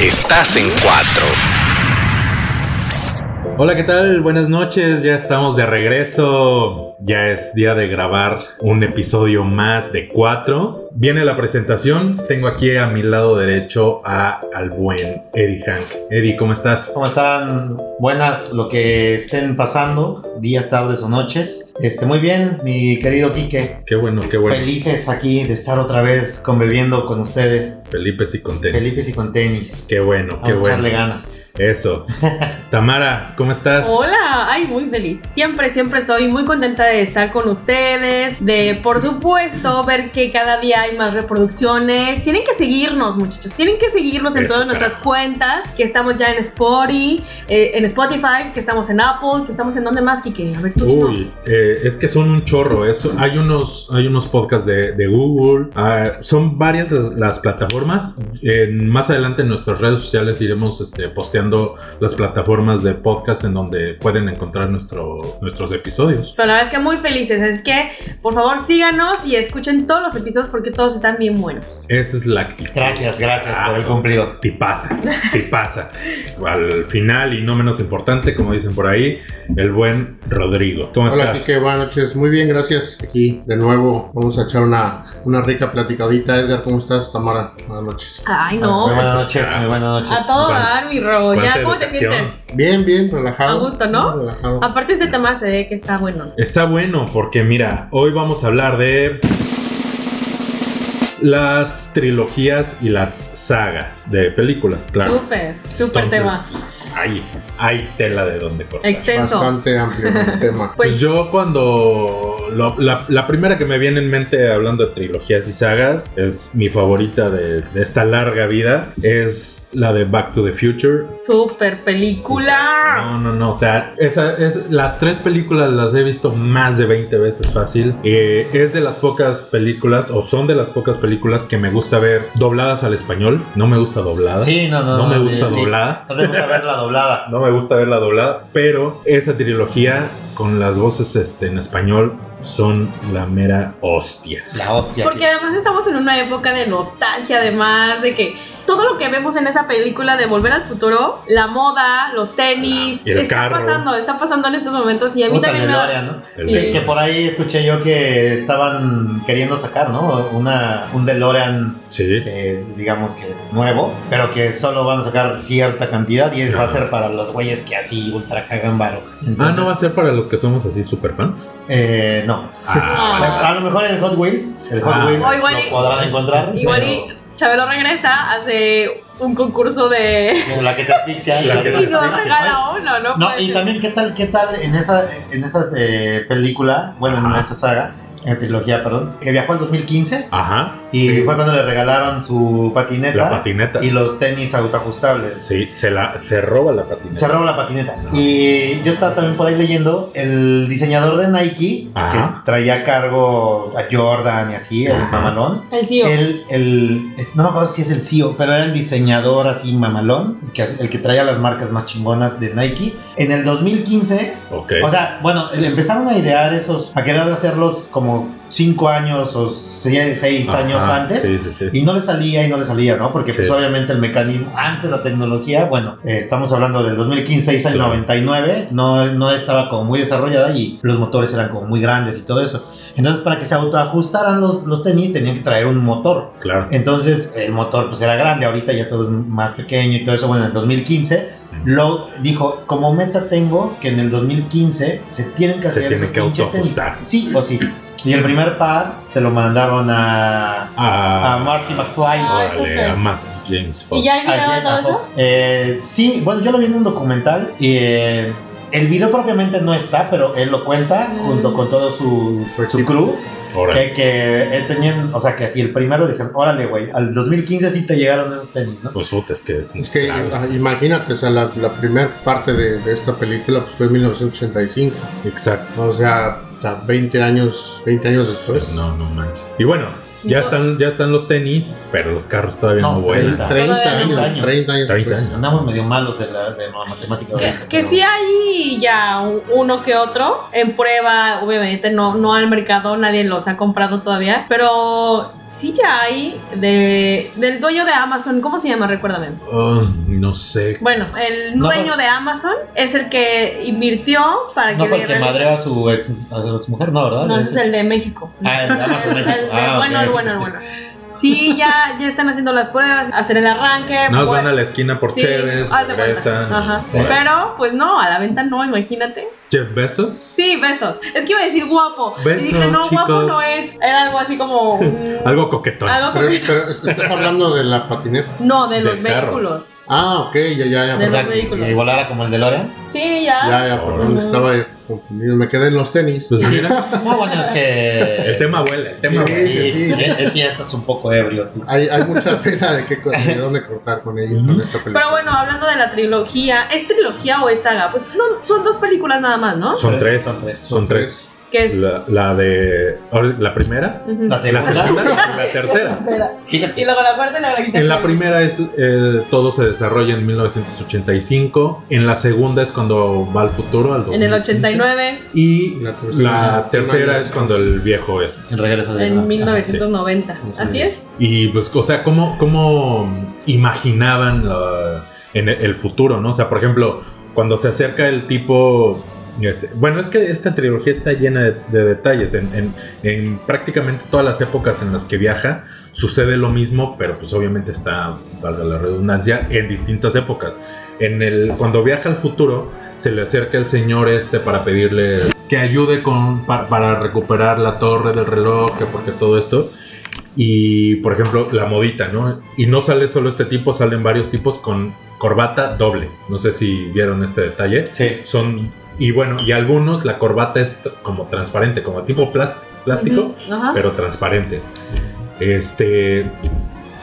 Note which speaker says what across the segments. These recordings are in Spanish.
Speaker 1: Estás en cuatro.
Speaker 2: Hola, ¿qué tal? Buenas noches, ya estamos de regreso. Ya es día de grabar un episodio más de cuatro. Viene la presentación. Tengo aquí a mi lado derecho a, al buen Eddie Hank. Eddie, ¿cómo estás?
Speaker 3: ¿Cómo están? Buenas, lo que estén pasando, días, tardes o noches. Este, muy bien, mi querido Quique.
Speaker 2: Qué bueno, qué bueno.
Speaker 3: Felices aquí de estar otra vez conviviendo con ustedes.
Speaker 2: Felipe sí contento.
Speaker 3: Felices y con tenis.
Speaker 2: Qué bueno,
Speaker 3: Vamos
Speaker 2: qué
Speaker 3: a echarle
Speaker 2: bueno.
Speaker 3: ganas.
Speaker 2: Eso. Tamara, ¿cómo estás?
Speaker 4: Hola, ay, muy feliz. Siempre, siempre estoy muy contenta de estar con ustedes, de por supuesto ver que cada día hay más reproducciones. Tienen que seguirnos, muchachos. Tienen que seguirnos en
Speaker 2: Eso,
Speaker 4: todas nuestras cuentas, que estamos ya en Spotify, eh, en Spotify, que estamos en Apple, que estamos en donde más, Kike. A ver, tú
Speaker 2: Uy,
Speaker 4: dinos.
Speaker 2: eh, es que son un chorro. Es, hay unos, hay unos podcasts de, de Google. ah, son varias las, las plataformas. En- más adelante en nuestras redes sociales iremos este, posteando las plataformas de podcast en donde pueden encontrar nuestro, nuestros episodios.
Speaker 4: Pero la verdad es que muy felices. Es que, por favor, síganos y escuchen todos los episodios porque todos están bien buenos.
Speaker 2: Esa es la actitud.
Speaker 3: Gracias, gracias por
Speaker 2: Ah.
Speaker 3: el cumplido.
Speaker 2: Te pasa, te pasa. Al final y no menos importante, como dicen por ahí, el buen Rodrigo. ¿Cómo
Speaker 5: Hola,
Speaker 2: estás?
Speaker 5: Kike, buenas noches. Muy bien, gracias. Aquí de nuevo vamos a echar una, una rica platicadita. Edgar, ¿cómo estás? Tamara, buenas noches.
Speaker 4: Ay,
Speaker 3: muy
Speaker 2: Ah,
Speaker 4: no.
Speaker 3: buenas noches, muy buenas noches.
Speaker 4: A todo
Speaker 2: cuántos-
Speaker 4: dar, mi Ro.
Speaker 2: cuánta
Speaker 4: Ya, ¿cómo te
Speaker 2: educación.
Speaker 4: sientes?
Speaker 5: Bien, bien, relajado.
Speaker 4: A gusto, ¿no?
Speaker 5: Relajado.
Speaker 4: Aparte este tema se ve que está bueno.
Speaker 2: Está bueno porque mira, hoy vamos a hablar de las trilogías y las sagas de películas, claro.
Speaker 4: Súper, súper
Speaker 2: Entonces,
Speaker 4: tema.
Speaker 2: pues, hay, hay tela de donde cortar.
Speaker 4: Extenso.
Speaker 5: Bastante amplio el tema.
Speaker 2: Pues,
Speaker 4: Pues
Speaker 2: yo cuando lo- la, la primera que me viene en mente hablando de trilogías y sagas es mi favorita de, de esta larga vida es la de Back to the Future
Speaker 4: súper
Speaker 3: Ah.
Speaker 4: película.
Speaker 2: No, no, no, o sea, esa es, las tres películas las he visto más de 20 veces fácil. Eh, es de las pocas películas, o son de las pocas películas que me gusta ver dobladas al español. No me gusta doblada.
Speaker 3: Sí, no, no,
Speaker 2: no, me gusta
Speaker 3: sí, sí.
Speaker 2: doblada.
Speaker 3: No te gusta verla doblada.
Speaker 2: No me gusta verla doblada, pero esa trilogía con las voces este, en español son la mera hostia.
Speaker 3: La hostia.
Speaker 4: Porque además estamos en una época de nostalgia, además de que todo lo que vemos en esa película de Volver al Futuro, la moda, los tenis,
Speaker 2: Ah, Y el
Speaker 4: está
Speaker 2: carro.
Speaker 4: pasando, está pasando en estos momentos y a
Speaker 3: que-
Speaker 4: mí
Speaker 3: Puta
Speaker 4: también me da-
Speaker 3: DeLorean, ¿no?
Speaker 2: El
Speaker 4: Sí.
Speaker 3: Que, que por ahí escuché yo que estaban queriendo sacar, ¿no? Una, un DeLorean
Speaker 2: Sí.
Speaker 3: que eh, digamos que nuevo, pero que solo van a sacar cierta cantidad y es, va a ser para los güeyes que así ultra cagan varo.
Speaker 2: Ah,
Speaker 3: Entonces,
Speaker 2: ¿no va a ser para los que somos así Ah, super fans?
Speaker 3: eh, no. A lo mejor el Hot Wheels, el Hot
Speaker 2: Ah.
Speaker 3: Wheels
Speaker 4: O igual y-
Speaker 3: lo podrán encontrar.
Speaker 4: Igual
Speaker 3: pero-
Speaker 4: y Chabelo regresa, hace un concurso de...
Speaker 3: pero la que te asfixia.
Speaker 2: La que te
Speaker 4: y
Speaker 2: no,
Speaker 4: nos
Speaker 2: sí,
Speaker 4: regala uno, ¿no?
Speaker 3: No,
Speaker 4: Puede
Speaker 3: y
Speaker 4: ser.
Speaker 3: también qué tal, qué tal en esa, en esa eh, película, bueno, en
Speaker 2: Ajá.
Speaker 3: esa saga, en trilogía, perdón, que viajó en 2015
Speaker 2: Ajá,
Speaker 3: y
Speaker 2: Sí.
Speaker 3: fue cuando le regalaron su
Speaker 2: la
Speaker 3: patineta
Speaker 2: patineta.
Speaker 3: y los tenis autoajustables.
Speaker 2: Sí, se, la, se roba la patineta.
Speaker 3: Se roba la patineta.
Speaker 2: Ajá.
Speaker 3: Y yo estaba también por ahí leyendo el diseñador de Nike,
Speaker 2: Ajá.
Speaker 3: que traía a cargo a Jordan y así, el
Speaker 2: Ajá.
Speaker 3: mamalón.
Speaker 4: El CEO.
Speaker 3: Él, el, es- no me acuerdo si es el CEO, pero era el diseñador así mamalón, el que, hace- el que traía las marcas más chingonas de Nike. En el 2015,
Speaker 2: Ok.
Speaker 3: o sea, bueno, le empezaron a idear esos, a querer hacerlos como 5 años o 6
Speaker 2: Ajá,
Speaker 3: años antes.
Speaker 2: Sí, sí, sí.
Speaker 3: Y no le salía y no le salía, ¿no? Porque pues
Speaker 2: Sí.
Speaker 3: obviamente el mecanismo, antes la tecnología, bueno, eh, estamos hablando del 2015 al
Speaker 2: Claro.
Speaker 3: 99, no, no estaba como muy desarrollada y los motores eran como muy grandes y todo eso. Entonces para que se autoajustaran los, los tenis tenían que traer un motor.
Speaker 2: Claro.
Speaker 3: Entonces el motor pues era grande, ahorita ya todo es más pequeño y todo eso. Bueno, en el 2015 lo dijo, como meta tengo que en el 2015 se tienen que
Speaker 2: Se
Speaker 3: hacer
Speaker 2: tienen
Speaker 3: esos
Speaker 2: que
Speaker 3: pinches tenis.
Speaker 2: autoajustar.
Speaker 3: Sí o sí. Y el primer par se lo mandaron a a
Speaker 2: Ah,
Speaker 3: Marty McFly.
Speaker 4: Ah,
Speaker 2: órale,
Speaker 4: súper.
Speaker 2: a Matt James Fox.
Speaker 4: ¿Y ya hay
Speaker 3: ¿A
Speaker 4: video de
Speaker 3: quién?
Speaker 4: todo
Speaker 3: ¿A
Speaker 4: eso?
Speaker 3: Fox? Eh, sí, bueno, yo lo vi en un documental. eh, el video propiamente no está, pero él lo cuenta
Speaker 4: Mm.
Speaker 3: junto con todo su,
Speaker 5: Su
Speaker 3: su
Speaker 5: equipo.
Speaker 3: crew.
Speaker 2: Órale.
Speaker 3: Que, que él tenían, o sea, que así el primero dijeron, órale, güey, al 2015 sí te llegaron esos tenis, ¿no?
Speaker 2: Pues puta, es que.
Speaker 5: Es que
Speaker 2: claro,
Speaker 5: ah, imagínate, o sea, la, la primera parte de, de esta película pues, fue en 1985.
Speaker 2: Exacto.
Speaker 5: O sea, hasta 20 años, 20 años después.
Speaker 2: No, no manches. Y bueno, ya
Speaker 4: No.
Speaker 2: están, ya están los tenis, pero los carros todavía no,
Speaker 3: No,
Speaker 2: vuelan.
Speaker 5: 30,
Speaker 3: Todavía no.
Speaker 5: años, 30 años.
Speaker 2: 30
Speaker 5: después.
Speaker 2: años.
Speaker 3: Andamos medio malos de la, de la matemática.
Speaker 4: Que,
Speaker 3: ahorita,
Speaker 4: que
Speaker 3: pero-
Speaker 4: sí hay ya u- uno que otro en prueba, obviamente no, no al mercado, nadie los ha comprado todavía, pero CGI de, del dueño de Amazon, ¿cómo se llama? Recuérdame.
Speaker 2: Oh, no sé.
Speaker 4: Bueno, el
Speaker 3: No,
Speaker 4: dueño
Speaker 3: no.
Speaker 4: de Amazon es el que invirtió para que
Speaker 3: No fue
Speaker 4: le
Speaker 3: el que
Speaker 4: realiz-
Speaker 3: madreó a su ex, a su mujer, no, ¿verdad?
Speaker 4: No, ese
Speaker 3: Ese
Speaker 4: es el de México.
Speaker 3: Ah, el de Amazon
Speaker 4: El- el-
Speaker 3: México.
Speaker 4: el
Speaker 3: Ah,
Speaker 4: bueno,
Speaker 3: ok.
Speaker 4: el bueno, el bueno. Sí, ya, ya están haciendo las pruebas, hacer el arranque.
Speaker 2: Nos
Speaker 4: bueno,
Speaker 2: van a la esquina por
Speaker 4: sí,
Speaker 2: Chévez,
Speaker 4: haz de cuenta.
Speaker 2: regresan.
Speaker 4: Ajá.
Speaker 2: Órale.
Speaker 4: Pero, pues no, a la venta no, imagínate.
Speaker 2: Jeff Bezos.
Speaker 4: Sí, besos. Es que iba a decir guapo. y dije,
Speaker 2: Besos,
Speaker 4: no, guapo
Speaker 2: chicos.
Speaker 4: no es. Era algo así como. mm,
Speaker 2: Algo coquetón.
Speaker 4: algo
Speaker 5: Pero,
Speaker 4: como-
Speaker 5: pero estás hablando de la patineta.
Speaker 4: No, de los
Speaker 2: Del carro.
Speaker 4: vehículos.
Speaker 5: Ah, ok, ya, ya, ya.
Speaker 4: De
Speaker 3: O
Speaker 5: perdón.
Speaker 3: sea,
Speaker 4: los vehículos.
Speaker 3: y volara como el de Lorean.
Speaker 4: Sí, ya.
Speaker 5: Ya, ya, perdón,
Speaker 4: Ahora.
Speaker 5: estaba confundido. Me quedé en los tenis.
Speaker 2: Pues mira,
Speaker 3: No, bueno, es que.
Speaker 2: el tema huele, el tema
Speaker 5: Sí,
Speaker 2: huele.
Speaker 3: Sí, sí, sí, Es que ya estás un poco ebrio. tú.
Speaker 5: Hay, hay mucha tela de qué cosa, de dónde cortar con ellos, con esta película.
Speaker 4: Pero bueno, hablando de la trilogía, ¿es trilogía o es saga? Pues no, son dos películas nada más, ¿no?
Speaker 2: Son tres,
Speaker 3: Son tres.
Speaker 2: son tres.
Speaker 5: eh,
Speaker 4: Que es.
Speaker 2: La, la de. ahora, La primera,
Speaker 4: Ujú.
Speaker 3: La
Speaker 2: la
Speaker 3: segunda.
Speaker 2: segunda y la tercera.
Speaker 4: Y
Speaker 3: Fíjate.
Speaker 4: luego la cuarta y la quinta.
Speaker 2: En la primera es eh, todo se desarrolla en 1985. En la segunda es cuando va al futuro, al
Speaker 4: En el
Speaker 2: 2015.
Speaker 4: 89,
Speaker 2: Y
Speaker 5: La tercera.
Speaker 2: la tercera es cuando el viejo este es.
Speaker 3: El regreso de
Speaker 2: Ah,
Speaker 4: en
Speaker 3: Dios.
Speaker 4: 1990. Así es.
Speaker 2: Y pues, o sea, ¿cómo, cómo imaginaban la- en e, el, el futuro, no? O sea, por ejemplo, cuando se acerca el tipo... este, bueno, es que esta trilogía está llena de, de detalles. En, en- en prácticamente todas las épocas en las que viaja sucede lo mismo, pero pues obviamente está, valga la redundancia, en distintas épocas. En el, cuando viaja al futuro, se le acerca el señor este para pedirle que ayude con, pa- para recuperar la torre del reloj, que porque todo esto. Y por ejemplo, la modita, ¿no? Y no sale solo este tipo, salen varios tipos con corbata doble. No sé si vieron este detalle.
Speaker 3: Sí.
Speaker 2: Son. Y bueno, y algunos la corbata es t- como transparente, como tipo plas- plástico,
Speaker 4: Ujú, Ajá.
Speaker 2: pero transparente. Este.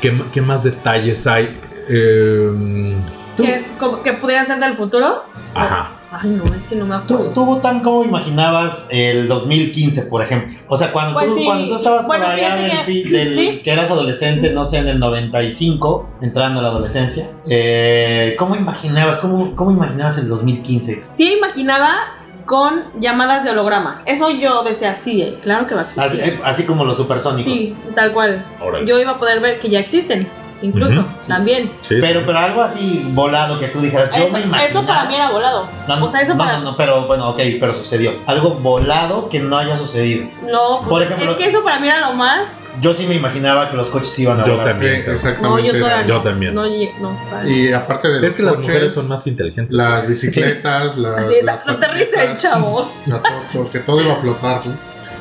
Speaker 2: ¿Qué, m- qué más detalles hay? Eh,
Speaker 4: Que, como- que pudieran ser del futuro.
Speaker 2: ajá.
Speaker 4: Ay, no, es que no me acuerdo.
Speaker 3: ¿Tú, tú Bután, cómo imaginabas el 2015, por ejemplo? O sea, cuando,
Speaker 4: Pues
Speaker 3: tú,
Speaker 4: sí.
Speaker 3: cuando tú estabas
Speaker 4: Bueno,
Speaker 3: por allá
Speaker 4: fíjate
Speaker 3: del,
Speaker 4: que-
Speaker 3: pi- del-
Speaker 4: sí.
Speaker 3: que eras adolescente, no sé, en el 95, entrando a la adolescencia, eh, ¿cómo imaginabas? ¿Cómo, ¿Cómo imaginabas el 2015?
Speaker 4: Sí imaginaba con llamadas de holograma. Eso yo decía, sí, claro que va a existir.
Speaker 3: Así, eh, así como los supersónicos.
Speaker 4: sí, tal cual.
Speaker 2: Órale.
Speaker 4: Yo iba a poder ver que ya existen. Incluso,
Speaker 2: Ujú,
Speaker 3: sí.
Speaker 4: también.
Speaker 2: Sí.
Speaker 3: Pero, pero algo así volado que tú dijeras, yo
Speaker 4: Eso,
Speaker 3: me
Speaker 4: eso
Speaker 3: imaginaba.
Speaker 4: para mí era volado.
Speaker 3: No, no,
Speaker 4: o sea, eso
Speaker 3: no,
Speaker 4: para
Speaker 3: no, no, pero bueno, ok, pero sucedió. Algo volado que no haya sucedido.
Speaker 4: No,
Speaker 3: Por
Speaker 4: pues,
Speaker 3: ejemplo-
Speaker 4: es que eso para mí era lo más.
Speaker 3: Yo sí me imaginaba que los coches iban a
Speaker 2: Yo
Speaker 3: volar.
Speaker 5: Sí,
Speaker 2: también.
Speaker 4: No, yo
Speaker 5: exactamente.
Speaker 4: todavía.
Speaker 2: Yo
Speaker 4: no.
Speaker 2: también.
Speaker 4: No, ye- no, para mí.
Speaker 5: y aparte de los
Speaker 2: es que las
Speaker 5: coches,
Speaker 2: mujeres son más inteligentes.
Speaker 5: las bicicletas, las,
Speaker 4: Así,
Speaker 5: las
Speaker 4: no aterricen,
Speaker 5: patinetas,
Speaker 4: chavos.
Speaker 5: las motos, que todo iba a flotar, ¿no?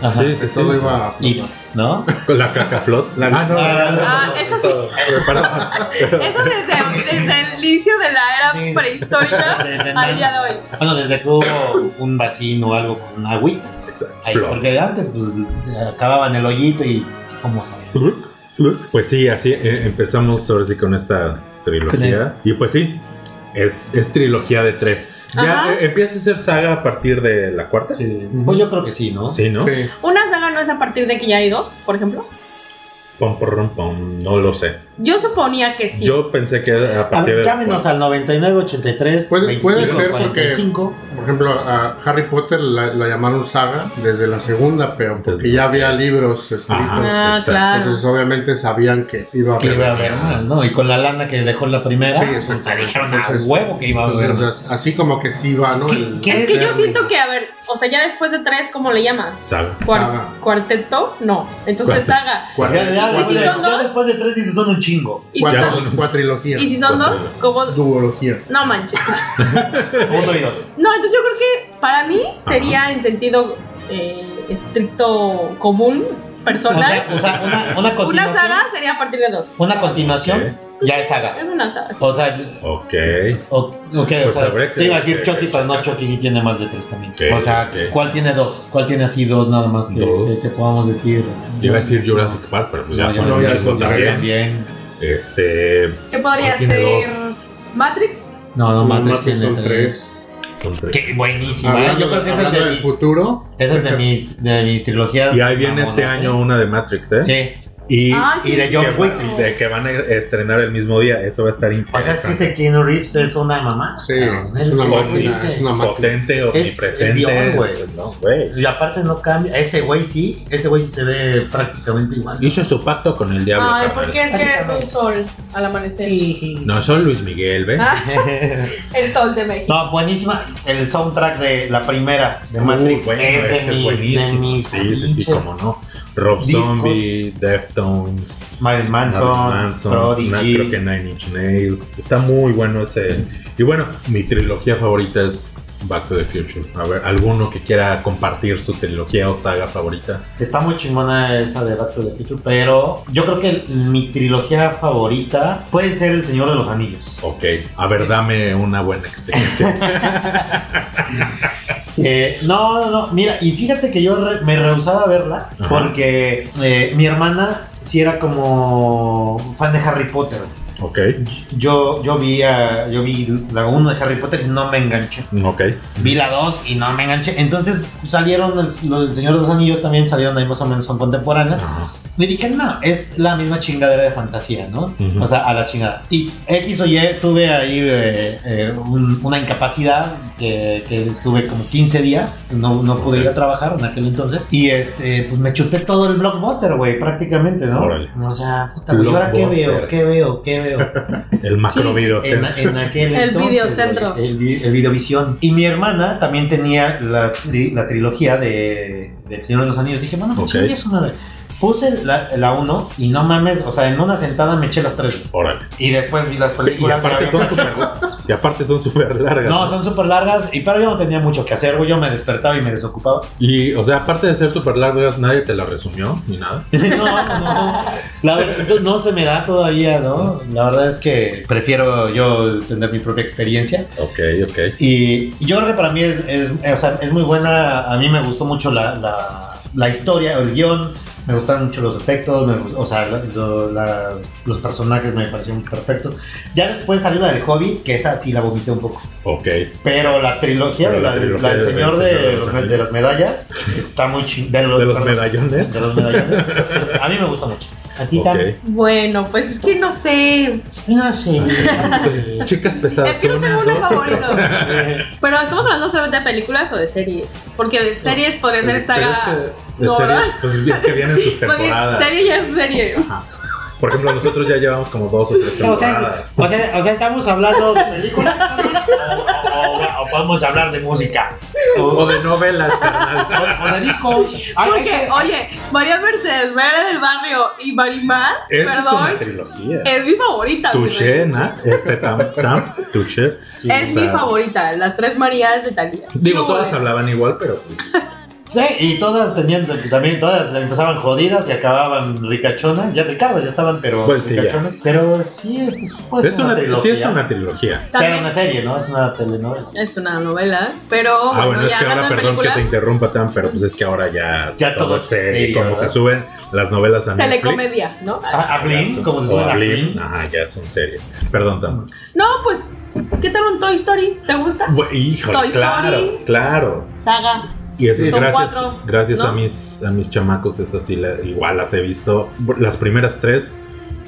Speaker 3: Ajá.
Speaker 2: Sí,
Speaker 5: que
Speaker 2: sí, sí.
Speaker 5: todo iba a
Speaker 3: It,
Speaker 5: flotar.
Speaker 3: ¿no?
Speaker 2: Con la cacaflot.
Speaker 5: La-
Speaker 2: Ah, no,
Speaker 3: Ah,
Speaker 2: no, no,
Speaker 4: ah,
Speaker 2: no,
Speaker 4: eso sí.
Speaker 2: Perdón.
Speaker 4: Eso desde, desde el inicio de la era
Speaker 3: Desde-
Speaker 4: prehistórica
Speaker 3: Desde
Speaker 4: al día de hoy.
Speaker 3: Bueno, desde que hubo un vacío o algo con agüita.
Speaker 2: Exacto.
Speaker 3: Ahí,
Speaker 2: Flor.
Speaker 3: porque antes pues acababan el hoyito y pues, cómo saben.
Speaker 2: Pues sí, así eh, empezamos ahora sí con esta trilogía. Y pues sí, es, es trilogía de tres.
Speaker 4: Ajá.
Speaker 2: Ya eh, empieza a ser saga a partir de la cuarta. Sí,
Speaker 5: Sí.
Speaker 3: Pues yo creo que sí, ¿no?
Speaker 2: ¿no?
Speaker 5: Sí.
Speaker 4: Una saga no es a partir de que ya hay dos, por ejemplo.
Speaker 2: Pom, porrom, pom, no lo sé.
Speaker 4: Yo suponía que sí.
Speaker 2: Yo pensé que era a
Speaker 3: A
Speaker 2: partir
Speaker 3: ver,
Speaker 2: de. la
Speaker 3: llámenos
Speaker 2: cuarta.
Speaker 3: al 99, 83,
Speaker 5: Puede-
Speaker 3: 25,
Speaker 5: puede ser porque-
Speaker 3: 45.
Speaker 5: Por ejemplo, a Harry Potter la, la llamaron saga desde la segunda, pero porque
Speaker 2: Desde-
Speaker 5: ya había libros escritos.
Speaker 4: Ah,
Speaker 2: exacto.
Speaker 4: claro.
Speaker 5: Entonces, obviamente sabían que iba a
Speaker 3: Que
Speaker 5: haber.
Speaker 3: iba a haber más, ¿no? Y con la lana que dejó la primera,
Speaker 5: Sí, eso.
Speaker 3: te dijeron a
Speaker 5: Entonces-
Speaker 3: huevo que iba a haber.
Speaker 5: Entonces, o sea, así como que sí va, ¿no?
Speaker 3: ¿Qué-
Speaker 5: El-
Speaker 3: qué
Speaker 4: es que yo siento que, a ver, o sea, ya después de tres, ¿cómo le llama?
Speaker 2: Saga.
Speaker 4: Cuar-
Speaker 5: Saga.
Speaker 4: ¿Cuarteto? No. Entonces
Speaker 2: Cuarteto.
Speaker 4: saga.
Speaker 3: Ya,
Speaker 5: Cuatro-
Speaker 3: ya,
Speaker 4: ¿Y
Speaker 3: ya,
Speaker 4: si
Speaker 3: ya
Speaker 4: son dos?
Speaker 3: después de tres dices son un chingo.
Speaker 4: ¿Y si,
Speaker 5: cuatro-
Speaker 2: Ya
Speaker 4: son,
Speaker 2: son-
Speaker 5: cuatrilogía.
Speaker 4: y si son dos?
Speaker 2: Cuatro.
Speaker 4: ¿Cómo?
Speaker 5: Duología.
Speaker 4: No manches.
Speaker 3: Uno y dos.
Speaker 4: No, entonces yo creo que para mí sería en sentido eh, estricto común,
Speaker 3: O
Speaker 4: personal.
Speaker 3: sea, o sea, una, una
Speaker 4: una
Speaker 3: continuación.
Speaker 4: saga sería a partir de dos.
Speaker 3: Una continuación ya es
Speaker 4: Es
Speaker 3: saga.
Speaker 4: una saga. sí.
Speaker 3: O sea,
Speaker 2: Ok.
Speaker 3: O- ok, o sea,
Speaker 2: habrá que-
Speaker 3: te iba a decir
Speaker 2: Pues que-
Speaker 3: Chucky, pero no, Chucky sí tiene más de tres también.
Speaker 2: Que-
Speaker 3: o sea,
Speaker 2: que-
Speaker 3: ¿cuál tiene dos? ¿Cuál tiene así dos nada más que,
Speaker 2: Dos.
Speaker 3: que te podamos decir?
Speaker 2: Yo iba a decir Jurassic Park, pero pues ya
Speaker 3: No, ya
Speaker 2: son
Speaker 5: no, ya
Speaker 2: muchos
Speaker 5: son
Speaker 2: también.
Speaker 5: también.
Speaker 3: También.
Speaker 2: Este.
Speaker 4: ¿Qué podría
Speaker 2: Tiene
Speaker 4: ser? Matrix.
Speaker 3: No, no,
Speaker 5: No,
Speaker 3: Matrix,
Speaker 5: Matrix
Speaker 3: tiene
Speaker 5: son
Speaker 3: tres.
Speaker 2: Son tres.
Speaker 3: Qué buenísima. ¿eh?
Speaker 5: Hablando,
Speaker 3: Yo creo que
Speaker 5: de-
Speaker 3: esa es
Speaker 5: hablando
Speaker 3: de
Speaker 5: del
Speaker 3: mis,
Speaker 5: futuro.
Speaker 3: esa es de mis, de mis trilogías.
Speaker 2: Y ahí viene
Speaker 3: mamonas,
Speaker 2: este
Speaker 3: ¿eh?
Speaker 2: año una de Matrix, ¿eh?
Speaker 3: Sí,
Speaker 2: Y,
Speaker 4: Ay, Ah, sí.
Speaker 3: Y de John
Speaker 2: que, va-
Speaker 3: Wick.
Speaker 2: de que van a estrenar el mismo día. Eso va a estar
Speaker 3: O sea, es que
Speaker 2: interesante.
Speaker 3: ese Keanu Reeves es una mamada.
Speaker 5: Sí,
Speaker 3: Ah, cabrón.
Speaker 5: es una
Speaker 3: Él- él
Speaker 5: máquina,
Speaker 3: dice-
Speaker 5: es una máquina.
Speaker 2: Potente, omnipresente.
Speaker 3: es Dios, güey.
Speaker 2: No, güey.
Speaker 3: Y aparte no cambia. Ese güey sí, ese güey sí se ve prácticamente igual.
Speaker 2: Hizo su pacto con el diablo.
Speaker 4: Ay,
Speaker 2: carnal.
Speaker 4: porque es que es un sol al amanecer.
Speaker 3: Sí, sí.
Speaker 2: No, son Luis Miguel, ¿ves?
Speaker 4: Ah, el sol de México.
Speaker 3: No, buenísima. El soundtrack de la primera, de
Speaker 2: Uy,
Speaker 3: Matrix,
Speaker 2: bueno,
Speaker 3: es de
Speaker 2: este es
Speaker 3: mis, de
Speaker 2: buenísimo.
Speaker 3: mis
Speaker 2: Sí, sí, sí,
Speaker 3: pinches
Speaker 2: cómo no. Rob
Speaker 3: discos.
Speaker 2: Zombie, Deftones,
Speaker 3: Marilyn Manson,
Speaker 2: Marilyn Manson, na- creo que
Speaker 3: Prodigy.
Speaker 2: Nine Inch Nails. Está muy bueno ese. Y bueno, mi trilogía favorita es Back to the Future. A ver, alguno que quiera compartir su trilogía o saga favorita.
Speaker 3: Está muy chingona esa de Back to the Future, pero yo creo que el- mi trilogía favorita puede ser El Señor de los Anillos.
Speaker 2: Ok, a ver, dame una buena experiencia.
Speaker 3: Eh, no, no, no, mira, y fíjate que yo re- me rehusaba a verla
Speaker 2: Ajá.
Speaker 3: porque eh, mi hermana sí era como fan de Harry Potter.
Speaker 2: Ok,
Speaker 3: Yo, yo vi a- yo vi la 1 de Harry Potter y no me enganché.
Speaker 2: ok.
Speaker 3: Vi la 2 y no me enganché. Entonces salieron el, lo del Señor de los Anillos también salieron ahí más o menos son contemporáneas.
Speaker 2: Ajá.
Speaker 3: Me dije, no, es la misma chingadera de fantasía, ¿no?
Speaker 2: Ujú.
Speaker 3: O sea, a la chingada. Y X o Y tuve ahí eh, eh, un- una incapacidad que, que estuve como 15 días, no, no pude ir a trabajar en aquel entonces. Y este, pues me chuté todo el blockbuster, güey, prácticamente, ¿no?
Speaker 2: Órale.
Speaker 3: O sea, puta, güey, ¿y ahora qué veo?
Speaker 2: Blockbuster.
Speaker 3: ¿Qué veo? ¿Qué veo?
Speaker 2: El macro
Speaker 3: Sí, sí,
Speaker 2: video.
Speaker 3: en, en aquel
Speaker 4: El
Speaker 3: entonces,
Speaker 4: videocentro.
Speaker 3: güey, El, vi- el videovisión. Y mi hermana también tenía la, tri- la trilogía de, de El Señor de los Anillos. Dije, bueno,
Speaker 2: Ok.
Speaker 3: pues chingue su madre. Puse la 1 y no mames, o sea, en una sentada me eché las tres. güey.
Speaker 2: Órale.
Speaker 3: Y después vi las
Speaker 2: Y
Speaker 3: películas.
Speaker 2: aparte
Speaker 3: la-
Speaker 2: son super, y aparte son súper largas.
Speaker 3: No, son súper largas, y pero yo no tenía mucho que hacer, güey. Yo me despertaba y me desocupaba.
Speaker 2: Y, o sea, aparte de ser súper largas, nadie te la resumió ni nada.
Speaker 3: No, no. La verdad, no se me da todavía, ¿no? La verdad es que prefiero yo tener mi propia experiencia.
Speaker 2: Ok, ok.
Speaker 3: Y yo creo que para mí es, es, eh, o sea, es muy buena. A mí me gustó mucho la, la, la historia, el guión. Me gustaron mucho los efectos. me gust- o sea, la- lo- la- los personajes me parecieron perfectos. Ya después salió la del Hobbit, que esa sí la vomité un poco.
Speaker 2: Ok.
Speaker 3: Pero la trilogía,
Speaker 2: Pero
Speaker 3: de
Speaker 2: la
Speaker 3: la,
Speaker 2: trilogía
Speaker 3: la del
Speaker 2: de-
Speaker 3: señor de,
Speaker 2: del Señor de los
Speaker 3: los me- de
Speaker 2: Anillos.
Speaker 3: las medallas está muy chingada. De los,
Speaker 2: De los
Speaker 3: perdón,
Speaker 2: medallones.
Speaker 3: de los medallones. A mí me gusta mucho. A ti también.
Speaker 2: Ok.
Speaker 4: Bueno, pues es que no sé.
Speaker 3: No sé.
Speaker 2: Chicas pesadas.
Speaker 4: Es que no
Speaker 2: una,
Speaker 4: tengo uno
Speaker 2: dos.
Speaker 4: favorito. Pero estamos hablando solamente de películas o de series. Porque de series podría
Speaker 2: Pero
Speaker 4: ser
Speaker 2: es
Speaker 4: saga.
Speaker 2: que de
Speaker 4: no,
Speaker 2: series,
Speaker 4: ¿verdad?
Speaker 2: pues es que vienen sus
Speaker 4: Más bien,
Speaker 2: temporadas.
Speaker 4: serie ya es serie.
Speaker 2: Por ejemplo, nosotros ya llevamos como dos o tres
Speaker 3: O sea,
Speaker 2: temporadas.
Speaker 3: o sea, o sea, estamos hablando de películas o, o- o podemos hablar de música
Speaker 2: O
Speaker 3: o,
Speaker 2: de novelas, carnal.
Speaker 3: o de discos. Ay, ay,
Speaker 4: Porque, oye, María Mercedes, Vera del Barrio y Marimar,
Speaker 2: Esa Es una
Speaker 4: perdón,
Speaker 2: trilogía.
Speaker 4: es mi favorita.
Speaker 2: Touché, ¿no? Este tam, tam, touché. Sí,
Speaker 4: Es
Speaker 2: o sea,
Speaker 4: mi favorita, eh. las tres Marías de Talía.
Speaker 2: Digo, todas hablaban igual, pero pues,
Speaker 3: Sí, y todas tenían, también todas empezaban jodidas y acababan ricachonas. Ya Ricardo ya estaban, pero
Speaker 2: Pues sí,
Speaker 3: ricachonas. Pero sí, pues, pues
Speaker 2: es una, sí
Speaker 3: trilogía.
Speaker 2: es una trilogía.
Speaker 3: Pero
Speaker 4: También
Speaker 3: una serie, ¿no? Es una telenovela.
Speaker 4: es una novela, pero
Speaker 2: Ah, bueno, es
Speaker 4: ya
Speaker 2: que ahora,
Speaker 4: hablando de
Speaker 2: perdón que te
Speaker 4: películas,
Speaker 2: interrumpa, Tan, pero pues es que ahora ya,
Speaker 3: Ya todo es
Speaker 2: serie,
Speaker 3: serio,
Speaker 2: como
Speaker 3: ¿verdad?
Speaker 2: se suben las novelas a Netflix.
Speaker 4: telecomedia, ¿no?
Speaker 3: Ah, A, a Blin, como se suena a
Speaker 2: Blin.
Speaker 3: Blin.
Speaker 2: Ajá, ya son series. Perdón, Tam.
Speaker 4: No, pues, ¿qué tal un Toy Story? ¿Te gusta?
Speaker 2: Bu- Híjole,
Speaker 4: Toy
Speaker 2: claro,
Speaker 4: Story.
Speaker 2: claro.
Speaker 4: Saga.
Speaker 2: Y eso es
Speaker 4: Son
Speaker 2: gracias,
Speaker 4: cuatro,
Speaker 2: gracias
Speaker 4: ¿no?
Speaker 2: a mis a mis chamacos, eso sí, la- igual las he visto. Las primeras tres,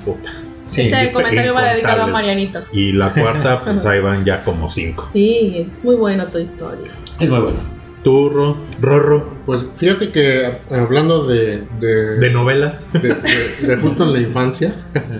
Speaker 2: puta.
Speaker 3: Sí.
Speaker 4: Este comentario va dedicado a
Speaker 2: incontables.
Speaker 4: Marianito.
Speaker 2: Y la cuarta, pues ahí van ya como cinco.
Speaker 4: Sí, es muy bueno Toy Story.
Speaker 3: Es muy bueno.
Speaker 2: Turro, Rorro,
Speaker 5: Pues fíjate que eh, hablando de-
Speaker 2: de novelas.
Speaker 5: de, de- de justo en la infancia.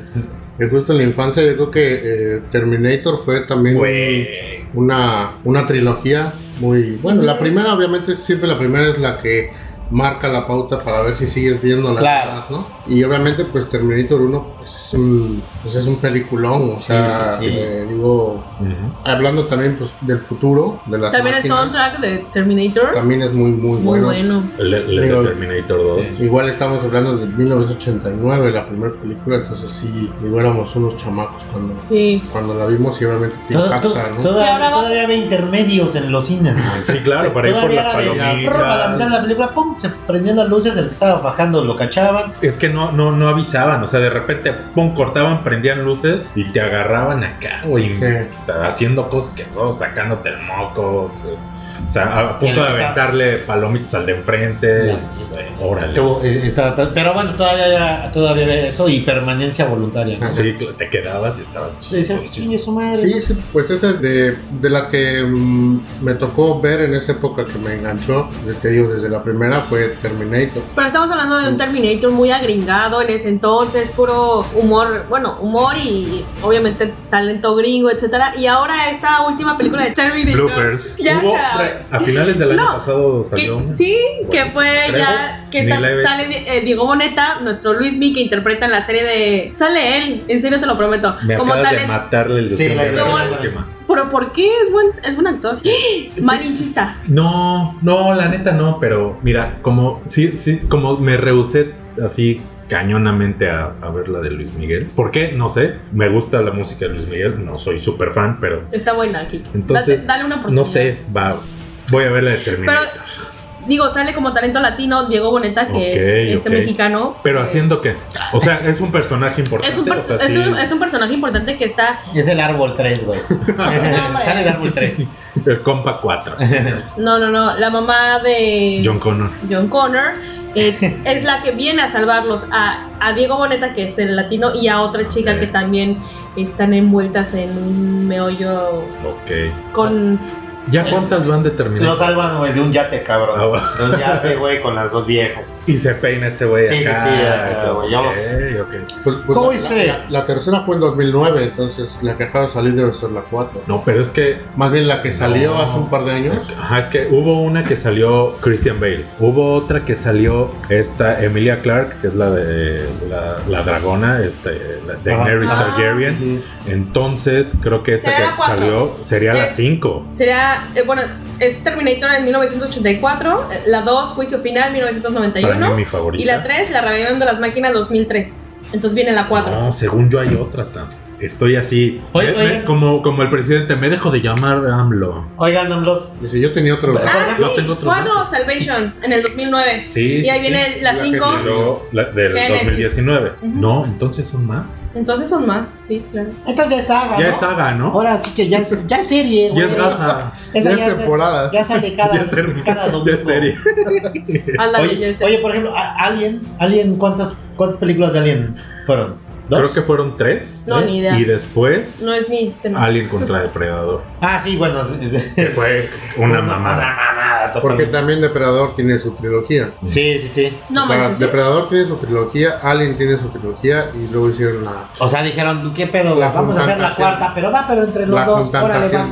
Speaker 5: De justo en la infancia, yo creo que eh, Terminator fue también
Speaker 2: Güey.
Speaker 5: una, una trilogía muy. Bueno, la primera, obviamente, siempre la primera es la que marca la pauta para ver si sigues viendo las
Speaker 3: Claro.
Speaker 5: demás, ¿no? Y obviamente, pues Terminator 1 pues, es, un, pues, es un peliculón, o
Speaker 3: Sí,
Speaker 5: sea,
Speaker 3: sí, sí.
Speaker 5: eh, digo.
Speaker 2: Ujú.
Speaker 5: Hablando también pues, del futuro, de las
Speaker 4: También el
Speaker 5: máquinas,
Speaker 4: soundtrack de Terminator.
Speaker 5: también es muy, muy
Speaker 4: Muy
Speaker 5: bueno.
Speaker 4: bueno.
Speaker 2: El, el
Speaker 5: Digo,
Speaker 2: de Terminator 2.
Speaker 5: Igual estamos hablando de 1989, la primera película, entonces sí, digo, éramos unos chamacos cuando,
Speaker 4: Sí.
Speaker 5: cuando la vimos y obviamente te
Speaker 3: Todo- to-
Speaker 5: impacta, ¿no?
Speaker 3: toda-
Speaker 4: Y ahora va-
Speaker 3: todavía había intermedios en los cines, güey.
Speaker 2: Sí, claro, para ir por
Speaker 3: Todavía
Speaker 2: las
Speaker 3: era de-
Speaker 2: palomitas.
Speaker 3: Prrr, a la mitad de la película, pum, se prendían las luces, el que estaba bajando lo cachaban.
Speaker 2: Es que no, no, no avisaban, o sea, de repente, pum, cortaban, prendían luces y te agarraban acá, güey.
Speaker 5: Sí.
Speaker 2: Haciendo cosas que son, sacándote el moco. o sea, O sea, a punto de aventarle palomitas al de enfrente.
Speaker 3: Ya sé, güey.
Speaker 2: Órale.
Speaker 3: Estuvo- eh, estaba- pero bueno, todavía, todavía había eso y permanencia voluntaria. ¿no?
Speaker 5: Ajá.
Speaker 2: Sí, cl- te quedabas y estabas.
Speaker 3: Sí, sí, chingue su madre.
Speaker 5: Sí, sí, pues esa es de, de las que mm, me tocó ver en esa época que me enganchó, de- te digo, desde la primera fue Terminator.
Speaker 4: Pero estamos hablando de un Terminator muy agringado en ese entonces, puro humor, bueno, humor y obviamente talento gringo, etcétera. Y ahora esta última película de Terminator.
Speaker 2: Bloopers.
Speaker 4: Ya,
Speaker 2: Hubo
Speaker 4: cara.
Speaker 2: re- a finales del año
Speaker 4: No,
Speaker 2: pasado
Speaker 4: Que-
Speaker 2: salió. una.
Speaker 4: sí, que
Speaker 2: Bueno,
Speaker 4: fue
Speaker 2: creo.
Speaker 4: ya que
Speaker 2: Ni
Speaker 4: está-
Speaker 2: la he-
Speaker 4: sale eh, Diego Boneta, nuestro Luismi que interpreta en la serie de sale él, en serio te lo prometo.
Speaker 2: Me
Speaker 4: como
Speaker 2: acabas de
Speaker 4: talento,
Speaker 2: matar la ilusión
Speaker 3: Sí, la
Speaker 2: de ver
Speaker 3: ilusión.
Speaker 2: la última.
Speaker 4: pero ¿por qué es buen es buen actor? Malinchista.
Speaker 2: No, no, la neta no, pero mira, como sí, sí, como me rehusé así cañonamente a, a ver la de Luis Miguel. ¿Por qué? No sé. Me gusta la música de Luis Miguel, no soy súper fan, pero
Speaker 4: Está buena, Kike.
Speaker 2: Entonces,
Speaker 4: dale, dale una oportunidad.
Speaker 2: no sé, va. Voy a ver la de
Speaker 4: Pero
Speaker 2: Terminator.
Speaker 4: digo, sale como talento latino Diego Boneta, que
Speaker 2: Ok,
Speaker 4: es este
Speaker 2: ok.
Speaker 4: mexicano.
Speaker 2: Pero
Speaker 4: que-
Speaker 2: haciendo qué? O sea, es un personaje importante.
Speaker 4: es un, per-
Speaker 2: o sea,
Speaker 4: es,
Speaker 2: sí.
Speaker 4: un, es un personaje importante que está.
Speaker 3: Es el árbol 3, güey. Sale el árbol 3.
Speaker 2: El compa 4.
Speaker 4: No, no, no. La mamá de
Speaker 2: John Connor.
Speaker 4: John Connor eh, es la que viene a salvarlos a, a Diego Boneta, que es el latino, y a otra chica
Speaker 2: Ok.
Speaker 4: que también están envueltas en un meollo
Speaker 2: Ok.
Speaker 4: con. Eh,
Speaker 2: ¿Ya cuántas van de Terminator?
Speaker 3: Lo salvan, güey, de un yate, cabrón.
Speaker 2: Ah, bueno.
Speaker 3: De un yate, güey, con las dos viejas.
Speaker 2: Y se peina este güey
Speaker 3: Sí, sí,
Speaker 2: acá.
Speaker 3: sí, acá,
Speaker 2: ok,
Speaker 3: güey, ya vamos.
Speaker 2: ok.
Speaker 5: Pues, pues,
Speaker 3: ¿Cómo
Speaker 5: la-
Speaker 3: hice?
Speaker 5: La, la tercera fue en 2009, entonces la que acaba de salir debe ser la 4.
Speaker 2: No, pero es que
Speaker 5: Más bien la que salió
Speaker 2: No.
Speaker 5: hace un par de
Speaker 2: Es
Speaker 5: años.
Speaker 2: que, ajá, es que hubo una que salió Christian Bale, hubo otra que salió esta Emilia Clark, que es la de la, la dragona, este, la de
Speaker 3: Ajá.
Speaker 2: Daenerys
Speaker 4: Ah.
Speaker 2: Targaryen. Entonces, creo que esta que
Speaker 4: Sería la cuatro.
Speaker 2: salió sería la
Speaker 4: Es-
Speaker 2: 5.
Speaker 4: Sería. eh, bueno, es Terminator en 1984, eh, la 2, Juicio Final,
Speaker 2: Para
Speaker 4: 1991.
Speaker 2: mí mi favorita.
Speaker 4: Y la 3, la rebelión de las máquinas 2003. Entonces viene la 4.
Speaker 2: No, según yo hay otra. ta. Estoy así,
Speaker 3: Oye,
Speaker 2: me- me-
Speaker 3: oye.
Speaker 2: como como el presidente me dejo de llamar AMLO.
Speaker 3: Oigan, AMLOS.
Speaker 5: Dice, yo tenía otro.
Speaker 3: ¿Verdad?
Speaker 4: Ah, sí,
Speaker 2: Yo tengo otro
Speaker 4: 4 Salvation en el 2009.
Speaker 2: Sí.
Speaker 4: y ahí
Speaker 2: sí, sí.
Speaker 4: viene la
Speaker 5: la que
Speaker 4: 5.
Speaker 2: Y luego la del
Speaker 4: Génesis.
Speaker 2: 2019.
Speaker 4: Ujú.
Speaker 2: No, entonces son más.
Speaker 4: Entonces son más, sí, claro.
Speaker 3: Entonces ya es saga,
Speaker 2: Ya
Speaker 3: ¿no?
Speaker 2: es saga, ¿no?
Speaker 3: Ahora sí que ya es, ya es serie,
Speaker 2: Ya
Speaker 3: güey.
Speaker 2: es gaza.
Speaker 5: Ya
Speaker 3: Esa
Speaker 5: es
Speaker 3: ya, se-
Speaker 5: temporada.
Speaker 3: ya sale
Speaker 2: Ya
Speaker 3: cada,
Speaker 2: es termi-
Speaker 3: cada
Speaker 2: ya
Speaker 3: domingo.
Speaker 2: es serie.
Speaker 4: Ándale, ya
Speaker 3: Oye,
Speaker 4: sé.
Speaker 3: oye, por ejemplo, a- Alien, Alien ¿cuántas, ¿cuántas películas de Alien fueron? ¿Dos?
Speaker 2: Creo que fueron tres.
Speaker 4: no, ni idea.
Speaker 2: Y después,
Speaker 4: No es ni tema.
Speaker 2: Alien contra Depredador.
Speaker 3: Ah, sí, bueno. es- es-
Speaker 2: Que fue una mamada.
Speaker 3: Una mamada, total.
Speaker 5: Porque también Depredador tiene su trilogía.
Speaker 3: Sí, sí, sí.
Speaker 4: No
Speaker 5: O sea,
Speaker 4: manches. ¿eh?
Speaker 5: Depredador tiene su trilogía, Alien tiene su trilogía y luego hicieron la,
Speaker 3: O sea, dijeron, ¿qué pedo? güey?
Speaker 5: La
Speaker 3: Vamos a hacer la
Speaker 5: concantación.
Speaker 3: cuarta, pero va, pero entre los
Speaker 5: la
Speaker 3: dos, órale, va.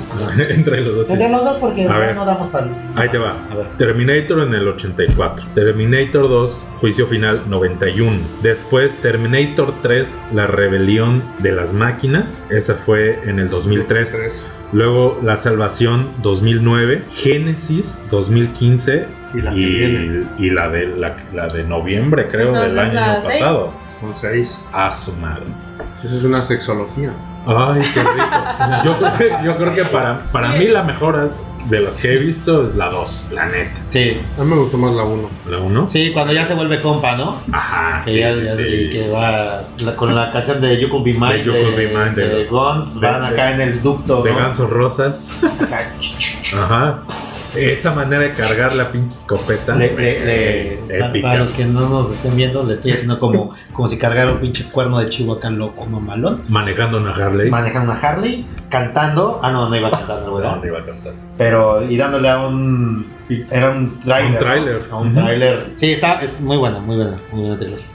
Speaker 5: constatación.
Speaker 2: Entre los dos. sí.
Speaker 3: Entre los dos, porque
Speaker 2: A
Speaker 3: ya
Speaker 2: ver.
Speaker 3: no damos para.
Speaker 2: Ahí te va.
Speaker 3: A ver.
Speaker 2: Terminator en el 84. Terminator 2, juicio final 91. Después Terminator 3, la rebelión de las máquinas. Esa fue en el 2003.
Speaker 5: Tres.
Speaker 2: Luego La Salvación 2009. Génesis 2015.
Speaker 5: Y la que viene.
Speaker 2: Y, y la de, la, la de noviembre, creo,
Speaker 4: Entonces,
Speaker 2: del año
Speaker 4: la seis.
Speaker 2: pasado.
Speaker 5: Son seis.
Speaker 2: A su madre.
Speaker 5: Eso es una sexología.
Speaker 2: Ay, qué rico. Yo, creo que- yo creo que para, para mí la mejor de las que he visto es la 2, la neta.
Speaker 3: Sí,
Speaker 5: A mí me gustó más la 1.
Speaker 2: ¿La 1?
Speaker 3: sí, cuando ya se vuelve compa, ¿no?
Speaker 2: Ajá,
Speaker 3: Que
Speaker 2: sí,
Speaker 3: ya,
Speaker 2: sí,
Speaker 3: ya-
Speaker 2: sí.
Speaker 3: y que va la- con la canción de You Could Be Mine.
Speaker 2: De You Could Be Mine, de
Speaker 3: de
Speaker 2: los-
Speaker 3: Guns,
Speaker 2: de-
Speaker 3: van
Speaker 2: de-
Speaker 3: acá en el ducto,
Speaker 2: De
Speaker 3: ¿no?
Speaker 2: gansos rosas.
Speaker 3: Acá, ch- ch- ch-
Speaker 2: Ajá. Esa manera de cargar la pinche escopeta.
Speaker 3: le- le- le-
Speaker 2: Eh,
Speaker 3: para-
Speaker 2: épica.
Speaker 3: para los que no nos estén viendo, le estoy haciendo como, como si cargara un pinche cuerno de chivo acá loco, mamalón.
Speaker 2: Manejando una Harley.
Speaker 3: Manejando una Harley, cantando. Ah, no, no iba cantando, güey.
Speaker 2: No, no iba a cantar.
Speaker 3: Pero, y dándole a un. Era un tráiler.
Speaker 2: Un tráiler.
Speaker 3: ¿no? A un
Speaker 2: Ujú.
Speaker 3: tráiler. Sí, está, es muy buena, muy buena, muy buena trilogía.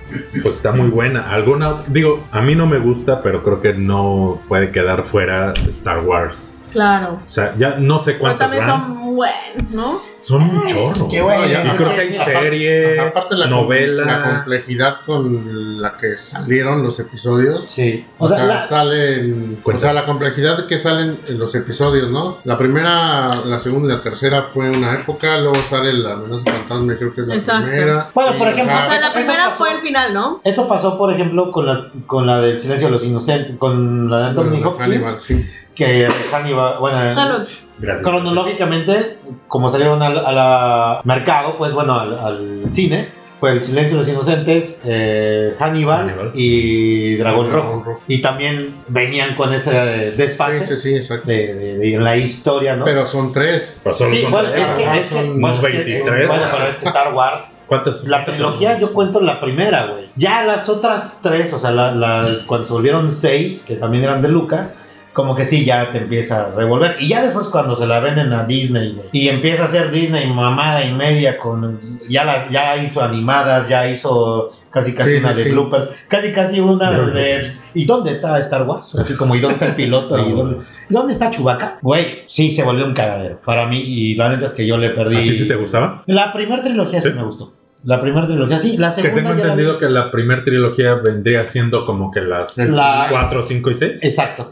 Speaker 2: Pues está muy buena. Alguna, ot- digo, a mí no me gusta, pero creo que no puede quedar fuera de Star Wars.
Speaker 4: Claro.
Speaker 2: O sea, ya no sé
Speaker 4: Pero
Speaker 2: cuántas
Speaker 4: también
Speaker 2: van.
Speaker 4: son buenos, ¿no?
Speaker 2: Son un
Speaker 3: Ay,
Speaker 2: chorro.
Speaker 3: qué bueno.
Speaker 5: No, ya-
Speaker 2: Y creo que hay
Speaker 3: Eh,
Speaker 2: serie,
Speaker 5: Aparte la,
Speaker 2: novela.
Speaker 5: la complejidad con la que salieron los episodios.
Speaker 3: Sí.
Speaker 5: O, sea,
Speaker 3: la-
Speaker 5: salen. O
Speaker 2: Cuenta.
Speaker 5: sea, la complejidad que salen en los episodios, ¿no? La primera, la segunda y la tercera fue una época, luego sale la amenaza fantasma, creo que es la
Speaker 4: Exacto.
Speaker 5: primera.
Speaker 3: Bueno, por
Speaker 5: Y,
Speaker 3: ejemplo,
Speaker 5: ajá,
Speaker 4: O sea,
Speaker 3: eso-
Speaker 4: la
Speaker 3: eso
Speaker 4: primera
Speaker 3: pasó.
Speaker 4: fue el final, ¿no?
Speaker 3: Eso pasó, por ejemplo, con la, con la del silencio de los inocentes, con la de Anthony
Speaker 5: bueno,
Speaker 3: Hopkins,
Speaker 5: Hannibal, sí.
Speaker 3: que Hannibal, bueno,
Speaker 4: Salud.
Speaker 2: Gracias.
Speaker 3: cronológicamente, como salieron al, a la mercado, pues bueno, al, al cine, fue El Silencio de los Inocentes, eh, Hannibal,
Speaker 2: Hannibal.
Speaker 3: y Dragón
Speaker 5: Dragón
Speaker 3: Rojo.
Speaker 5: Rojo.
Speaker 3: Y también venían con ese desfase
Speaker 5: Sí, sí, sí, exacto.
Speaker 3: De, de- de la historia, ¿no?
Speaker 5: Pero son tres.
Speaker 2: Pues solo
Speaker 3: sí,
Speaker 2: son
Speaker 3: bueno,
Speaker 2: tres,
Speaker 3: es
Speaker 2: ¿no?
Speaker 3: que, es que,
Speaker 5: Son
Speaker 3: bueno, es que-
Speaker 2: 23.
Speaker 3: bueno, pero es que Star Wars
Speaker 2: ¿Cuántas?
Speaker 3: La trilogía yo cuento la primera, güey. Ya las otras tres, o sea, la, la- cuando se volvieron seis, que también eran de Lucas, como que sí, ya te empieza a revolver. Y ya después cuando se la venden a Disney, güey. Y empieza a hacer Disney mamada y media con... Ya, las, ya hizo animadas, ya hizo casi casi
Speaker 5: Sí,
Speaker 3: una
Speaker 5: sí,
Speaker 3: de
Speaker 5: sí.
Speaker 3: bloopers, casi casi una de... ¿Y dónde está Star Wars? Así como, ¿y dónde está el piloto? ¿Y dónde, ¿y dónde está Chewbacca? Güey, sí, se volvió un cagadero para mí. Y la neta es que yo le
Speaker 2: ¿A
Speaker 3: perdí...
Speaker 2: ti sí te gustaba?
Speaker 3: La primera trilogía sí,
Speaker 2: ¿Sí?
Speaker 3: me gustó. La primera trilogía sí, la
Speaker 2: Que tengo
Speaker 3: segunda. ya la vi.
Speaker 2: entendido que la primera trilogía vendría siendo como que las
Speaker 3: La-
Speaker 2: 4, 5 y 6.
Speaker 3: Exacto.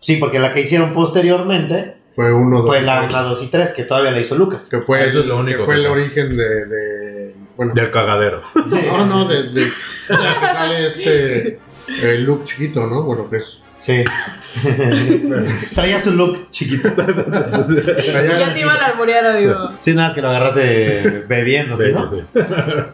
Speaker 3: Sí, porque la que hicieron posteriormente
Speaker 5: Fue uno, dos,
Speaker 3: fue la
Speaker 5: tres.
Speaker 3: 2 y 3, que todavía la hizo Lucas.
Speaker 5: Que fue,
Speaker 2: Eso es lo único
Speaker 5: que fue
Speaker 2: que
Speaker 5: el
Speaker 2: sé.
Speaker 5: origen de. de- bueno,
Speaker 2: Del cagadero.
Speaker 5: no, no, de. de- de que sale este. El look chiquito, ¿no? Bueno, que es.
Speaker 3: Sí. Traía su look chiquito.
Speaker 4: Ya te iban a alborear, amigo.
Speaker 3: Sí, nada, que lo agarraste bebiendo, ¿sí,
Speaker 2: Sí,
Speaker 3: no?
Speaker 2: sí.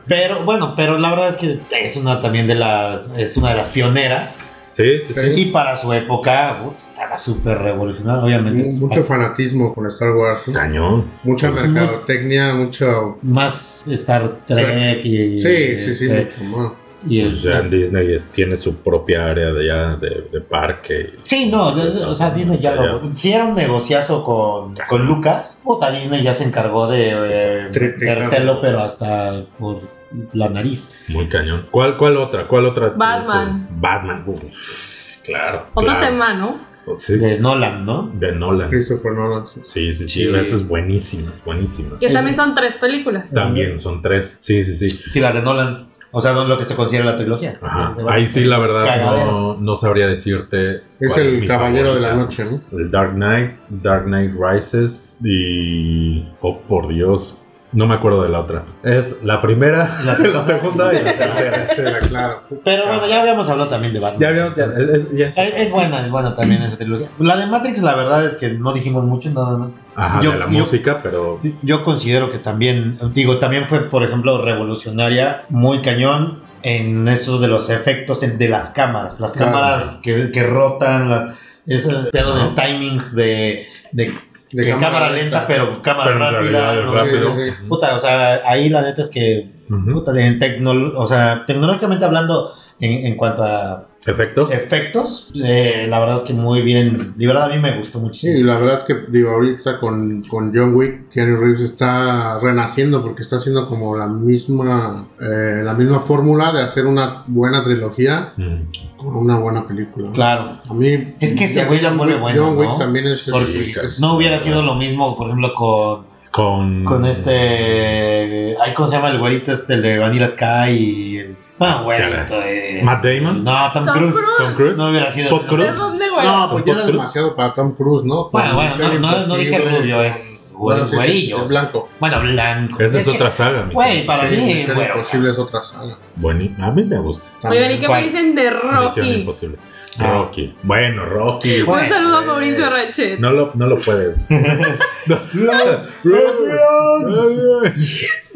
Speaker 3: Pero bueno, pero la verdad es que es una también de las. Es una de las pioneras.
Speaker 2: Sí, sí, sí.
Speaker 5: Sí.
Speaker 3: Y para su época, putz, estaba súper revolucionada, obviamente.
Speaker 5: Mucho fanatismo con Star Wars, ¿no?
Speaker 2: Cañón.
Speaker 5: mucha
Speaker 3: Pues,
Speaker 5: mercadotecnia, mucho.
Speaker 3: Más Star Trek y.
Speaker 5: Sí, sí, sí,
Speaker 3: este,
Speaker 5: mucho más.
Speaker 3: y el-
Speaker 2: Pues ya Disney es- tiene su propia área de, ya de, de parque.
Speaker 3: Sí, no, de- de- o sea, Disney ya lo. Si era un negociazo con, con Lucas, puta, Disney ya se encargó de eh,
Speaker 5: Triplicar.
Speaker 3: vertelo, pero hasta por la nariz.
Speaker 2: Muy cañón. ¿Cuál, cuál otra? ¿Cuál otra?
Speaker 4: Batman.
Speaker 2: Batman. Uf, claro.
Speaker 4: Otro
Speaker 2: claro.
Speaker 4: tema, ¿no?
Speaker 2: Sí, de,
Speaker 3: De Nolan, ¿no?
Speaker 2: Nolan.
Speaker 5: Christopher Nolan. sí.
Speaker 2: Sí, sí, sí.
Speaker 3: Sí.
Speaker 2: Esas buenísimas, buenísimas.
Speaker 4: Que
Speaker 3: Es-
Speaker 4: también son tres películas.
Speaker 2: También son tres. Sí, sí, sí.
Speaker 3: Sí, las de Nolan. O sea, lo que se considera la trilogía.
Speaker 2: Ajá.
Speaker 3: De-
Speaker 2: Ahí sí, la verdad,
Speaker 3: Cagadero.
Speaker 2: no, no sabría decirte.
Speaker 5: Es
Speaker 2: cuál
Speaker 5: el
Speaker 2: mi
Speaker 5: caballero de la
Speaker 2: favorita.
Speaker 5: noche, ¿no?
Speaker 2: El Dark Knight, Dark Knight Rises y. Oh, por Dios. No me acuerdo de la otra. Es la primera,
Speaker 3: La
Speaker 2: la
Speaker 3: segunda.
Speaker 2: segunda, y la tercera.
Speaker 5: Ese era claro.
Speaker 3: Pero bueno, ya habíamos hablado también de Batman.
Speaker 2: Ya habíamos. ya- es-
Speaker 3: Entonces,
Speaker 2: es- ya es-
Speaker 3: es, es buena, es buena también esa trilogía. La de Matrix, la verdad es que no dijimos mucho, nada más.
Speaker 2: Ajá,
Speaker 3: yo-
Speaker 2: de la
Speaker 3: yo-
Speaker 2: música, pero.
Speaker 3: Yo considero que también, digo, también fue, por ejemplo, revolucionaria, muy cañón en eso de los efectos en- de las cámaras, las
Speaker 5: Claro.
Speaker 3: cámaras que, que rotan, la, ese pedo del timing de, de,
Speaker 5: De
Speaker 3: que cámara, lenta, pero cámara
Speaker 2: Pero en
Speaker 3: rápida.
Speaker 2: realidad es
Speaker 3: ¿no?
Speaker 5: Sí,
Speaker 2: rápido.
Speaker 5: sí, sí.
Speaker 3: Puta, o sea, ahí la neta es que,
Speaker 2: Ujú.
Speaker 3: puta, en tecnol- o sea, tecnológicamente hablando, en, en cuanto a
Speaker 2: Efectos.
Speaker 3: efectos, eh, la verdad es que muy bien, de verdad a mí me gustó
Speaker 5: Sí,
Speaker 3: muchísimo.
Speaker 5: y la verdad que digo, ahorita con, con John Wick, Keanu Reeves está renaciendo porque está haciendo como la misma eh, la misma fórmula de hacer una buena trilogía
Speaker 2: Mm.
Speaker 5: con una buena película.
Speaker 3: Claro.
Speaker 5: A mí
Speaker 3: Es que ese güey las
Speaker 5: John
Speaker 3: vuelve
Speaker 5: Wick-
Speaker 3: buenas,
Speaker 5: John Wick
Speaker 3: ¿no?
Speaker 5: también es,
Speaker 3: Porque
Speaker 5: es- es-
Speaker 3: No hubiera sido lo mismo, por ejemplo, con,
Speaker 2: Con.
Speaker 3: con este. ay, ¿Cómo se llama el güerito? Este, el de Vanilla Sky y. El, bueno, güerito. eh.
Speaker 2: Matt Damon.
Speaker 3: No, Tom,
Speaker 4: Tom
Speaker 3: Cruise.
Speaker 4: Cruise.
Speaker 2: Tom Cruise.
Speaker 3: No hubiera sido.
Speaker 2: Tom
Speaker 4: ¿De
Speaker 2: Cruise.
Speaker 4: dónde, güey?
Speaker 5: No, pues ya
Speaker 2: Tom
Speaker 5: era
Speaker 2: Cruise.
Speaker 5: demasiado para Tom Cruise, ¿no?
Speaker 3: Bueno,
Speaker 5: Para
Speaker 3: bueno, no,
Speaker 5: Misión
Speaker 3: no, no dije
Speaker 5: Imposible.
Speaker 3: rubio, es güer-
Speaker 5: Bueno, sí, sí,
Speaker 3: güerillo.
Speaker 5: es blanco.
Speaker 3: bueno, blanco.
Speaker 2: Esa es,
Speaker 3: que,
Speaker 2: otra saga, mis
Speaker 3: Güey,
Speaker 2: amigos.
Speaker 3: para mí
Speaker 5: Sí,
Speaker 3: es
Speaker 5: Misión
Speaker 3: güero.
Speaker 5: Imposible es otra saga.
Speaker 2: Bueni- A mí me gusta.
Speaker 4: Oigan, ¿y qué
Speaker 3: ¿Cuál?
Speaker 4: me dicen de
Speaker 2: Misión
Speaker 4: Rocky?
Speaker 2: Imposible.
Speaker 3: Ah.
Speaker 2: Rocky. Bueno, Rocky.
Speaker 3: Bueno,
Speaker 4: Un saludo a
Speaker 2: eh,
Speaker 4: Mauricio Rachet.
Speaker 2: No lo, no lo puedes.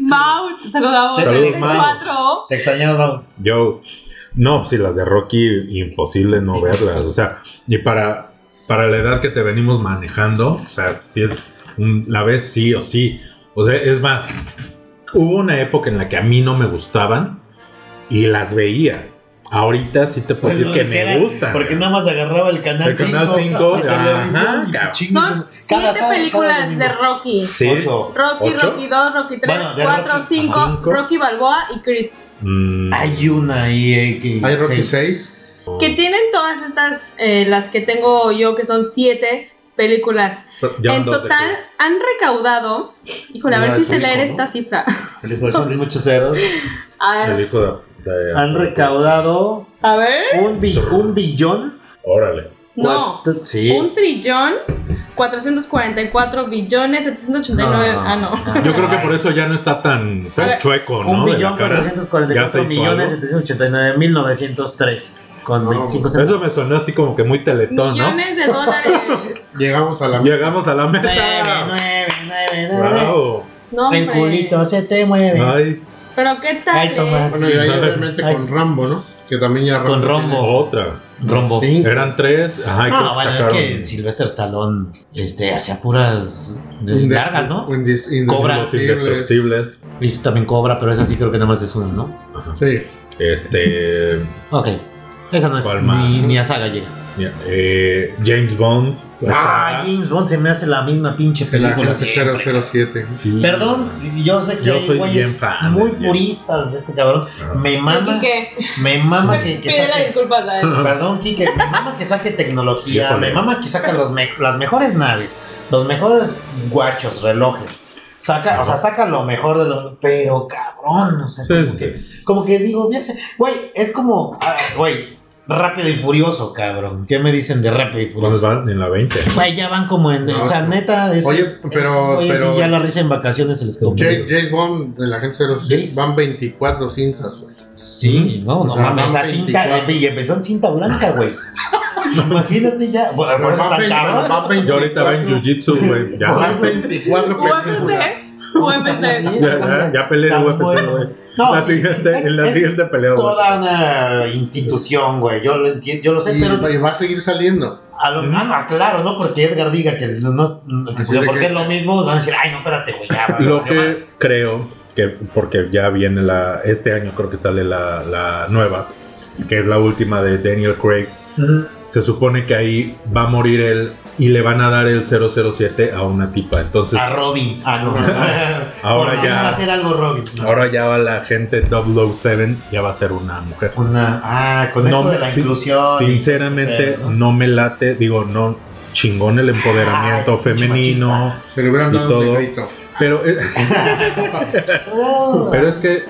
Speaker 4: Mau, te saludamos
Speaker 3: Saludos,
Speaker 4: desde
Speaker 3: Mau.
Speaker 4: 4
Speaker 3: Te extrañaba, Mau.
Speaker 2: Yo, no, si las de Rocky, imposible no verlas. O sea, y para, para la edad que te venimos manejando, o sea, si es un- la vez sí o sí. O sea, es más, hubo una época en la que a mí no me gustaban y las veía. Ahorita sí te puedo
Speaker 3: Bueno,
Speaker 2: decir que
Speaker 3: porque
Speaker 2: me
Speaker 3: era-
Speaker 2: gustan.
Speaker 3: Porque
Speaker 2: güey.
Speaker 3: nada más agarraba el canal
Speaker 2: Ah. El
Speaker 3: 5.
Speaker 2: canal cinco, ajá, cabrón.
Speaker 4: Son siete películas de Rocky.
Speaker 2: Sí.
Speaker 3: Ocho.
Speaker 4: Rocky,
Speaker 2: ¿Ocho?
Speaker 4: Rocky 2, Rocky 3,
Speaker 3: Bueno, de
Speaker 4: 4,
Speaker 3: Rocky.
Speaker 4: 5,
Speaker 2: Cinco.
Speaker 4: Rocky Balboa y Creed.
Speaker 2: Mm,
Speaker 3: Hay una ahí eh, que.
Speaker 5: Hay Rocky
Speaker 3: sí.
Speaker 5: 6.
Speaker 4: Que tienen todas estas, eh, las que tengo yo, que son siete películas.
Speaker 2: pero ya van
Speaker 4: en
Speaker 2: dos de
Speaker 4: total
Speaker 2: Creed.
Speaker 4: han recaudado, híjole, a
Speaker 5: Ya
Speaker 4: ver si
Speaker 5: es
Speaker 4: se
Speaker 5: rico,
Speaker 4: leer
Speaker 5: ¿no?
Speaker 4: esta cifra.
Speaker 3: Son muchos ceros.
Speaker 4: A
Speaker 2: El
Speaker 4: ver,
Speaker 2: hijo de- de-
Speaker 3: Han recaudado
Speaker 4: a ver,
Speaker 3: un, bi- un billón.
Speaker 2: Órale.
Speaker 4: no,
Speaker 3: cuatro- sí.
Speaker 4: un trillón, 444 billones, 789, ah no.
Speaker 2: Yo creo que por eso ya no está tan, tan
Speaker 4: A ver,
Speaker 2: chueco,
Speaker 3: Un
Speaker 2: ¿no? De
Speaker 3: billón
Speaker 2: la cara. Ya se
Speaker 3: 444
Speaker 2: hizo
Speaker 3: millones
Speaker 2: algo.
Speaker 3: 789 mil 903 con
Speaker 5: No,
Speaker 3: 25
Speaker 2: Eso
Speaker 3: centavos.
Speaker 2: me sonó así como que muy teletón, ¿no?
Speaker 4: Millones de dólares.
Speaker 5: Llegamos a la
Speaker 2: Llegamos a la
Speaker 3: Nueve,
Speaker 2: mesa.
Speaker 3: nueve, nueve, nueve.
Speaker 2: Wow.
Speaker 4: No,
Speaker 3: El
Speaker 4: hombre.
Speaker 2: Ah,
Speaker 3: culito se te mueve.
Speaker 2: Ay,
Speaker 4: Pero qué tal.
Speaker 3: Ay,
Speaker 4: es?
Speaker 3: Tomás.
Speaker 5: Bueno, y ahí
Speaker 2: Sí.
Speaker 5: obviamente
Speaker 3: Ay.
Speaker 5: con Rambo, ¿no? Que también ya
Speaker 3: Con
Speaker 5: tiene-
Speaker 3: Rombo.
Speaker 2: Otra.
Speaker 3: Rombo.
Speaker 5: Sí.
Speaker 2: Eran tres. Ajá, y creo
Speaker 3: No,
Speaker 2: que
Speaker 3: bueno, es
Speaker 2: sacaron-
Speaker 3: que Sylvester Stallone este, hacía puras de-
Speaker 5: Inde-
Speaker 3: largas, ¿no?
Speaker 5: indis-
Speaker 3: Cobra.
Speaker 2: Los
Speaker 5: indestructibles.
Speaker 2: indestructibles.
Speaker 3: Y también Cobra, pero esa sí creo que nada más es una, ¿no?
Speaker 2: Ajá.
Speaker 5: Sí.
Speaker 2: Este.
Speaker 3: Ok. Esa no es
Speaker 2: ¿Cuál más?
Speaker 3: ni, ni a saga llega.
Speaker 2: mira, eh, James Bond.
Speaker 3: Ah, James Bond se me hace la misma pinche
Speaker 5: El
Speaker 3: película.
Speaker 5: agente
Speaker 3: siempre.
Speaker 5: 007.
Speaker 2: Sí.
Speaker 3: Perdón, yo sé que
Speaker 2: Yo
Speaker 3: hay
Speaker 2: soy
Speaker 3: güeyes
Speaker 2: bien fan
Speaker 3: muy
Speaker 2: de James.
Speaker 3: puristas de este cabrón.
Speaker 2: Ajá.
Speaker 3: Me mama,
Speaker 4: ¿Qué?
Speaker 3: me mama que, que
Speaker 4: Pide las
Speaker 3: saque.
Speaker 4: disculpas a él.
Speaker 3: Perdón, Kike, me mama que saque tecnología,
Speaker 2: Híjole.
Speaker 3: me mama que saca los me- las mejores naves, los mejores guachos, relojes. Saca, o sea, saca lo mejor de lo. Pero cabrón, o sea,
Speaker 2: Sí,
Speaker 3: como,
Speaker 2: sí,
Speaker 3: que,
Speaker 2: sí.
Speaker 3: como que digo, bien se- güey, es como, ah, güey, rápido y furioso, cabrón. ¿Qué me dicen de rápido y
Speaker 2: ¿Cuándo
Speaker 3: furioso?
Speaker 2: van? En la 20.
Speaker 3: Güey, ya van como en.
Speaker 5: No,
Speaker 3: o sea,
Speaker 5: no.
Speaker 3: neta, es.
Speaker 5: Oye, pero- pero-
Speaker 3: ya la risa en vacaciones se les
Speaker 2: este
Speaker 3: quedó.
Speaker 5: J- James Bond, el agente 007,
Speaker 3: James.
Speaker 5: van 24 cintas, güey.
Speaker 3: Sí, no, no
Speaker 5: O sea,
Speaker 3: mames. O sea,
Speaker 5: van
Speaker 3: cinta,
Speaker 5: 24.
Speaker 3: y empezó en cinta blanca, güey. Imagínate ya. Bueno,
Speaker 5: Pero
Speaker 3: por eso
Speaker 5: van
Speaker 3: está
Speaker 5: ve-
Speaker 3: cabrón.
Speaker 5: van 24.
Speaker 2: Yo ahorita va en Jiu-Jitsu, güey. Ya.
Speaker 5: Van 24 películas.
Speaker 4: UFC. UFC.
Speaker 2: Ya, ya, ya peleé
Speaker 3: Tan
Speaker 2: en UFC,
Speaker 3: bueno.
Speaker 2: güey.
Speaker 3: No,
Speaker 2: La
Speaker 3: sí,
Speaker 2: siguiente,
Speaker 3: es-
Speaker 2: en la
Speaker 3: es
Speaker 2: siguiente pelea, güey.
Speaker 3: Toda una institución, güey. Yo lo entiendo, yo lo sé,
Speaker 5: Y,
Speaker 3: pero
Speaker 5: y va a seguir saliendo.
Speaker 3: a lo mejor, claro, ¿no? Porque Edgar diga que no, no-
Speaker 5: Así
Speaker 3: porque
Speaker 5: de que-
Speaker 3: es lo mismo, van a decir, ay, no, espérate, güey, ya.
Speaker 2: Lo
Speaker 3: vale, vale".
Speaker 2: que creo que porque ya viene la este año creo que sale la, la nueva que es la última de Daniel Craig.
Speaker 3: Ujú.
Speaker 2: Se supone que ahí va a morir él y le van a dar el 007 a una tipa. Entonces
Speaker 3: A Robin. Ah, no.
Speaker 2: Ahora
Speaker 3: Por fin
Speaker 2: ya.
Speaker 3: Va a ser algo Robin. ¿no?
Speaker 2: ahora ya va la gente 007 ya va a ser una mujer.
Speaker 3: Una, ah, con
Speaker 2: No
Speaker 3: eso
Speaker 2: me-
Speaker 3: de la
Speaker 2: sí,
Speaker 3: inclusión.
Speaker 2: Sinceramente
Speaker 3: Pero, ¿no?
Speaker 2: no me late, digo, no chingón el empoderamiento
Speaker 3: Ay, pinche
Speaker 2: femenino,
Speaker 5: Se le hubieran
Speaker 2: Y
Speaker 5: dado
Speaker 2: todo.
Speaker 5: un grito.
Speaker 2: pero eh,
Speaker 3: Oh.
Speaker 2: Pero es que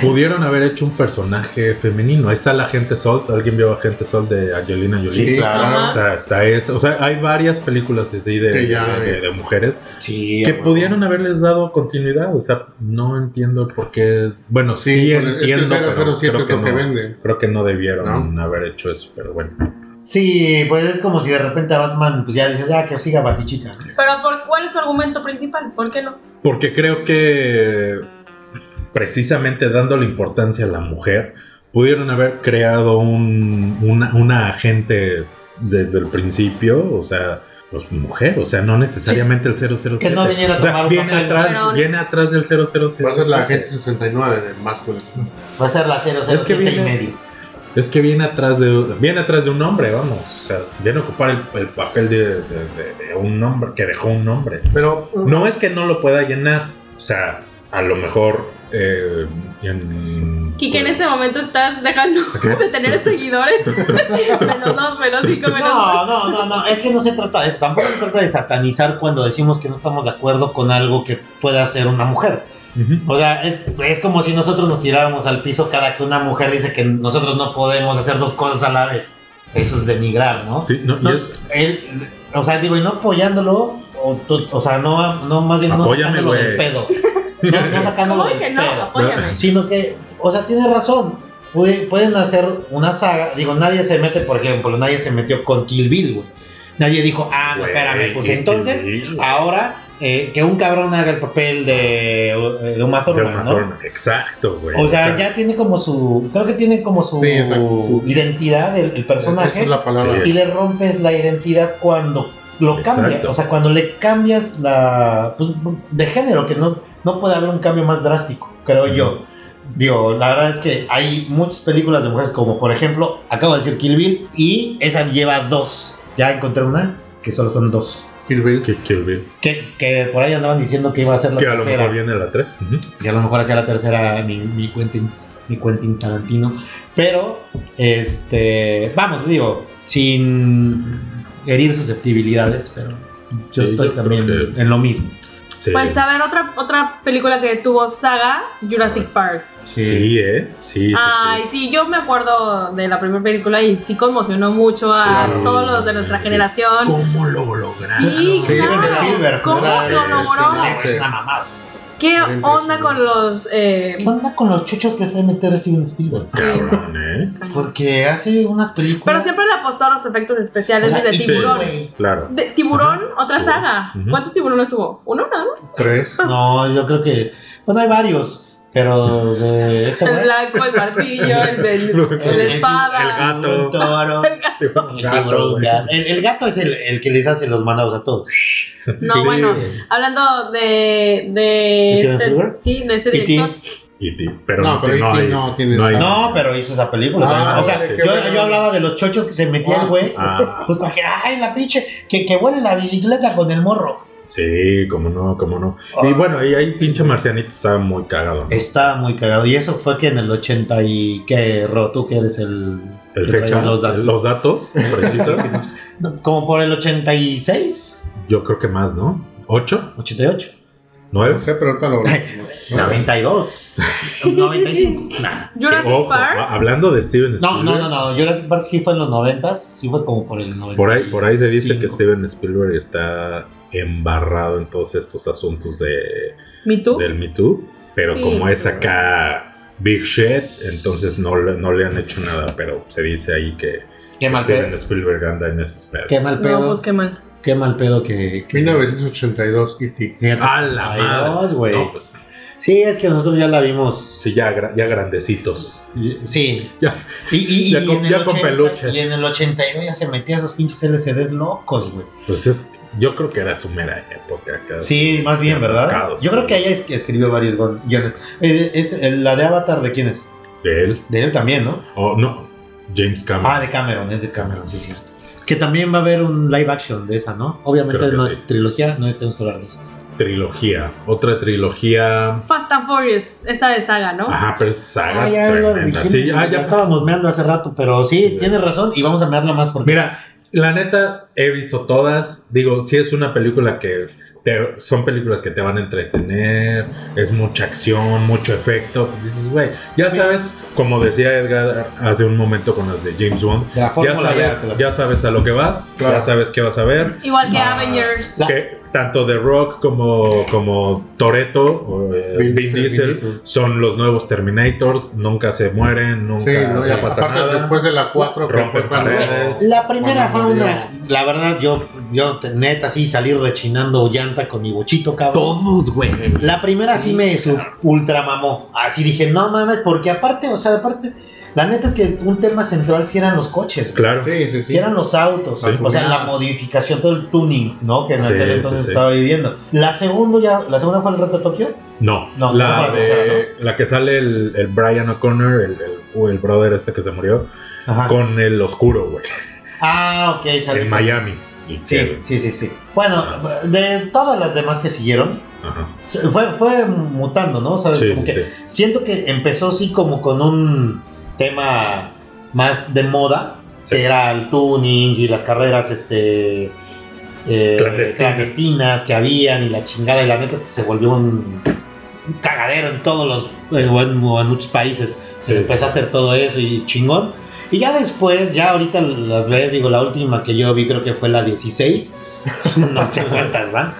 Speaker 2: pudieron haber hecho un personaje femenino. Ahí está la gente Salt. ¿Alguien vio Agente Salt de Angelina Jolie?
Speaker 5: Sí,
Speaker 3: claro.
Speaker 5: claro.
Speaker 2: O sea, está esa. O sea, hay varias películas así de,
Speaker 5: Que ya,
Speaker 2: de- de-
Speaker 5: eh.
Speaker 2: de mujeres
Speaker 3: Sí,
Speaker 2: que
Speaker 3: güey.
Speaker 2: pudieron haberles dado continuidad. O sea, no entiendo por qué. Bueno, sí,
Speaker 5: Sí, con el-
Speaker 2: entiendo,
Speaker 5: este
Speaker 2: pero
Speaker 5: 007
Speaker 2: creo que,
Speaker 5: es lo que
Speaker 2: no,
Speaker 5: vende.
Speaker 2: creo que no debieron
Speaker 5: ¿No?
Speaker 2: haber hecho eso. Pero bueno,
Speaker 3: Sí, pues es como si de repente a Batman, pues ya dices, ah, que siga Batichica.
Speaker 4: Pero ¿por cuál es tu argumento principal? ¿Por qué no?
Speaker 2: porque creo que precisamente dándole importancia a la mujer, pudieron haber creado un, una, una agente desde el principio, o sea, pues mujer, o sea, no necesariamente el 007.
Speaker 3: Que no viniera a
Speaker 2: O sea,
Speaker 3: tomar un
Speaker 2: viene
Speaker 3: papel.
Speaker 2: atrás,
Speaker 4: Pero-
Speaker 2: viene atrás del 007.
Speaker 5: Va a ser la agente 69 de Másculas.
Speaker 3: Va a ser la 007
Speaker 2: Es que
Speaker 3: y
Speaker 2: viene-
Speaker 3: medio.
Speaker 2: Es que viene atrás de viene atrás de un hombre, vamos, o sea, viene a ocupar el, el papel de, de- de- de un hombre que dejó un hombre.
Speaker 5: Pero
Speaker 2: No es que no lo pueda llenar, o sea, a lo mejor eh, en-
Speaker 4: Kike, en este momento estás dejando de tener seguidores. menos dos, menos cinco, menos.
Speaker 3: No, no, no, no, es que no se trata de eso. Tampoco se trata de satanizar cuando decimos que no estamos de acuerdo con algo que pueda hacer una mujer.
Speaker 2: Ujú.
Speaker 3: O sea, es, es como si nosotros nos tiráramos al piso cada que una mujer dice que nosotros no podemos hacer dos cosas a la vez. Eso es denigrar, ¿no?
Speaker 2: Ah, Sí, no, y
Speaker 3: No,
Speaker 2: es-
Speaker 3: él, o sea, digo, y no apoyándolo, o, tú- o sea, no, no más bien no
Speaker 2: Apóyame,
Speaker 3: sacándolo
Speaker 2: güey.
Speaker 3: del pedo. No, no sacándolo
Speaker 4: ¿Cómo de
Speaker 3: del
Speaker 4: que no?
Speaker 3: pedo.
Speaker 4: Apóyame.
Speaker 3: Sino que, o sea, tiene razón. Pu- Pueden hacer una saga. Digo, nadie se mete, por ejemplo, nadie se metió con Kill Bill, güey. Nadie dijo, ah, no,
Speaker 2: Güey,
Speaker 3: espérame, pues
Speaker 2: Kill
Speaker 3: entonces,
Speaker 2: Bill.
Speaker 3: ahora eh, que un cabrón haga el papel de, eh, de Uma
Speaker 2: De
Speaker 3: Thurman,
Speaker 2: una
Speaker 3: ¿no?
Speaker 2: forma, exacto, güey.
Speaker 3: O sea, ya tiene como su. Creo que tiene como su
Speaker 5: Sí, exacto, su-
Speaker 3: identidad, el, el personaje
Speaker 5: Esa es la palabra.
Speaker 2: Sí.
Speaker 3: y le rompes la identidad cuando lo
Speaker 2: Exacto.
Speaker 3: cambias. O sea, cuando le cambias la. pues, de género, que no, no puede haber un cambio más drástico, creo
Speaker 2: Ujú.
Speaker 3: yo. Digo, la verdad es que hay muchas películas de mujeres, como por ejemplo, acabo de decir Kill Bill, y esa lleva dos. Ya encontré una que solo son dos.
Speaker 5: Kill Bill.
Speaker 2: Que, que- que-
Speaker 3: Que, que por ahí andaban diciendo que iba a ser la
Speaker 2: que a lo
Speaker 3: tercera.
Speaker 2: mejor viene la 3.
Speaker 3: que a lo mejor hacía la tercera mi, mi Quentin, mi Quentin Tarantino. Pero, este, vamos, digo, sin herir susceptibilidades, pero
Speaker 2: Sí,
Speaker 3: yo estoy
Speaker 2: yo creo
Speaker 3: también
Speaker 2: que-
Speaker 3: en lo mismo.
Speaker 2: Sí.
Speaker 4: Pues a ver, otra, otra película que tuvo saga, Jurassic Park.
Speaker 2: sí. eh. Sí, sí, sí.
Speaker 4: Ay, sí, yo me acuerdo de la primera película y sí conmocionó mucho a
Speaker 5: Sí, claro.
Speaker 4: todos los de nuestra
Speaker 2: Sí.
Speaker 4: generación.
Speaker 2: ¿Cómo lo lograron?
Speaker 4: Sí,
Speaker 5: Sí,
Speaker 4: claro.
Speaker 3: Spielberg,
Speaker 4: ¿Cómo
Speaker 5: era-
Speaker 4: lo logró?
Speaker 5: sí, sí.
Speaker 3: Es una mamada.
Speaker 4: ¿Qué
Speaker 5: Era
Speaker 4: onda
Speaker 5: impresionante.
Speaker 4: con los...
Speaker 3: ¿Qué
Speaker 4: eh,
Speaker 3: onda con los chuchos que se meter Steven Spielberg?
Speaker 2: Pues, Cabrón, eh.
Speaker 3: Porque hace unas películas.
Speaker 4: Pero siempre le apostó a los efectos especiales
Speaker 3: O sea,
Speaker 4: desde
Speaker 3: y-
Speaker 4: Tiburón.
Speaker 3: güey.
Speaker 2: Claro.
Speaker 4: De- tiburón, otra
Speaker 2: Tiburón.
Speaker 4: saga.
Speaker 2: Ujú.
Speaker 4: ¿Cuántos tiburones hubo? ¿Uno nada más?
Speaker 5: Tres.
Speaker 3: No, yo creo que. Bueno, hay varios. Pero de este
Speaker 4: El
Speaker 3: güey.
Speaker 4: blanco, el martillo, el, el, el
Speaker 2: El-
Speaker 4: espada.
Speaker 2: el gato.
Speaker 3: Un toro. El tiburón,
Speaker 2: güey.
Speaker 3: gato. El- el gato es el, el que les hace los mandados a todos.
Speaker 4: No, bueno, hablando de. de
Speaker 3: ¿Steven
Speaker 4: este-
Speaker 3: Spielberg?
Speaker 4: sí, de este
Speaker 3: E.T.
Speaker 4: director.
Speaker 2: Y ti- pero
Speaker 5: No,
Speaker 2: no,
Speaker 5: pero
Speaker 2: no
Speaker 5: E.T.
Speaker 2: hay.
Speaker 5: no tiene
Speaker 2: hay-
Speaker 5: esa-
Speaker 3: No, pero hizo esa película.
Speaker 5: Ah,
Speaker 3: también. o sea,
Speaker 5: órale, qué
Speaker 3: yo,
Speaker 5: bueno.
Speaker 3: yo hablaba de los chochos que se metía el güey.
Speaker 2: Ah,
Speaker 3: Pues para que, ay, la pinche, que, que huele la bicicleta con el morro. Ah.
Speaker 2: sí, como no, como no. Y bueno, y ahí pinche marcianito estaba muy cagado. ¿no?
Speaker 3: Está muy cagado. Y eso fue que en el 80 y que, Ro, tú que eres el...
Speaker 2: El
Speaker 3: que
Speaker 2: fecha,
Speaker 3: trae los datos.
Speaker 2: precisos.
Speaker 3: Como por el 86,
Speaker 2: Yo creo que más, ¿no? ¿Ocho?
Speaker 3: 88,
Speaker 5: No
Speaker 2: ¿Nueve?
Speaker 5: sé, pero ahorita lo hablamos.
Speaker 3: 92, 95. Nah.
Speaker 4: Jurassic
Speaker 2: Ojo, ah,
Speaker 4: Park.
Speaker 2: a- hablando de Steven
Speaker 3: No,
Speaker 2: Spielberg.
Speaker 3: no, no, no. Jurassic Park sí fue en los 90, sí fue como por el 90.
Speaker 2: Por ahí, por ahí se dice que este- Steven Spielberg está embarrado en todos estos asuntos de,
Speaker 4: ¿Me Too?
Speaker 2: del Me Too, pero
Speaker 4: Sí,
Speaker 2: como es
Speaker 4: pero-
Speaker 2: acá Big Shit, entonces no, le- no le han hecho nada, pero se dice ahí que
Speaker 3: Qué mal
Speaker 2: Steven
Speaker 3: pedo.
Speaker 2: Spielberg anda en esos pedos.
Speaker 3: Qué mal pedo.
Speaker 4: No, pues qué mal.
Speaker 3: Qué mal pedo que. que
Speaker 5: 1982 E.T.
Speaker 3: Fíjate.
Speaker 2: ¡A la
Speaker 3: Ay,
Speaker 2: madre!
Speaker 3: Dios, güey.
Speaker 2: No, pues
Speaker 3: Sí, es que nosotros ya la vimos.
Speaker 2: sí, ya, gra- ya grandecitos.
Speaker 3: Sí.
Speaker 2: Ya.
Speaker 3: Y, y, y
Speaker 2: Ya con-
Speaker 3: en el
Speaker 2: ya con
Speaker 3: 80
Speaker 2: peluches.
Speaker 3: Y en el 82 ya se metía esos pinches LCDs locos, güey.
Speaker 2: Pues es, yo creo que era su mera época. acá.
Speaker 3: Sí, más bien, ¿verdad?
Speaker 2: Rascados.
Speaker 3: Yo creo que ella es- escribió varios gon- guiones. Eh, es- eh, la de Avatar, ¿de quién es?
Speaker 2: De él.
Speaker 3: De él también, ¿no?
Speaker 2: Oh, no. James Cameron.
Speaker 3: Ah, de Cameron, es de Cameron, sí, es cierto. Que también va a haber un live action de esa, ¿no? Obviamente
Speaker 2: Creo que
Speaker 3: no es
Speaker 2: sí.
Speaker 3: trilogía, no tenemos que hablar de eso.
Speaker 2: trilogía. Otra trilogía.
Speaker 4: Fast and Furious, esa de saga, ¿no?
Speaker 2: Ajá, pero es saga
Speaker 3: Ah, ya lo
Speaker 2: tremenda.
Speaker 3: dijimos,
Speaker 2: Sí, ah,
Speaker 3: ya
Speaker 2: ya
Speaker 3: estábamos meando hace rato, pero sí,
Speaker 2: Sí.
Speaker 3: tienes razón y vamos a mearla más porque
Speaker 2: Mira, la neta, he visto todas. Digo, sí es una película que te- son películas que te van a entretener. Es mucha acción, mucho efecto. Pues dices, güey, ya sabes, como decía Edgar hace un momento con las de James Bond,
Speaker 3: la
Speaker 2: ya
Speaker 3: fórmula ya, se
Speaker 2: sabes,
Speaker 3: las-
Speaker 2: ya sabes a lo que vas,
Speaker 5: Claro.
Speaker 2: ya sabes qué vas a ver.
Speaker 4: Igual que
Speaker 2: Ah.
Speaker 4: Avengers.
Speaker 3: La-
Speaker 2: que tanto The Rock como, como Toreto o eh, Vin,
Speaker 5: Vin Diesel,
Speaker 2: Diesel,
Speaker 5: Vin Diesel.
Speaker 2: son los nuevos Terminators, nunca se mueren, nunca
Speaker 5: Sí, no,
Speaker 2: se
Speaker 5: ya
Speaker 2: pasa
Speaker 5: aparte
Speaker 2: nada.
Speaker 5: después de la 4 que
Speaker 2: Rompen
Speaker 5: fue cuando-
Speaker 2: paredes.
Speaker 3: La primera
Speaker 5: Cuando
Speaker 3: fue
Speaker 5: murió.
Speaker 3: una, la verdad yo yo te- neta sí salí rechinando llanta con mi bochito cabrón.
Speaker 2: Todos, güey.
Speaker 3: La primera sí me su- ultra mamó. Así dije, "No mames", porque aparte, o sea, aparte la neta es que un tema central sí eran los coches. güey.
Speaker 2: Claro.
Speaker 5: Sí, sí,
Speaker 3: Si
Speaker 5: sí.
Speaker 3: eran los autos,
Speaker 2: Sí.
Speaker 3: o sea, la modificación, todo el tuning, ¿no? Que en
Speaker 2: Sí,
Speaker 3: aquel
Speaker 2: sí,
Speaker 3: entonces
Speaker 2: sí.
Speaker 3: estaba viviendo. La segunda ya, la segunda fue el reto de Tokio.
Speaker 2: No,
Speaker 3: No, no fue
Speaker 2: la,
Speaker 3: la
Speaker 2: de-
Speaker 3: tercera,
Speaker 2: la que sale el, el Brian O'Connor, el, el, o el brother este que se murió,
Speaker 3: Ajá.
Speaker 2: con el oscuro, güey,
Speaker 3: Ah, ok, salió.
Speaker 2: en Miami. Y
Speaker 3: Sí,
Speaker 2: que-
Speaker 3: sí, sí, sí. Bueno, de todas las demás que siguieron,
Speaker 2: ajá.
Speaker 3: fue, fue mutando, ¿no? O sea,
Speaker 2: Sí,
Speaker 3: como
Speaker 2: sí,
Speaker 3: que
Speaker 2: sí.
Speaker 3: siento que empezó sí como con un tema más de moda,
Speaker 2: Sí.
Speaker 3: que era el tuning y las carreras este eh,
Speaker 2: Clandestinas.
Speaker 3: clandestinas que habían y la chingada y la neta es que se volvió un, un cagadero en todos los eh, o en, o en muchos países se
Speaker 2: Sí.
Speaker 3: empezó a hacer todo eso y chingón y ya después, ya ahorita las ves, digo, la última que yo vi creo que fue la 16. no sé cuántas van.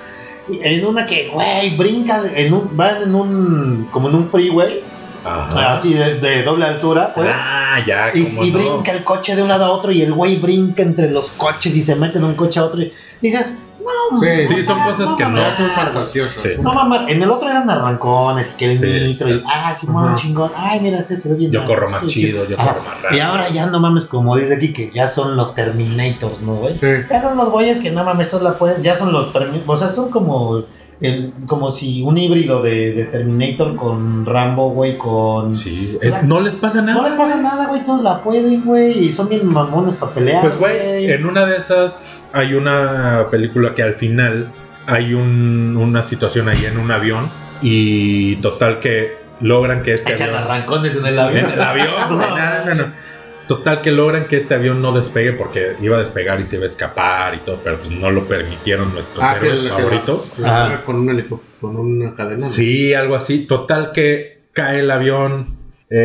Speaker 3: En una que, güey, brinca, en un, van en un, como en un freeway,
Speaker 2: Ajá.
Speaker 3: así de, de doble altura, pues.
Speaker 2: Ah, ya,
Speaker 3: Ah, y
Speaker 2: cómo
Speaker 3: y
Speaker 2: no.
Speaker 3: brinca el coche de un lado a otro y el güey brinca entre los coches y se mete de un coche a otro. Y dices, no,
Speaker 5: Sí,
Speaker 2: Sí, son cosas que no.
Speaker 5: Ya es un fantasioso.
Speaker 2: Sí.
Speaker 3: no mamá, en el otro eran arrancones, que el
Speaker 2: Sí.
Speaker 3: nitro, y, ah, sí, bueno,
Speaker 5: Ajá.
Speaker 3: chingón, ay, mira, ese se ve bien.
Speaker 2: Yo
Speaker 3: ah,
Speaker 2: corro más
Speaker 3: sí,
Speaker 2: chido, yo
Speaker 3: Ah,
Speaker 2: corro más rápido.
Speaker 3: y ahora ya no mames, como dice aquí, que ya son los Terminators, ¿no, güey?
Speaker 5: Sí.
Speaker 3: Ya son los güeyes que no mames, solo la pueden, ya son los Termi- o sea, son como el, como si un híbrido de, de Terminator con Rambo, güey, con...
Speaker 2: Sí, es- no les pasa nada.
Speaker 3: No les pasa nada, güey, todos la pueden, güey, y son bien mamones para pelear.
Speaker 2: Pues, güey, en una de esas hay una película que al final hay un- una situación ahí en un avión y total que logran que este
Speaker 3: Echan
Speaker 2: avión...
Speaker 3: arrancones en el
Speaker 2: En
Speaker 3: avión.
Speaker 2: el avión, güey, no, no, no. Total que logran que este avión no despegue porque iba a despegar y se iba a escapar y todo, pero pues no lo permitieron nuestros
Speaker 5: Ah, que
Speaker 2: héroes
Speaker 5: la- que la-
Speaker 2: favoritos.
Speaker 5: que la
Speaker 3: Ajá.
Speaker 5: agarra Con un helicóptero, con una cadena. ¿no?
Speaker 2: Sí, algo así. Total que cae el avión.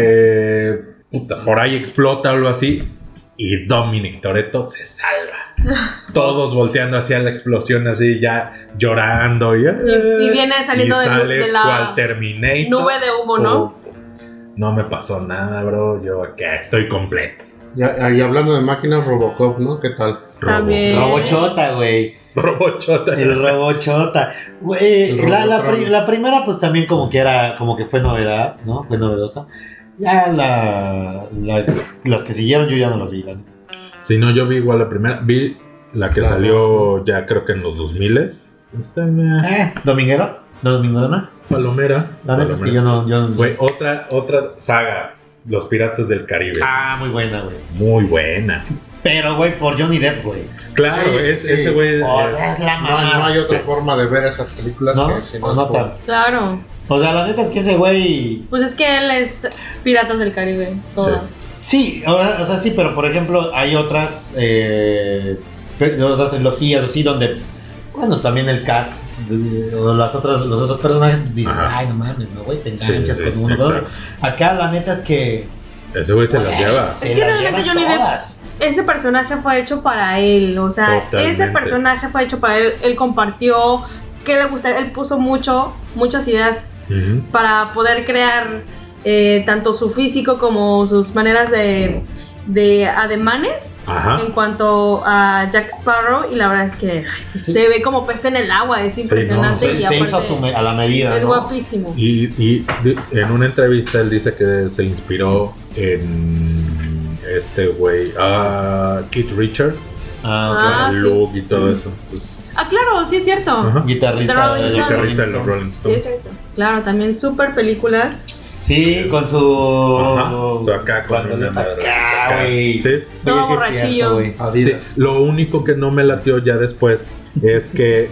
Speaker 2: eh, puta, por ahí explota algo así. Y Dominic Toreto se salva. Todos volteando hacia la explosión, así ya llorando. Y, eh,
Speaker 4: Y, y viene saliendo
Speaker 2: y
Speaker 4: de,
Speaker 2: sale
Speaker 4: de la
Speaker 2: cual Terminator.
Speaker 4: nube de humo, ¿no?
Speaker 2: Oh, no me pasó nada, bro. Yo acá estoy completo.
Speaker 5: Ya- Y, hablando de máquinas, Robocop, ¿no? ¿Qué tal?
Speaker 2: Robo.
Speaker 4: También.
Speaker 3: Robochota, güey.
Speaker 2: Robochota.
Speaker 3: El robot chota. Güey,
Speaker 5: El
Speaker 3: la,
Speaker 5: robot
Speaker 3: la pri-
Speaker 5: Trump.
Speaker 3: la primera, pues también como que era, como que fue novedad, ¿no? Fue novedosa. Ya la, la- las que siguieron yo ya no las vi, la neta.
Speaker 2: Si no, yo vi igual la primera. Vi la que
Speaker 5: Claro.
Speaker 2: salió ya creo que en los 2000 Esta meh,
Speaker 3: Eh, ¿Dominguero? ¿No dominguerona?
Speaker 2: Palomera.
Speaker 3: La neta es que yo no, yo no-
Speaker 2: Güey, otra, otra saga. Los Piratas del Caribe.
Speaker 3: Ah, muy buena, güey.
Speaker 2: Muy buena.
Speaker 3: Pero, güey, por Johnny Depp, güey.
Speaker 2: Claro,
Speaker 5: Sí,
Speaker 2: es-
Speaker 5: sí.
Speaker 2: ese güey.
Speaker 3: O
Speaker 2: es-
Speaker 3: sea, es
Speaker 4: Ah,
Speaker 3: la
Speaker 5: No,
Speaker 3: mamá.
Speaker 5: no hay otra
Speaker 2: sí.
Speaker 5: forma de ver esas películas
Speaker 3: ¿No?
Speaker 5: que si
Speaker 3: Pues
Speaker 5: es
Speaker 3: no
Speaker 5: por-
Speaker 3: tan-
Speaker 4: Claro.
Speaker 3: O sea, la neta es que ese güey.
Speaker 4: Pues es que él es Piratas del Caribe. Todo.
Speaker 3: Sí, o, o sea, sí, pero por ejemplo, hay otras, eh, pe- otras trilogías así donde, bueno, también el cast de- o las otras, los otros personajes pues, dices,
Speaker 2: Ajá.
Speaker 3: ay, no mames, no, güey, te
Speaker 2: Sí,
Speaker 3: enganchas
Speaker 2: sí,
Speaker 3: con uno. con otro".
Speaker 2: exacto.
Speaker 3: Acá la neta es que.
Speaker 2: Ese güey se las
Speaker 3: güey,
Speaker 2: lleva.
Speaker 3: se
Speaker 4: Es que
Speaker 3: las
Speaker 4: realmente
Speaker 3: llevan
Speaker 4: Johnny Depp-
Speaker 3: todas.
Speaker 4: Ese personaje fue hecho para él. O sea,
Speaker 2: Totalmente.
Speaker 4: ese personaje fue hecho para él. Él compartió que le gustaría. Él puso mucho, muchas ideas
Speaker 2: Ujú.
Speaker 4: para poder crear eh, tanto su físico como sus maneras de, de ademanes.
Speaker 2: Ajá.
Speaker 4: En cuanto a Jack Sparrow, y la verdad es que ay, pues,
Speaker 3: Sí.
Speaker 4: se ve como pez en el agua, es
Speaker 2: no,
Speaker 4: impresionante.
Speaker 3: Se,
Speaker 4: y
Speaker 3: se
Speaker 4: aparte,
Speaker 3: hizo a, su me- a la medida.
Speaker 4: es
Speaker 3: ¿no?
Speaker 4: guapísimo.
Speaker 2: Y, y di- en una entrevista él dice que se inspiró en este güey, ah, Keith Richards,
Speaker 3: Ah,
Speaker 4: Ah,
Speaker 2: el
Speaker 4: sí.
Speaker 2: look y todo eso. Pues, Entonces,
Speaker 4: Ah, claro, sí es cierto.
Speaker 2: ajá.
Speaker 3: ok. Guitarrista,
Speaker 4: Guitarrista
Speaker 2: Guitarrista de los Rolling
Speaker 4: Sí es
Speaker 2: Stones.
Speaker 4: cierto. Claro, también super películas.
Speaker 3: Sí, con su.
Speaker 2: Eh, Ajá. O sea, acá con
Speaker 3: Cuando
Speaker 2: una
Speaker 3: está
Speaker 2: madre
Speaker 3: acá,
Speaker 2: acá.
Speaker 3: güey.
Speaker 2: Sí.
Speaker 4: Todo
Speaker 3: Ah, sí es cierto,
Speaker 4: borrachillo.
Speaker 3: güey.
Speaker 2: Sí,
Speaker 5: Adidas.
Speaker 2: lo único que no me latió ya después es que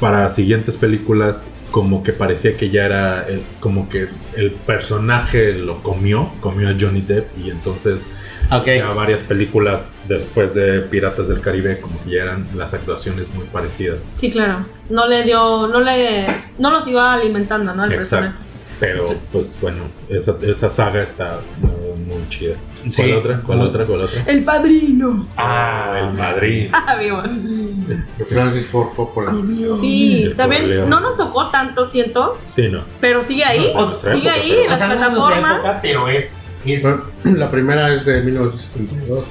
Speaker 2: para siguientes películas como que parecía que ya era el- como que el personaje lo comió, comió a Johnny Depp y entonces
Speaker 3: Ok.
Speaker 2: ya varias películas después de Piratas del Caribe como que ya eran las actuaciones muy parecidas.
Speaker 4: Sí, claro. No le dio, no le, no lo siguió alimentando, ¿no? Ah, El
Speaker 2: Exacto.
Speaker 4: personaje.
Speaker 2: Pero
Speaker 3: Sí.
Speaker 2: pues bueno, esa, esa saga está muy, muy chida. ¿Cuál
Speaker 3: Sí.
Speaker 2: otra? ¿Cuál otra? ¿Cuál otra?
Speaker 4: El padrino.
Speaker 2: Ah, el Madrid.
Speaker 4: Ah, vimos.
Speaker 5: De Francis Ford Coppola.
Speaker 4: Sí,
Speaker 2: El
Speaker 4: también
Speaker 2: Corleone.
Speaker 4: no nos tocó tanto, siento,
Speaker 2: Sí, no.
Speaker 4: pero sigue ahí.
Speaker 2: No, pues,
Speaker 4: sigue
Speaker 2: época,
Speaker 4: ahí
Speaker 2: pero-
Speaker 4: en las
Speaker 3: O sea, no es nuestra época,
Speaker 4: plataformas.
Speaker 3: pero es. es
Speaker 5: La primera es de 1972,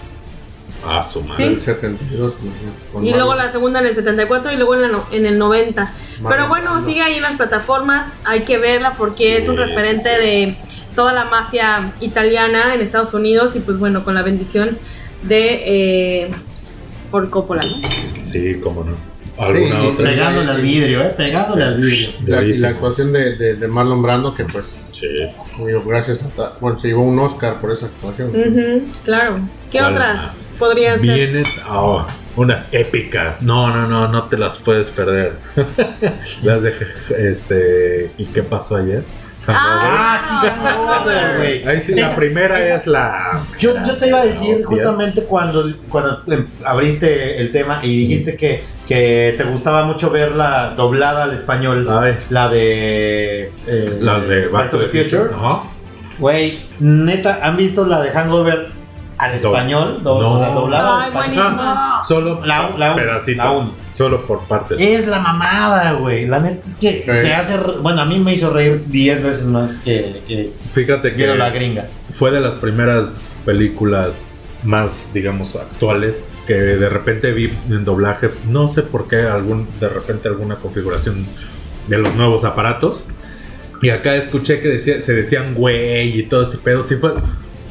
Speaker 2: Ah, su madre.
Speaker 4: Sí.
Speaker 5: del 72. ¿no? Con
Speaker 4: Y
Speaker 5: Marlon-
Speaker 4: luego la segunda en el 74 y luego en, la no- en el 90. Pero
Speaker 5: Marlon
Speaker 4: bueno,
Speaker 5: Brando.
Speaker 4: sigue ahí en las plataformas, hay que verla porque es un
Speaker 2: Sí,
Speaker 4: referente de toda la mafia italiana en Estados Unidos y pues bueno, con la bendición de eh, Ford Coppola. ¿no?
Speaker 2: Sí, cómo no. ¿Alguna
Speaker 5: Sí, sí,
Speaker 2: otra?
Speaker 5: sí.
Speaker 3: pegándole al vidrio, eh. Pegándole al vidrio.
Speaker 5: La, y
Speaker 2: Durísimo.
Speaker 5: la actuación de, de, de Marlon Brando, que pues,
Speaker 2: Sí.
Speaker 5: digo, gracias a. ta- Bueno, se llevó un Oscar por esa actuación.
Speaker 4: Ujú, claro. ¿Qué
Speaker 2: ¿Cuál
Speaker 4: otras
Speaker 2: más?
Speaker 4: podrían ser?
Speaker 2: Vienen oh, unas épicas. No, no, no, no te las puedes perder. las de este ¿y qué pasó ayer? Hangover.
Speaker 3: Ah, sí, Hangover, güey.
Speaker 2: Ahí sí, la
Speaker 3: Esa-
Speaker 2: primera
Speaker 3: esa-
Speaker 2: es la
Speaker 3: Yo, yo te iba a decir
Speaker 2: Hostia.
Speaker 3: justamente cuando, cuando em, abriste el tema y dijiste que, que te gustaba mucho verla doblada al español.
Speaker 2: Ay,
Speaker 3: La de. eh,
Speaker 2: Ah. las de
Speaker 3: Back to the Future.
Speaker 2: Ajá.
Speaker 3: Güey, neta, ¿han visto la de Hangover al
Speaker 2: Doble.
Speaker 3: español? Do-
Speaker 2: No.
Speaker 3: O sea, doblada.
Speaker 4: Ay,
Speaker 3: al español.
Speaker 4: buenísima.
Speaker 2: Solo
Speaker 3: La- la-
Speaker 2: pedacitos,
Speaker 3: la Eh, uno.
Speaker 2: solo por partes.
Speaker 3: Es la mamada, güey. La neta es que te hace. re- Bueno, a mí me hizo reír 10 veces más que, que
Speaker 2: Fíjate que
Speaker 3: viendo la gringa.
Speaker 2: fue de las primeras películas más, digamos, actuales que de repente vi en doblaje, no sé por qué, algún, de repente alguna configuración de los nuevos aparatos. Y acá escuché que decía, se decían güey y todo ese pedo. Sí fue,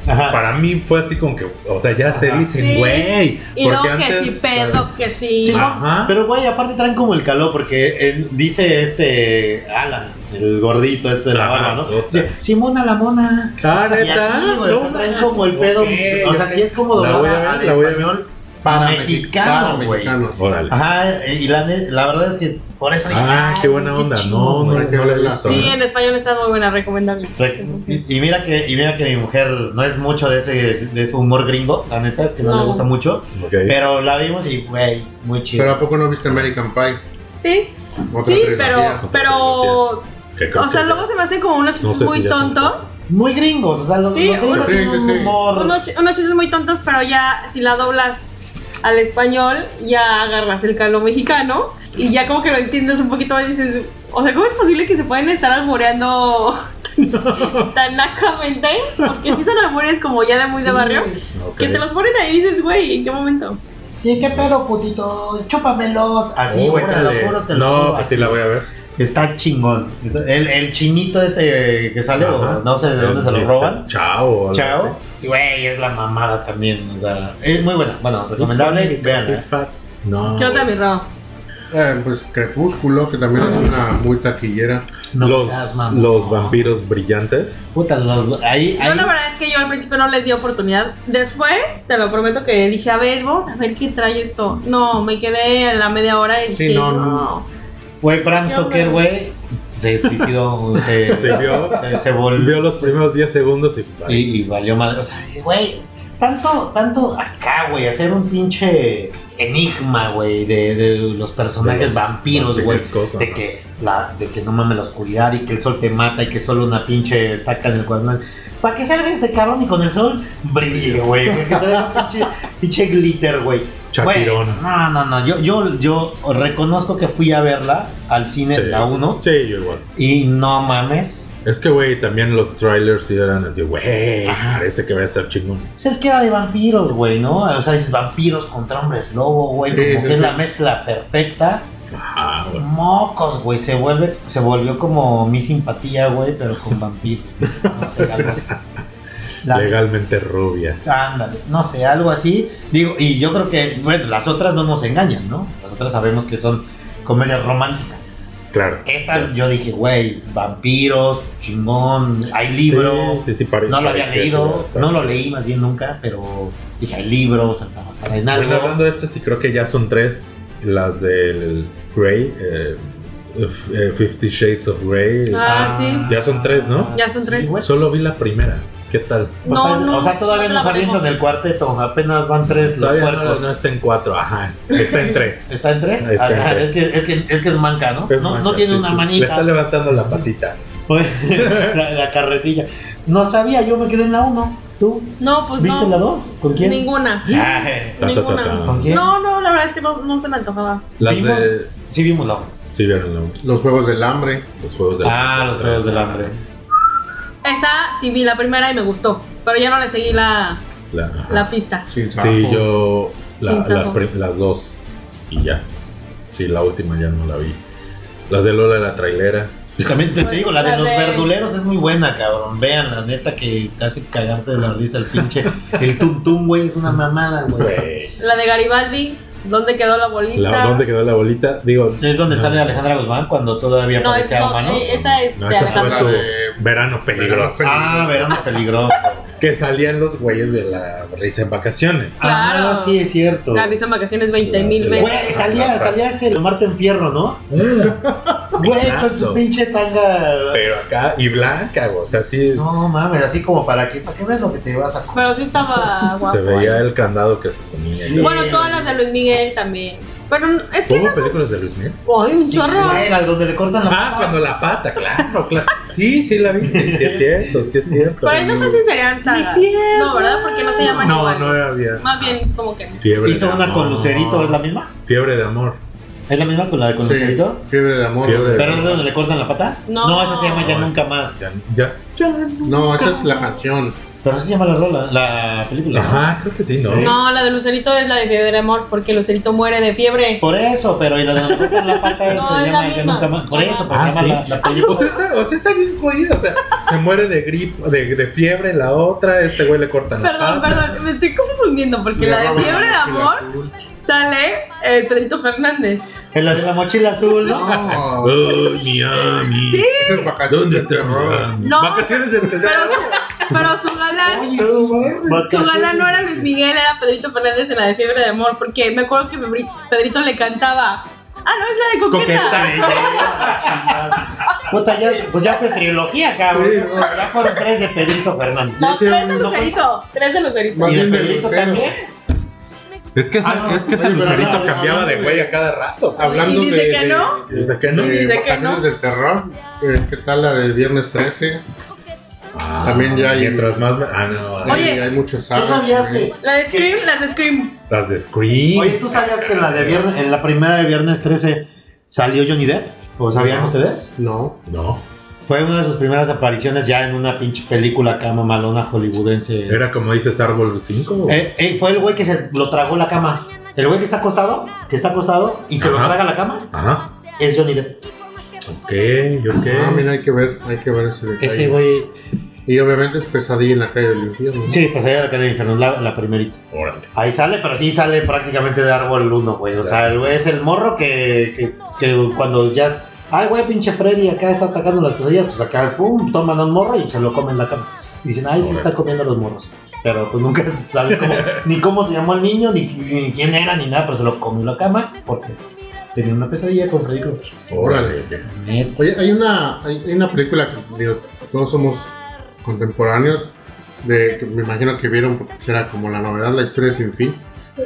Speaker 3: Ajá.
Speaker 2: para mí fue así como que, o sea, ya se
Speaker 3: Ajá.
Speaker 2: dicen
Speaker 4: Sí.
Speaker 2: güey.
Speaker 4: Y luego que sí, pedo, que sí.
Speaker 3: Sí, ¿no?
Speaker 2: Ajá.
Speaker 3: Pero, güey, aparte traen como el calor, porque eh, dice este Alan, el gordito este de la
Speaker 2: Ajá,
Speaker 3: barba, ¿no?
Speaker 2: puta.
Speaker 3: Dice, Simona la mona.
Speaker 2: Ah,
Speaker 3: Y así, güey, o sea, traen como el pedo.
Speaker 2: Ok,
Speaker 3: o sea,
Speaker 2: ok.
Speaker 3: sí es
Speaker 2: La
Speaker 3: como
Speaker 2: voy a
Speaker 3: doblada
Speaker 2: ver,
Speaker 3: al
Speaker 2: la voy a ver.
Speaker 3: español.
Speaker 5: Para
Speaker 3: Mexicano,
Speaker 5: mexicano,
Speaker 3: güey.
Speaker 5: mexicano.
Speaker 2: Órale.
Speaker 3: Ajá, eh, y la, ne- la verdad es que por eso dije.
Speaker 2: Ah,
Speaker 3: "Ay,
Speaker 2: qué buena
Speaker 3: güey,
Speaker 2: onda.
Speaker 3: chingón,
Speaker 2: no, no,
Speaker 3: güey".
Speaker 5: güey.
Speaker 2: no la he visto.
Speaker 4: Sí, en español está muy buena, recomendable.
Speaker 3: O sea,
Speaker 4: Sí.
Speaker 3: y, y mira que, y mira que mi mujer no es mucho de ese, de ese humor gringo, la neta es que no,
Speaker 4: No.
Speaker 3: le gusta mucho,
Speaker 2: Ok.
Speaker 3: pero la vimos y, güey, muy chido.
Speaker 5: Pero ¿a poco no viste American Pie?
Speaker 4: Sí,
Speaker 5: Otra
Speaker 4: sí,
Speaker 5: trilogía.
Speaker 4: pero, pero,
Speaker 2: Que creo
Speaker 4: o sea,
Speaker 2: que-
Speaker 4: luego se me hacen como unos
Speaker 2: No
Speaker 4: chistes
Speaker 2: sé si
Speaker 4: muy
Speaker 2: ya son
Speaker 4: tontos.
Speaker 2: pocos.
Speaker 3: muy gringos, o sea, los,
Speaker 4: Sí,
Speaker 3: los gringos
Speaker 5: sí,
Speaker 3: tienen
Speaker 5: sí,
Speaker 3: un
Speaker 5: sí.
Speaker 3: humor.
Speaker 4: Unos, chi- unos chistes muy tontos, pero ya si la doblas al español, ya agarras el calor mexicano y ya como que lo entiendes un poquito más y dices, o sea, ¿cómo es posible que se pueden estar alboreando tan nacamente? Porque si son albures como ya de muy de barrio,
Speaker 2: Ok.
Speaker 4: que te los ponen ahí y dices, güey, ¿en qué momento?
Speaker 3: Sí, qué pedo, putito, chúpamelos. Así, güey, te
Speaker 2: Órale.
Speaker 3: lo juro, te lo
Speaker 2: Oh, No,
Speaker 3: juro.
Speaker 2: pues
Speaker 3: así.
Speaker 2: sí la voy a ver.
Speaker 3: Está chingón. El, el chinito este que sale,
Speaker 2: Ajá.
Speaker 3: o no sé de dónde se lo
Speaker 2: Este,
Speaker 3: roban.
Speaker 2: Chao. o algo así.
Speaker 3: Chao. Y, Güey, es la mamada también. o sea, es muy buena. Bueno, recomendable, véanla.
Speaker 2: No.
Speaker 4: ¿Qué onda, mi Ro?
Speaker 5: Eh, pues Crepúsculo, que también es una muy taquillera.
Speaker 3: No
Speaker 2: los,
Speaker 3: seas mamón.
Speaker 2: los vampiros brillantes.
Speaker 3: Puta, los, ahí,
Speaker 4: Yo
Speaker 3: ahí-
Speaker 4: la verdad es que yo al principio no les di oportunidad. Después, te lo prometo que dije, a ver, vamos a ver qué trae esto. No, me quedé en la media hora y
Speaker 5: Sí,
Speaker 4: dije,
Speaker 5: no,
Speaker 4: no.
Speaker 5: no.
Speaker 3: Güey, Bram
Speaker 4: Yo
Speaker 3: Stoker,
Speaker 4: me-
Speaker 3: güey, se suicidó, se,
Speaker 2: Se vio,
Speaker 3: se- se
Speaker 2: Vio
Speaker 3: volvió
Speaker 2: los primeros 10 segundos y.
Speaker 3: y, y valió madre. O sea, güey, tanto, tanto acá, güey, hacer un pinche enigma, güey, de, de los personajes
Speaker 2: De los
Speaker 3: vampiros, güey.
Speaker 2: vampirescos,
Speaker 3: De
Speaker 2: ajá.
Speaker 3: que, la, de que no mames la oscuridad y que el sol te mata y que solo una pinche estaca en el cuadernal. Para que salga este cabrón y con el sol brille, güey. Que traiga un pinche, pinche glitter, güey.
Speaker 2: Chapirón.
Speaker 3: Güey, No, no, no. Yo, yo, yo reconozco que fui a verla al cine,
Speaker 2: Sí.
Speaker 3: la 1.
Speaker 2: Sí, yo igual.
Speaker 3: Y no mames.
Speaker 2: Es que, güey, también los trailers sí eran así, güey, parece que va a estar chingón.
Speaker 3: Pues es que era de vampiros, güey, ¿no? O sea, es vampiros contra hombres lobo, güey.
Speaker 5: Sí,
Speaker 3: como
Speaker 5: sí,
Speaker 3: que es
Speaker 5: sí.
Speaker 3: la mezcla perfecta.
Speaker 2: Ajá, Ah, güey.
Speaker 3: Mocos, güey. Se vuelve, se volvió como mi simpatía, güey, pero con vampiros. No sé, algo así. La-
Speaker 2: Legalmente rubia.
Speaker 3: Ándale, no sé, algo así. Digo, y yo creo que, bueno, las otras no nos engañan, ¿no? Las otras sabemos que son comedias románticas.
Speaker 2: Claro.
Speaker 3: Esta yo dije, güey, vampiros, chingón, hay libro.
Speaker 2: Sí, sí, sí, pare-
Speaker 3: No lo había
Speaker 2: parecía que iba a
Speaker 3: leído,
Speaker 2: estar.
Speaker 3: no lo leí más bien nunca, pero dije, hay libros, hasta basada en
Speaker 2: Bueno,
Speaker 3: algo.
Speaker 2: hablando de este, sí creo que ya son tres. Las del Grey, eh, f- eh, Fifty Shades of Grey. es-
Speaker 4: Ah, sí.
Speaker 2: Ya son tres, ¿no?
Speaker 4: Ya son tres.
Speaker 3: Ah, güey.
Speaker 2: Solo vi la primera. ¿Qué tal?
Speaker 3: O, sea,
Speaker 4: No, no,
Speaker 3: o sea, todavía
Speaker 4: no
Speaker 3: no se
Speaker 4: la
Speaker 3: avientan
Speaker 4: manejo.
Speaker 3: del cuarteto, apenas van tres los
Speaker 2: Todavía no,
Speaker 3: puercos.
Speaker 2: no está en cuatro, ajá. Está en tres.
Speaker 3: ¿Está en tres?
Speaker 2: Ahí está en
Speaker 3: Ajá,
Speaker 2: tres.
Speaker 3: Es, que, es, que, es que es manca, ¿no?
Speaker 2: este. Es
Speaker 3: no, no
Speaker 2: mancha,
Speaker 3: tiene
Speaker 2: sí,
Speaker 3: una
Speaker 2: sí. Este, Le
Speaker 3: manita. Pues,
Speaker 2: está levantando la patita.
Speaker 3: la, la carretilla. No sabía, yo me quedé en la 1. ¿Tú?
Speaker 4: No, pues
Speaker 3: ¿Viste
Speaker 4: no.
Speaker 3: la 2? ¿Con quién?
Speaker 4: Ninguna.
Speaker 3: Ah,
Speaker 2: Ta, ta, ta, ta.
Speaker 4: Ninguna.
Speaker 3: ¿Con quién?
Speaker 4: No, no, la verdad es que no, no se me antojaba.
Speaker 2: Las
Speaker 3: ¿Vimos?
Speaker 2: de.
Speaker 3: Sí vimos la 1.
Speaker 2: Sí, vieron ¿no?
Speaker 5: Los Juegos del Hambre.
Speaker 2: los juegos del
Speaker 3: Ah, los juegos del hambre.
Speaker 4: Esa sí vi la primera y me gustó, pero ya no le seguí la,
Speaker 2: La- ajá.
Speaker 4: la pista.
Speaker 5: Sin sajo.
Speaker 2: Sí, yo la-
Speaker 4: Sin
Speaker 2: las,
Speaker 4: sajo.
Speaker 2: prim- las dos y ya. Sí, la última ya no la vi. Las de Lola la trailera.
Speaker 3: También te, te digo, la de
Speaker 4: Pues,
Speaker 3: los
Speaker 4: La de-
Speaker 3: verduleros es muy buena, cabrón. Vean, la neta que te hace cagarte de la risa el pinche. El tuntum, güey, es una mamada, güey.
Speaker 2: Güey.
Speaker 4: La de Garibaldi, ¿dónde quedó la bolita?
Speaker 2: La, ¿Dónde quedó la bolita? Digo,
Speaker 3: Es donde sale Alejandra Guzmán cuando todavía
Speaker 4: no,
Speaker 3: parecía
Speaker 4: esa,
Speaker 3: humano.
Speaker 4: eh, esa es
Speaker 2: no,
Speaker 4: de
Speaker 2: esa fue
Speaker 4: Alejandro.
Speaker 5: La
Speaker 2: su
Speaker 5: de-
Speaker 2: verano peligroso.
Speaker 5: Verano
Speaker 3: Ah, verano peligroso.
Speaker 2: Que salían los güeyes de la risa en vacaciones.
Speaker 4: Claro.
Speaker 3: Ah, sí, es cierto.
Speaker 4: La risa en vacaciones 20 mil
Speaker 2: La-
Speaker 4: veces.
Speaker 3: Güey, salía, salía ese el Marten Fierro, ¿no? Güey, con
Speaker 2: Pinazo.
Speaker 3: su pinche tanga.
Speaker 2: Pero acá, y blanca, güey, o sea, sí
Speaker 3: No mames, así como para que, para que veas lo que te vas a comer.
Speaker 4: Pero sí estaba guapo.
Speaker 2: se veía el candado que se ponía.
Speaker 3: Sí.
Speaker 4: Bueno, todas las de Luis Miguel también. Pero es que.
Speaker 2: ¿Hubo
Speaker 4: no-
Speaker 2: películas de Luis Miguel?
Speaker 4: ¡Ay, un chorro!
Speaker 3: güey, la- donde le cortan la
Speaker 2: Ah,
Speaker 3: pata.
Speaker 2: cuando la pata, claro, claro. Sí, sí la vi, sí, sí es cierto, sí es cierto.
Speaker 4: Pero ahí no sé si serían sagas. No, ¿verdad? Porque no se llaman
Speaker 2: No,
Speaker 4: iguales.
Speaker 2: no era bien.
Speaker 4: Más bien, como que.
Speaker 2: Fiebre
Speaker 3: Hizo
Speaker 2: de
Speaker 3: una
Speaker 2: amor.
Speaker 3: con Lucerito, ¿es la misma?
Speaker 2: Fiebre de amor.
Speaker 3: ¿Es la misma con la de con
Speaker 5: Sí,
Speaker 3: Lucerito?
Speaker 5: Fiebre de amor.
Speaker 2: Fiebre de-
Speaker 3: ¿Pero es donde le cortan la pata?
Speaker 4: No.
Speaker 3: esa se llama Ya
Speaker 2: No,
Speaker 3: Nunca Más.
Speaker 2: Ya, ya.
Speaker 5: No, esa es la canción.
Speaker 3: Pero así se llama la rola, la película. ¿no?
Speaker 2: Ajá, creo que sí, ¿no?
Speaker 4: No, la de Lucerito es la de fiebre de amor, porque Lucerito muere de fiebre.
Speaker 3: Por eso, pero y la donde le cortan la pata se
Speaker 4: No, es
Speaker 3: llama
Speaker 4: la
Speaker 3: Ya
Speaker 4: misma.
Speaker 3: Nunca Más. Por eso, pues
Speaker 2: Ah,
Speaker 3: se llama
Speaker 2: ¿sí?
Speaker 3: la, la
Speaker 2: O sea,
Speaker 4: pues,
Speaker 3: película.
Speaker 2: está, o sea, está bien jodido. O sea, se muere de gripe, de, de fiebre la otra, este güey le cortan la
Speaker 4: Perdón,
Speaker 2: pata.
Speaker 4: perdón, me estoy confundiendo, porque
Speaker 5: Le
Speaker 4: la de
Speaker 5: roban
Speaker 4: fiebre de
Speaker 5: la mochila
Speaker 4: amor
Speaker 5: azul.
Speaker 4: sale el Pedrito Fernández.
Speaker 3: Es la de la mochila azul, ¿no?
Speaker 5: No,
Speaker 2: Ay, Miami.
Speaker 5: esa es vacaciones
Speaker 2: ¿Dónde
Speaker 5: de
Speaker 2: está
Speaker 5: terror.
Speaker 2: Miami?
Speaker 4: No,
Speaker 2: Vacaciones de terror.
Speaker 4: Pero su, pero su galán.
Speaker 3: Oye, sí,
Speaker 4: Su
Speaker 3: vacaciones.
Speaker 4: galán no era Luis Miguel, era Pedrito Fernández en la de Fiebre de Amor, porque me acuerdo que Pedri- Pedrito le cantaba. Ah, no, es la de Coqueta.
Speaker 3: Puta, ya, pues ya fue trilogía, cabrón.
Speaker 5: Sí, no.
Speaker 3: ya fueron tres de Pedrito Fernández.
Speaker 4: No,
Speaker 5: Sí, sí,
Speaker 4: tres de
Speaker 5: no,
Speaker 4: Lucerito, tres de Lucerito.
Speaker 5: Más
Speaker 3: ¿Y de
Speaker 5: bien de
Speaker 3: Pedrito
Speaker 5: Lucero.
Speaker 3: también?
Speaker 2: Es que, ese-
Speaker 3: Ah, no.
Speaker 2: es que ese
Speaker 5: Oye, pero
Speaker 2: lucerito
Speaker 5: hablando-
Speaker 2: cambiaba de
Speaker 5: hablando
Speaker 2: güey
Speaker 5: de-
Speaker 2: a cada rato.
Speaker 5: Hablando
Speaker 4: Y dice
Speaker 5: de,
Speaker 4: que
Speaker 5: de-
Speaker 4: no.
Speaker 2: Dice que no.
Speaker 5: de
Speaker 4: Dice que
Speaker 5: vacaciones
Speaker 4: no.
Speaker 5: del terror, eh, ¿qué tal la del viernes 13?
Speaker 2: Ah,
Speaker 5: También ya hay-
Speaker 2: Mientras más. me- Ah, no.
Speaker 5: Ahí
Speaker 4: Oye,
Speaker 5: hay muchas
Speaker 3: ¿Tú
Speaker 5: sagas.
Speaker 3: sabías que.?
Speaker 5: también.
Speaker 4: La de Scream, las de Scream.
Speaker 2: Las de Scream.
Speaker 3: Oye, ¿tú sabías que en la, de viernes, en la primera de viernes 13 salió Johnny Depp? ¿O sabían ustedes?
Speaker 5: No.
Speaker 2: No.
Speaker 3: Fue una de sus primeras apariciones ya en una pinche película acá mamalona hollywoodense.
Speaker 2: Era como dices Árbol 5.
Speaker 3: Eh, eh, fue el güey que se lo tragó la cama. El güey que está acostado, que está acostado y se lo
Speaker 2: Ajá.
Speaker 3: traga a la cama,
Speaker 2: Ajá.
Speaker 3: es Johnny Depp.
Speaker 2: Ah, Ok, ok.
Speaker 5: Ah, mira, hay que ver, hay que ver ese detalle.
Speaker 3: Ese güey.
Speaker 5: Y obviamente es pesadilla en la calle del infierno.
Speaker 3: Sí, pues ahí era la calle de infierno, la, la primerita.
Speaker 2: Órale.
Speaker 3: Ahí sale, pero sí sale prácticamente de árbol uno, güey. O sea, el güey es el morro que, que, que cuando ya. Ay, güey, pinche Freddy, acá está atacando las pesadillas. Pues acá, pum, toman a un morro y se lo comen en la cama. Y dicen, ay, sí está comiendo los morros. Pero pues nunca sabes cómo, ni cómo se llamó el niño, ni, ni quién era, ni nada, pero se lo comió en la cama porque tenía una pesadilla con Freddy Krueger.
Speaker 2: Órale.
Speaker 3: Neta.
Speaker 5: Oye, hay una, hay, hay una película que digo, todos somos contemporáneos, de, que me imagino que vieron porque era como la novedad, la historia sin fin.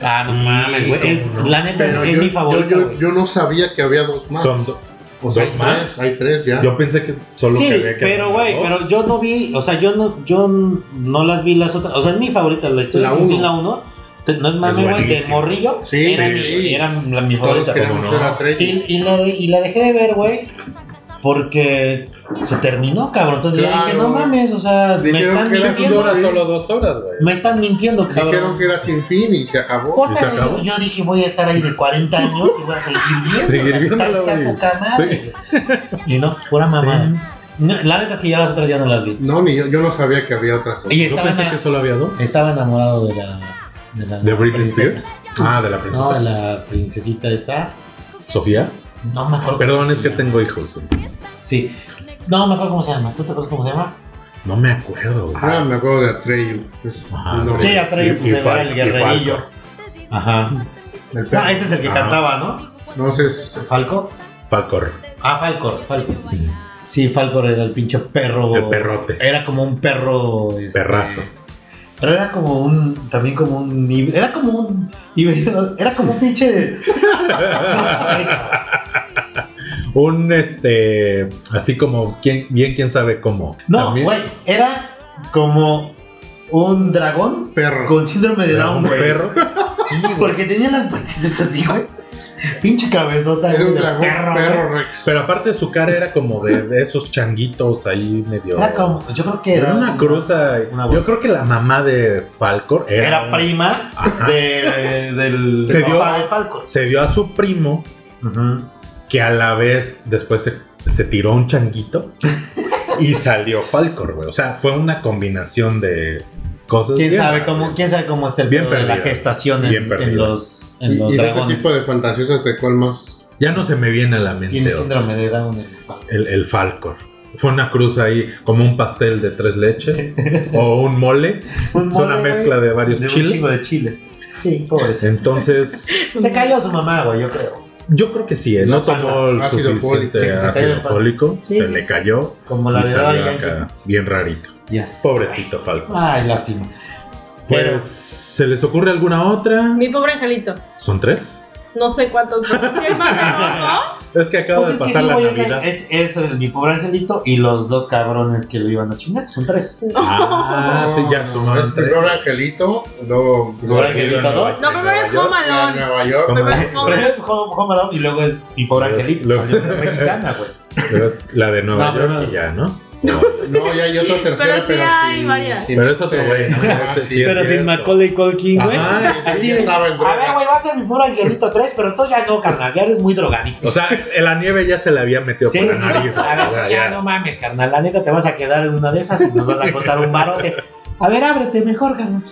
Speaker 3: Ah, no mames, güey. Es,
Speaker 2: no.
Speaker 3: la neta,
Speaker 5: Pero
Speaker 3: es
Speaker 5: yo,
Speaker 3: mi favorita.
Speaker 5: yo- yo-
Speaker 3: güey.
Speaker 5: yo no sabía que había dos más.
Speaker 2: Son do-
Speaker 5: O sea,
Speaker 2: dos
Speaker 5: hay
Speaker 2: más.
Speaker 5: tres, hay tres ya.
Speaker 2: Yo pensé que solo
Speaker 3: sí,
Speaker 2: que había que
Speaker 3: pero
Speaker 2: hacer
Speaker 3: güey,
Speaker 2: dos.
Speaker 3: pero yo no vi, o sea, yo no, yo no las vi las otras, o sea, es mi favorita, la historia
Speaker 5: La
Speaker 3: de Tintín,
Speaker 5: uno.
Speaker 3: la 1, no es mame,
Speaker 2: Es
Speaker 3: güey, de
Speaker 2: buenísima.
Speaker 3: morrillo,
Speaker 5: Sí,
Speaker 3: era,
Speaker 5: sí.
Speaker 3: mi, era la- mi
Speaker 5: Todos
Speaker 3: favorita.
Speaker 5: queremos
Speaker 2: ¿cómo no?
Speaker 5: ser a tres.
Speaker 3: Y, y la, de- y la dejé de ver, güey, porque se terminó, cabrón, entonces yo
Speaker 5: Claro.
Speaker 3: dije, no mames, o sea, me
Speaker 5: Dijeron
Speaker 3: están
Speaker 5: que eran
Speaker 2: Dos
Speaker 3: mintiendo,
Speaker 2: horas,
Speaker 5: güey.
Speaker 2: solo dos horas, güey.
Speaker 3: me están mintiendo,
Speaker 5: Dijeron
Speaker 3: cabrón.
Speaker 5: que era sin fin y se acabó.
Speaker 3: Puta,
Speaker 2: ¿Y se acabó?
Speaker 3: Yo dije, voy a estar ahí de 40 años y voy a seguir viendo.
Speaker 2: Seguir
Speaker 3: Está,
Speaker 2: viéndola,
Speaker 3: está
Speaker 2: güey.
Speaker 3: poca madre. Y no, pura mamada. No, la neta es que ya las otras ya no las vi.
Speaker 5: No, ni yo, yo no sabía que había otras dos.
Speaker 3: Y
Speaker 2: Yo
Speaker 3: estaba,
Speaker 2: pensé
Speaker 3: ena-
Speaker 2: que solo había dos.
Speaker 3: estaba enamorado de la. ¿De, la
Speaker 2: ¿De Britney
Speaker 3: princesa.
Speaker 2: Spears? Ah, de la
Speaker 3: No, de
Speaker 2: princesa.
Speaker 3: la princesita esta.
Speaker 2: ¿Sofía?
Speaker 3: No me acuerdo.
Speaker 2: Oh, Perdón,
Speaker 3: cómo
Speaker 2: es
Speaker 3: se
Speaker 2: que
Speaker 3: llama.
Speaker 2: tengo hijos.
Speaker 3: Sí. No me acuerdo cómo se llama. ¿Tú te acuerdas cómo se llama?
Speaker 2: No me acuerdo, güey.
Speaker 5: Ah, me acuerdo de Atreyu. es
Speaker 2: Ajá,
Speaker 5: un nombre.
Speaker 3: Sí, Atreyu,
Speaker 2: y-
Speaker 3: pues
Speaker 2: y
Speaker 3: era
Speaker 2: Fal-
Speaker 3: el
Speaker 2: y
Speaker 3: guerrerillo. Ajá.
Speaker 5: El perro.
Speaker 3: No, este es el que
Speaker 2: Ajá.
Speaker 3: cantaba, ¿no?
Speaker 5: Entonces,
Speaker 3: ¿Falco?
Speaker 2: Falcor.
Speaker 3: Ah, Falcor, Falcor. Sí, Falcor era el pinche perro.
Speaker 2: El perrote.
Speaker 3: Era como un perro. Oh, este,
Speaker 2: Perrazo.
Speaker 3: Pero era como un. También como un. híbrido- Era como un. híbrido- Era como un pinche. No sé,
Speaker 2: Un este. Así como, ¿quién, bien, quién sabe cómo.
Speaker 3: No,
Speaker 2: También-
Speaker 3: güey, era como un dragón
Speaker 5: perro.
Speaker 3: con síndrome de
Speaker 2: Era
Speaker 3: Down,
Speaker 2: un
Speaker 3: güey.
Speaker 2: perro.
Speaker 3: Sí, porque tenía las patitas así, güey. Pinche cabezota,
Speaker 5: Era
Speaker 3: güey,
Speaker 5: un
Speaker 3: de
Speaker 5: dragón perro,
Speaker 3: güey.
Speaker 5: Rex.
Speaker 2: Pero aparte su cara era como de, de esos changuitos ahí medio.
Speaker 3: Era como, yo creo que era,
Speaker 2: Era una cruza.
Speaker 3: una voz.
Speaker 2: yo creo que la mamá de Falcor era.
Speaker 3: Era
Speaker 2: un-
Speaker 3: prima
Speaker 2: Ajá.
Speaker 3: de, del
Speaker 2: Se dio-
Speaker 3: papá de Falco.
Speaker 2: Se dio a su primo, que a la vez después se, se tiró un changuito y salió Falcor, güey. O sea, fue una combinación de cosas.
Speaker 3: ¿Quién,
Speaker 2: bien
Speaker 3: sabe
Speaker 2: raras.
Speaker 3: cómo, ¿Quién sabe cómo está el
Speaker 2: Bien
Speaker 3: pedo de la
Speaker 2: perdido.
Speaker 3: gestación
Speaker 2: Bien
Speaker 3: en, en
Speaker 2: perdido.
Speaker 3: los, en
Speaker 5: Y,
Speaker 3: los
Speaker 5: y de ese
Speaker 3: dragones?
Speaker 5: tipo de fantasiosas, ¿de cuál más?
Speaker 2: Ya no se me viene a la
Speaker 3: Tiene
Speaker 2: mente güey,
Speaker 3: síndrome de Down el Falco.
Speaker 2: el, el Falcor. Fue una cruz ahí, como un pastel de tres leches o un mole.
Speaker 3: Un
Speaker 2: Es una
Speaker 3: mole, Pues güey,
Speaker 2: mezcla de varios
Speaker 3: de un
Speaker 2: chiles.
Speaker 3: chingo de chiles. Sí, pobrecito.
Speaker 2: Entonces,
Speaker 3: Se cayó su mamá, güey, yo creo.
Speaker 2: yo creo que sí, ¿eh? no
Speaker 5: La falta.
Speaker 2: tomó el
Speaker 5: Ácido fólico.
Speaker 2: suficiente
Speaker 3: Sí, se cayó
Speaker 2: ácido
Speaker 3: el-
Speaker 2: fólico,
Speaker 3: Sí,
Speaker 2: se
Speaker 3: sí,
Speaker 2: le
Speaker 3: sí.
Speaker 2: cayó
Speaker 3: Como la
Speaker 2: y
Speaker 3: de Daddy
Speaker 2: salió
Speaker 3: Yankee.
Speaker 2: acá bien rarito.
Speaker 3: Ya
Speaker 2: Pobrecito Falco.
Speaker 3: Ay, lástima. Pero-
Speaker 2: Pues, ¿se les ocurre alguna otra?
Speaker 4: Mi pobre angelito.
Speaker 2: ¿Son tres?
Speaker 4: No sé cuántos. Sí, hay más de dos, ¿no?
Speaker 2: Es que acaba
Speaker 3: Pues
Speaker 2: de
Speaker 3: es que
Speaker 2: pasar
Speaker 3: sí,
Speaker 2: la
Speaker 3: güey, es-
Speaker 2: Navidad.
Speaker 3: Es, es el- mi pobre angelito y los dos cabrones que lo iban a chingar, son tres.
Speaker 2: Ah, sí, ya
Speaker 5: no,
Speaker 2: sumaron
Speaker 5: Es
Speaker 2: tres.
Speaker 5: primero Este, Angelito, luego
Speaker 3: Pobre Angelito
Speaker 2: Nueva
Speaker 3: dos.
Speaker 2: York,
Speaker 4: No, primero es
Speaker 2: Nueva
Speaker 4: Home
Speaker 2: York.
Speaker 5: la
Speaker 4: Alone.
Speaker 5: Nueva York.
Speaker 4: Primero
Speaker 2: Home Alone.
Speaker 4: es Home Alone.
Speaker 3: Primero Home, Home Alone y luego es mi pobre
Speaker 2: Luego-
Speaker 3: angelito,
Speaker 2: luego-
Speaker 3: salió una mexicana, güey.
Speaker 2: Pero es la de Nueva
Speaker 3: No,
Speaker 2: York
Speaker 3: primero-
Speaker 2: y ya, ¿no?
Speaker 5: No, ya hay otra tercera,
Speaker 4: Pero sí hay varias.
Speaker 2: Pero es otro güey, ¿no?
Speaker 5: Ah,
Speaker 2: Ese sí
Speaker 5: sí.
Speaker 2: es. Ah,
Speaker 3: Pero sin
Speaker 2: cierto.
Speaker 3: Macaulay Culkin, güey.
Speaker 2: Ajá,
Speaker 5: sí, sí,
Speaker 3: Así
Speaker 5: ya
Speaker 3: de,
Speaker 5: estaba en
Speaker 3: a
Speaker 5: drogas.
Speaker 3: ver, güey, va a ser mi pobre angelito tres, pero tú ya no, carnal, ya eres muy drogadicto.
Speaker 2: O sea, en la nieve ya se la había metido
Speaker 3: Sí,
Speaker 2: por la
Speaker 3: sí,
Speaker 2: nariz.
Speaker 3: a ver,
Speaker 2: o sea,
Speaker 3: ya
Speaker 2: ya.
Speaker 3: no mames, carnal, la neta te vas a quedar en una de esas y nos vas a costar un barote. A ver, ábrete mejor, carnal.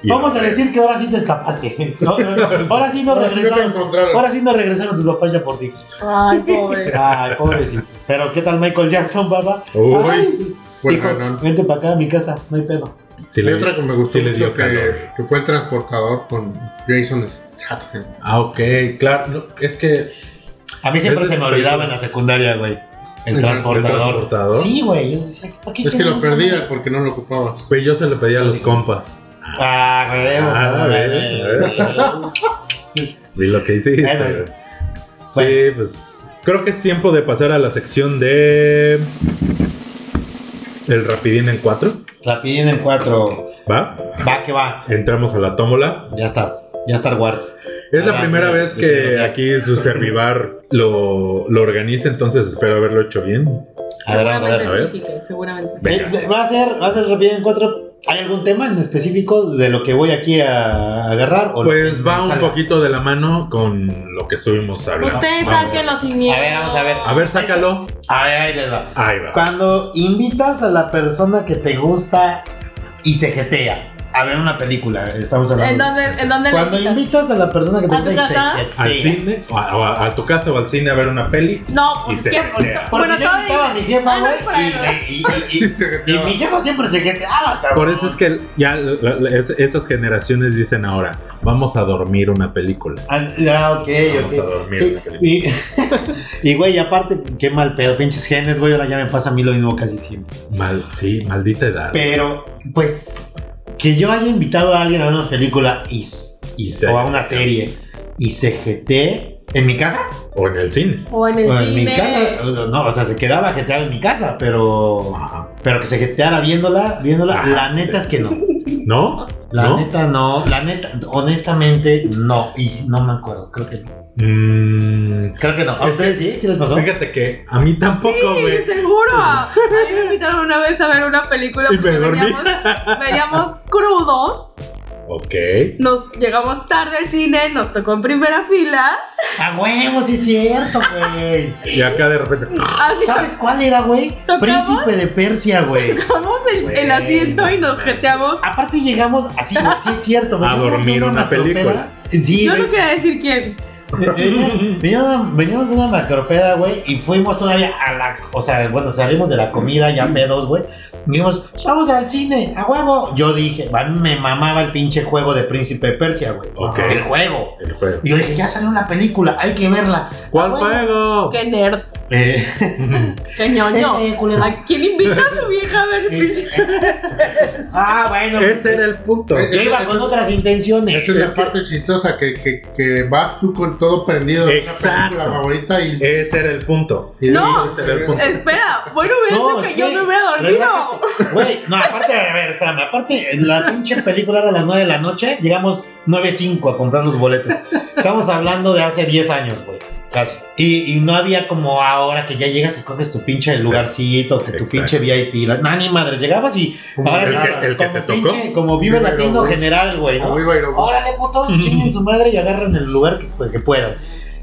Speaker 2: Y
Speaker 3: Vamos a
Speaker 2: ahora-
Speaker 3: decir que ahora sí te escapaste. No, no, no, ahora sí nos
Speaker 5: Ahora Pues sí no te
Speaker 3: regresaron.
Speaker 5: encontraron.
Speaker 3: Ahora sí nos regresaron tus papás ya por ti.
Speaker 4: Ay, pobre.
Speaker 3: Ay, pobrecito. Pero ¿qué tal Michael Jackson, papá?
Speaker 2: Uy,
Speaker 3: Ay,
Speaker 5: Bueno,
Speaker 3: hijo,
Speaker 5: no.
Speaker 3: vente para acá a mi casa, no hay pedo.
Speaker 2: sí
Speaker 5: pues Hay
Speaker 2: le
Speaker 5: otra que me gustó
Speaker 2: sí le dio
Speaker 5: mucho que,
Speaker 2: calor.
Speaker 5: que fue el transportador con Jason Statham.
Speaker 2: Ah, ok, claro. no, es que
Speaker 3: A mí siempre
Speaker 2: Es de
Speaker 3: se me
Speaker 2: esas
Speaker 3: olvidaba
Speaker 2: películas.
Speaker 3: en la secundaria, güey. El
Speaker 5: El
Speaker 3: transportador.
Speaker 2: transportador.
Speaker 3: Sí, güey. Yo decía, ¿para qué
Speaker 5: Es que lo
Speaker 3: chingamos?
Speaker 5: perdías porque no lo ocupabas.
Speaker 2: pues, yo se lo pedí a los compas.
Speaker 3: Ah, güey.
Speaker 2: Ah,
Speaker 3: güey,
Speaker 2: a ver,
Speaker 3: güey,
Speaker 2: a ver.
Speaker 3: güey.
Speaker 2: Vi lo que hiciste.
Speaker 3: Bueno.
Speaker 2: Sí, pues creo que es tiempo de pasar a la sección de el rapidín en 4,
Speaker 3: Rapidín en cuatro.
Speaker 2: ¿va?
Speaker 3: Va que va.
Speaker 2: Entramos a la tómbola.
Speaker 3: Ya estás. Ya Star Wars.
Speaker 2: Es la
Speaker 3: Ah,
Speaker 2: primera
Speaker 3: sí,
Speaker 2: vez
Speaker 3: sí, creo
Speaker 2: que
Speaker 3: que-
Speaker 2: aquí su servivar lo, lo organiza, entonces espero haberlo hecho bien.
Speaker 3: A eh. ver, vamos a ver.
Speaker 2: a ver.
Speaker 4: Seguramente sí, Kike, seguramente sí.
Speaker 2: Venga.
Speaker 3: Eh, Va a ser, va a ser Rapidín en cuatro ¿Hay algún tema en específico de lo que voy aquí a agarrar? O lo
Speaker 2: Pues
Speaker 3: que
Speaker 2: va
Speaker 3: me
Speaker 2: un
Speaker 3: salga?
Speaker 2: poquito de la mano con lo que estuvimos hablando.
Speaker 4: Ustedes
Speaker 2: Vamos a-
Speaker 4: sáquenlo sin miedo.
Speaker 3: A ver, vamos a ver.
Speaker 2: A ver, sácalo.
Speaker 3: A ver, ahí les va.
Speaker 2: Ahí va.
Speaker 3: Cuando invitas a la persona que te gusta y se jetea a ver una película, estamos hablando.
Speaker 4: ¿En dónde, en dónde la
Speaker 3: Cuando
Speaker 4: invitas?
Speaker 3: invitas a la persona que te
Speaker 4: ¿A tu
Speaker 3: gusta y se
Speaker 4: casa?
Speaker 3: jetea.
Speaker 2: Al cine, o a, o a- a tu casa o al cine a ver una peli.
Speaker 4: No, pues
Speaker 2: Y
Speaker 4: es que.
Speaker 2: se-
Speaker 3: Porque
Speaker 4: Bueno,
Speaker 3: yo
Speaker 4: acabo de-
Speaker 3: invitaba a mi
Speaker 4: Ah,
Speaker 3: jefa,
Speaker 4: no,
Speaker 3: güey,
Speaker 4: es por ahí, ¿verdad?
Speaker 3: y, se- y- y- y- y mi jefa siempre se jeteaba, cabrón.
Speaker 2: Por eso es que ya la- la- es- estas generaciones dicen ahora, vamos a dormir una película.
Speaker 3: Ah, ya, ok,
Speaker 2: Vamos a
Speaker 3: ok.
Speaker 2: dormir
Speaker 3: Sí,
Speaker 2: una película.
Speaker 3: Y, y, güey, aparte, qué mal pedo, pinches genes, güey, ahora ya me pasa a mí lo mismo casi siempre.
Speaker 2: Mal- sí, maldita edad.
Speaker 3: Pero, pues, que yo haya invitado a alguien a una película y, s- y
Speaker 2: Sí.
Speaker 3: o a una serie y se jeté en mi casa.
Speaker 2: O en el cine.
Speaker 4: O en el
Speaker 3: Bueno, en mi
Speaker 4: cine.
Speaker 3: casa, no, o sea, se quedaba a jetear en mi casa, pero,
Speaker 2: Ajá.
Speaker 3: pero que se jeteara viéndola, viéndola,
Speaker 2: Ajá.
Speaker 3: la neta es que no.
Speaker 2: ¿No?
Speaker 3: La
Speaker 2: ¿No?
Speaker 3: neta no, la neta, honestamente no, y no me acuerdo, creo que no.
Speaker 2: Mm,
Speaker 3: Creo que no. ¿A
Speaker 2: Es
Speaker 3: ustedes sí? ¿Sí les pasó?
Speaker 2: fíjate que a mí tampoco, güey.
Speaker 4: Sí, seguro. A mí me invitaron una vez a ver una película
Speaker 2: Y me
Speaker 4: porque
Speaker 2: dormí.
Speaker 4: veníamos, veníamos crudos,
Speaker 2: Ok.
Speaker 4: nos llegamos tarde al cine, nos tocó en primera fila.
Speaker 3: A huevo, sí es cierto, güey.
Speaker 2: Y acá de repente.
Speaker 4: Así
Speaker 3: ¿Sabes cuál era, güey?
Speaker 4: ¿Tocamos?
Speaker 3: Príncipe de Persia, güey.
Speaker 4: tocamos el, el
Speaker 3: Güey.
Speaker 4: asiento y nos jeteamos.
Speaker 3: Aparte llegamos así, güey, sí es cierto, güey.
Speaker 2: A
Speaker 3: Llegamos
Speaker 2: dormir una película.
Speaker 3: macropeda. Sí,
Speaker 4: Yo
Speaker 3: güey.
Speaker 4: no quería decir quién.
Speaker 3: Venía- veníamos- Veníamos de una macropeda, güey, y fuimos todavía a la. O sea, bueno, salimos de la comida, ya pedos, güey. Y Dijimos, vamos al cine, a huevo. Yo dije, a mí me mamaba el pinche juego de Príncipe de Persia, güey.
Speaker 2: Ok.
Speaker 3: El juego.
Speaker 2: El juego.
Speaker 3: Y yo dije, ya salió una película, hay que verla.
Speaker 2: ¿Cuál
Speaker 3: Ah, Bueno.
Speaker 2: juego?
Speaker 4: Qué nerd,
Speaker 3: Eh,
Speaker 4: qué ñoño.
Speaker 3: este culero. eh,
Speaker 4: ¿A quién invita a su vieja a ver el príncipe?
Speaker 3: Ah, bueno.
Speaker 2: Ese era el punto.
Speaker 5: Eh,
Speaker 3: Yo iba con otras intenciones.
Speaker 5: Esa es la parte chistosa, que, que, que vas tú con todo prendido de una
Speaker 2: Exacto.
Speaker 5: película favorita y...
Speaker 2: Ese era el punto.
Speaker 5: y-
Speaker 4: No.
Speaker 5: ese era el punto.
Speaker 4: Espera, bueno, hubiera sido que
Speaker 3: es
Speaker 4: yo
Speaker 3: que-
Speaker 4: me hubiera dormido.
Speaker 3: relájate. Güey, no, aparte, a ver, espérame, aparte, la pinche película era a las 9 de la noche, llegamos 9.05 a comprar los boletos. Estamos hablando de hace 10 años, güey, casi. Y, y no había como ahora que ya llegas y coges tu pinche
Speaker 2: Exacto.
Speaker 3: lugarcito, que tu
Speaker 2: Exacto.
Speaker 3: pinche VIP. La, no, ni madre, llegabas y
Speaker 5: Como
Speaker 3: ahora
Speaker 5: el
Speaker 3: sí,
Speaker 2: que- el que te
Speaker 3: como
Speaker 2: tocó.
Speaker 3: pinche, como vive
Speaker 5: Viva
Speaker 3: latino
Speaker 5: Aerobús.
Speaker 3: general, güey. ¿no?
Speaker 5: Como iba a ir a-
Speaker 3: Órale, putos, chinguen su madre y agarran el lugar que, pues, que puedan.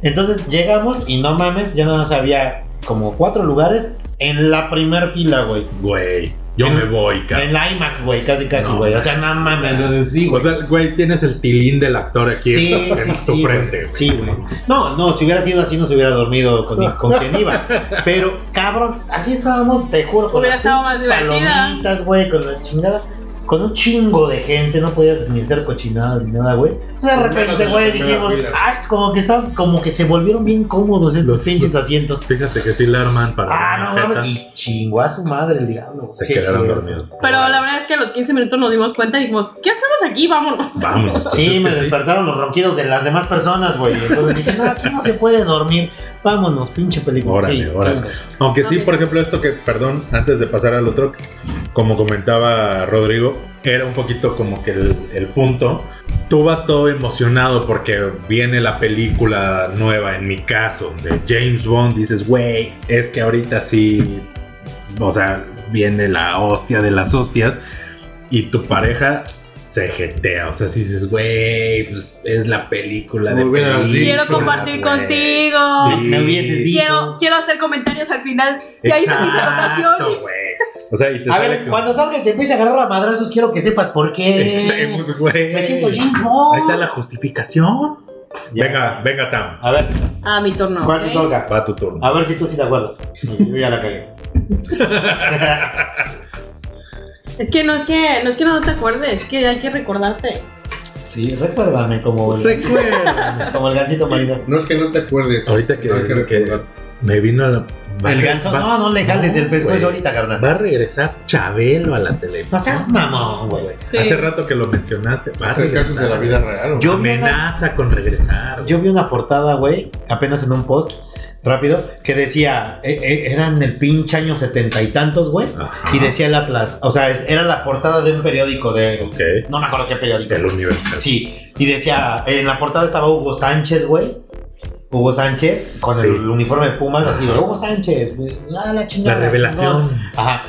Speaker 3: Entonces llegamos y no mames, ya nada más había como cuatro lugares en la primer fila, güey.
Speaker 2: Güey, yo
Speaker 3: En-
Speaker 2: me voy, cabrón.
Speaker 3: En la IMAX, güey, casi casi,
Speaker 2: No,
Speaker 3: güey. o sea, no mames. pues Sí,
Speaker 2: O sea, güey, tienes el tilín del actor aquí
Speaker 3: Sí,
Speaker 2: en
Speaker 3: sí,
Speaker 2: tu
Speaker 3: sí,
Speaker 2: frente.
Speaker 3: güey. Sí, güey. No, no, si hubiera sido así no se hubiera dormido con, con quien iba. Pero, cabrón, así estábamos, te juro, con
Speaker 4: Hubiera
Speaker 3: las
Speaker 4: estado
Speaker 3: pinches
Speaker 4: más divertida.
Speaker 3: palomitas, güey, con la chingada. Con un chingo de gente, no podías ni hacer cochinadas ni nada, güey. De
Speaker 5: Menos de
Speaker 3: repente,
Speaker 5: la
Speaker 3: güey,
Speaker 5: primera
Speaker 3: dijimos,
Speaker 5: fila.
Speaker 3: ah, es como que están, como que se volvieron bien cómodos estos
Speaker 2: Los-
Speaker 3: pinches asientos.
Speaker 2: Fíjate que sí la arman para
Speaker 3: Ah,
Speaker 2: la
Speaker 3: no
Speaker 2: jeta.
Speaker 3: mames. Y chingó a su madre el diablo.
Speaker 2: Se
Speaker 3: Sí, es
Speaker 2: quedaron
Speaker 3: cierto.
Speaker 2: dormidos.
Speaker 4: Pero la verdad es que a los 15 minutos nos dimos cuenta y dijimos, ¿qué hacemos aquí? Vámonos.
Speaker 2: Vámonos. pues es
Speaker 3: Sí,
Speaker 2: que
Speaker 3: me
Speaker 2: sí.
Speaker 3: despertaron los ronquidos de las demás personas, güey. Entonces dije, no, aquí no se puede dormir. Vámonos, pinche película.
Speaker 2: Órale,
Speaker 3: sí,
Speaker 2: órale.
Speaker 3: vámonos.
Speaker 2: Aunque sí,
Speaker 4: Ok.
Speaker 2: por ejemplo, esto que, perdón, antes de pasar al otro, como comentaba Rodrigo, era un poquito como que el, el punto. Tú vas todo emocionado porque viene la película nueva, en mi caso, de James Bond. Dices, güey, es que ahorita sí, o sea, viene la hostia de las hostias. Y tu pareja se jetea. O sea, si dices, güey, pues es la película de
Speaker 5: Muy buena, sí.
Speaker 4: Quiero
Speaker 5: Híjole,
Speaker 4: compartir
Speaker 2: güey". Sí.
Speaker 4: contigo.
Speaker 3: Ah, Me hubieses dicho.
Speaker 4: Quiero, quiero hacer comentarios al final. Ya hice mi
Speaker 2: Exacto,
Speaker 4: anotación.
Speaker 2: güey. O sea, y te
Speaker 3: A
Speaker 2: sale
Speaker 3: ver,
Speaker 2: como-
Speaker 3: cuando salga y te empiece a agarrar a madrazos, quiero que sepas por
Speaker 2: Exacto,
Speaker 3: qué.
Speaker 2: pues, güey.
Speaker 3: Me siento James
Speaker 2: Ahí está
Speaker 3: Bond.
Speaker 2: la justificación.
Speaker 3: Ya
Speaker 2: venga,
Speaker 3: está.
Speaker 2: venga, Tam.
Speaker 3: A ver,
Speaker 4: Ah, mi turno.
Speaker 3: ¿cuál te
Speaker 4: ¿ok?
Speaker 3: toca?
Speaker 2: Va tu turno.
Speaker 3: A ver si tú sí te acuerdas. Yo ya la cagué.
Speaker 4: Es que no es que no es que no te acuerdes, es que hay que recordarte.
Speaker 3: Sí, recuérdame como el,
Speaker 2: Recuerda.
Speaker 3: como el gancito marino.
Speaker 5: No es que no te acuerdes.
Speaker 2: Ahorita que,
Speaker 5: no hay
Speaker 2: que
Speaker 5: recordar.
Speaker 2: me vino la. va-
Speaker 3: El ganso.
Speaker 2: va-
Speaker 3: No, no le jales
Speaker 2: No,
Speaker 3: el pescuezo
Speaker 2: güey.
Speaker 3: ahorita, carnal.
Speaker 2: Va a regresar Chabelo a la
Speaker 3: No
Speaker 2: televisión.
Speaker 3: seas mamón, güey.
Speaker 4: Sí.
Speaker 2: Hace rato que lo mencionaste. Va a
Speaker 5: Hacer casos
Speaker 2: regresar.
Speaker 5: de la vida real. güey.
Speaker 3: Yo vi una-
Speaker 2: Amenaza con regresar.
Speaker 3: Yo vi una portada, güey, apenas en un post, rápido, que decía, eh, eh, eran el pinche año setenta y tantos, güey,
Speaker 2: Ajá.
Speaker 3: y decía el Atlas, o sea, es- era la portada de un periódico de...
Speaker 2: Ok.
Speaker 3: No me acuerdo qué periódico.
Speaker 2: El universal.
Speaker 3: Sí, y decía, en la portada estaba Hugo Sánchez, güey. Hugo Sánchez, con
Speaker 2: Sí.
Speaker 3: el uniforme de Pumas, así de
Speaker 2: Ajá.
Speaker 3: Hugo Sánchez, güey. Ah, la chingada.
Speaker 2: La
Speaker 3: chingón".
Speaker 2: revelación.
Speaker 3: Ajá.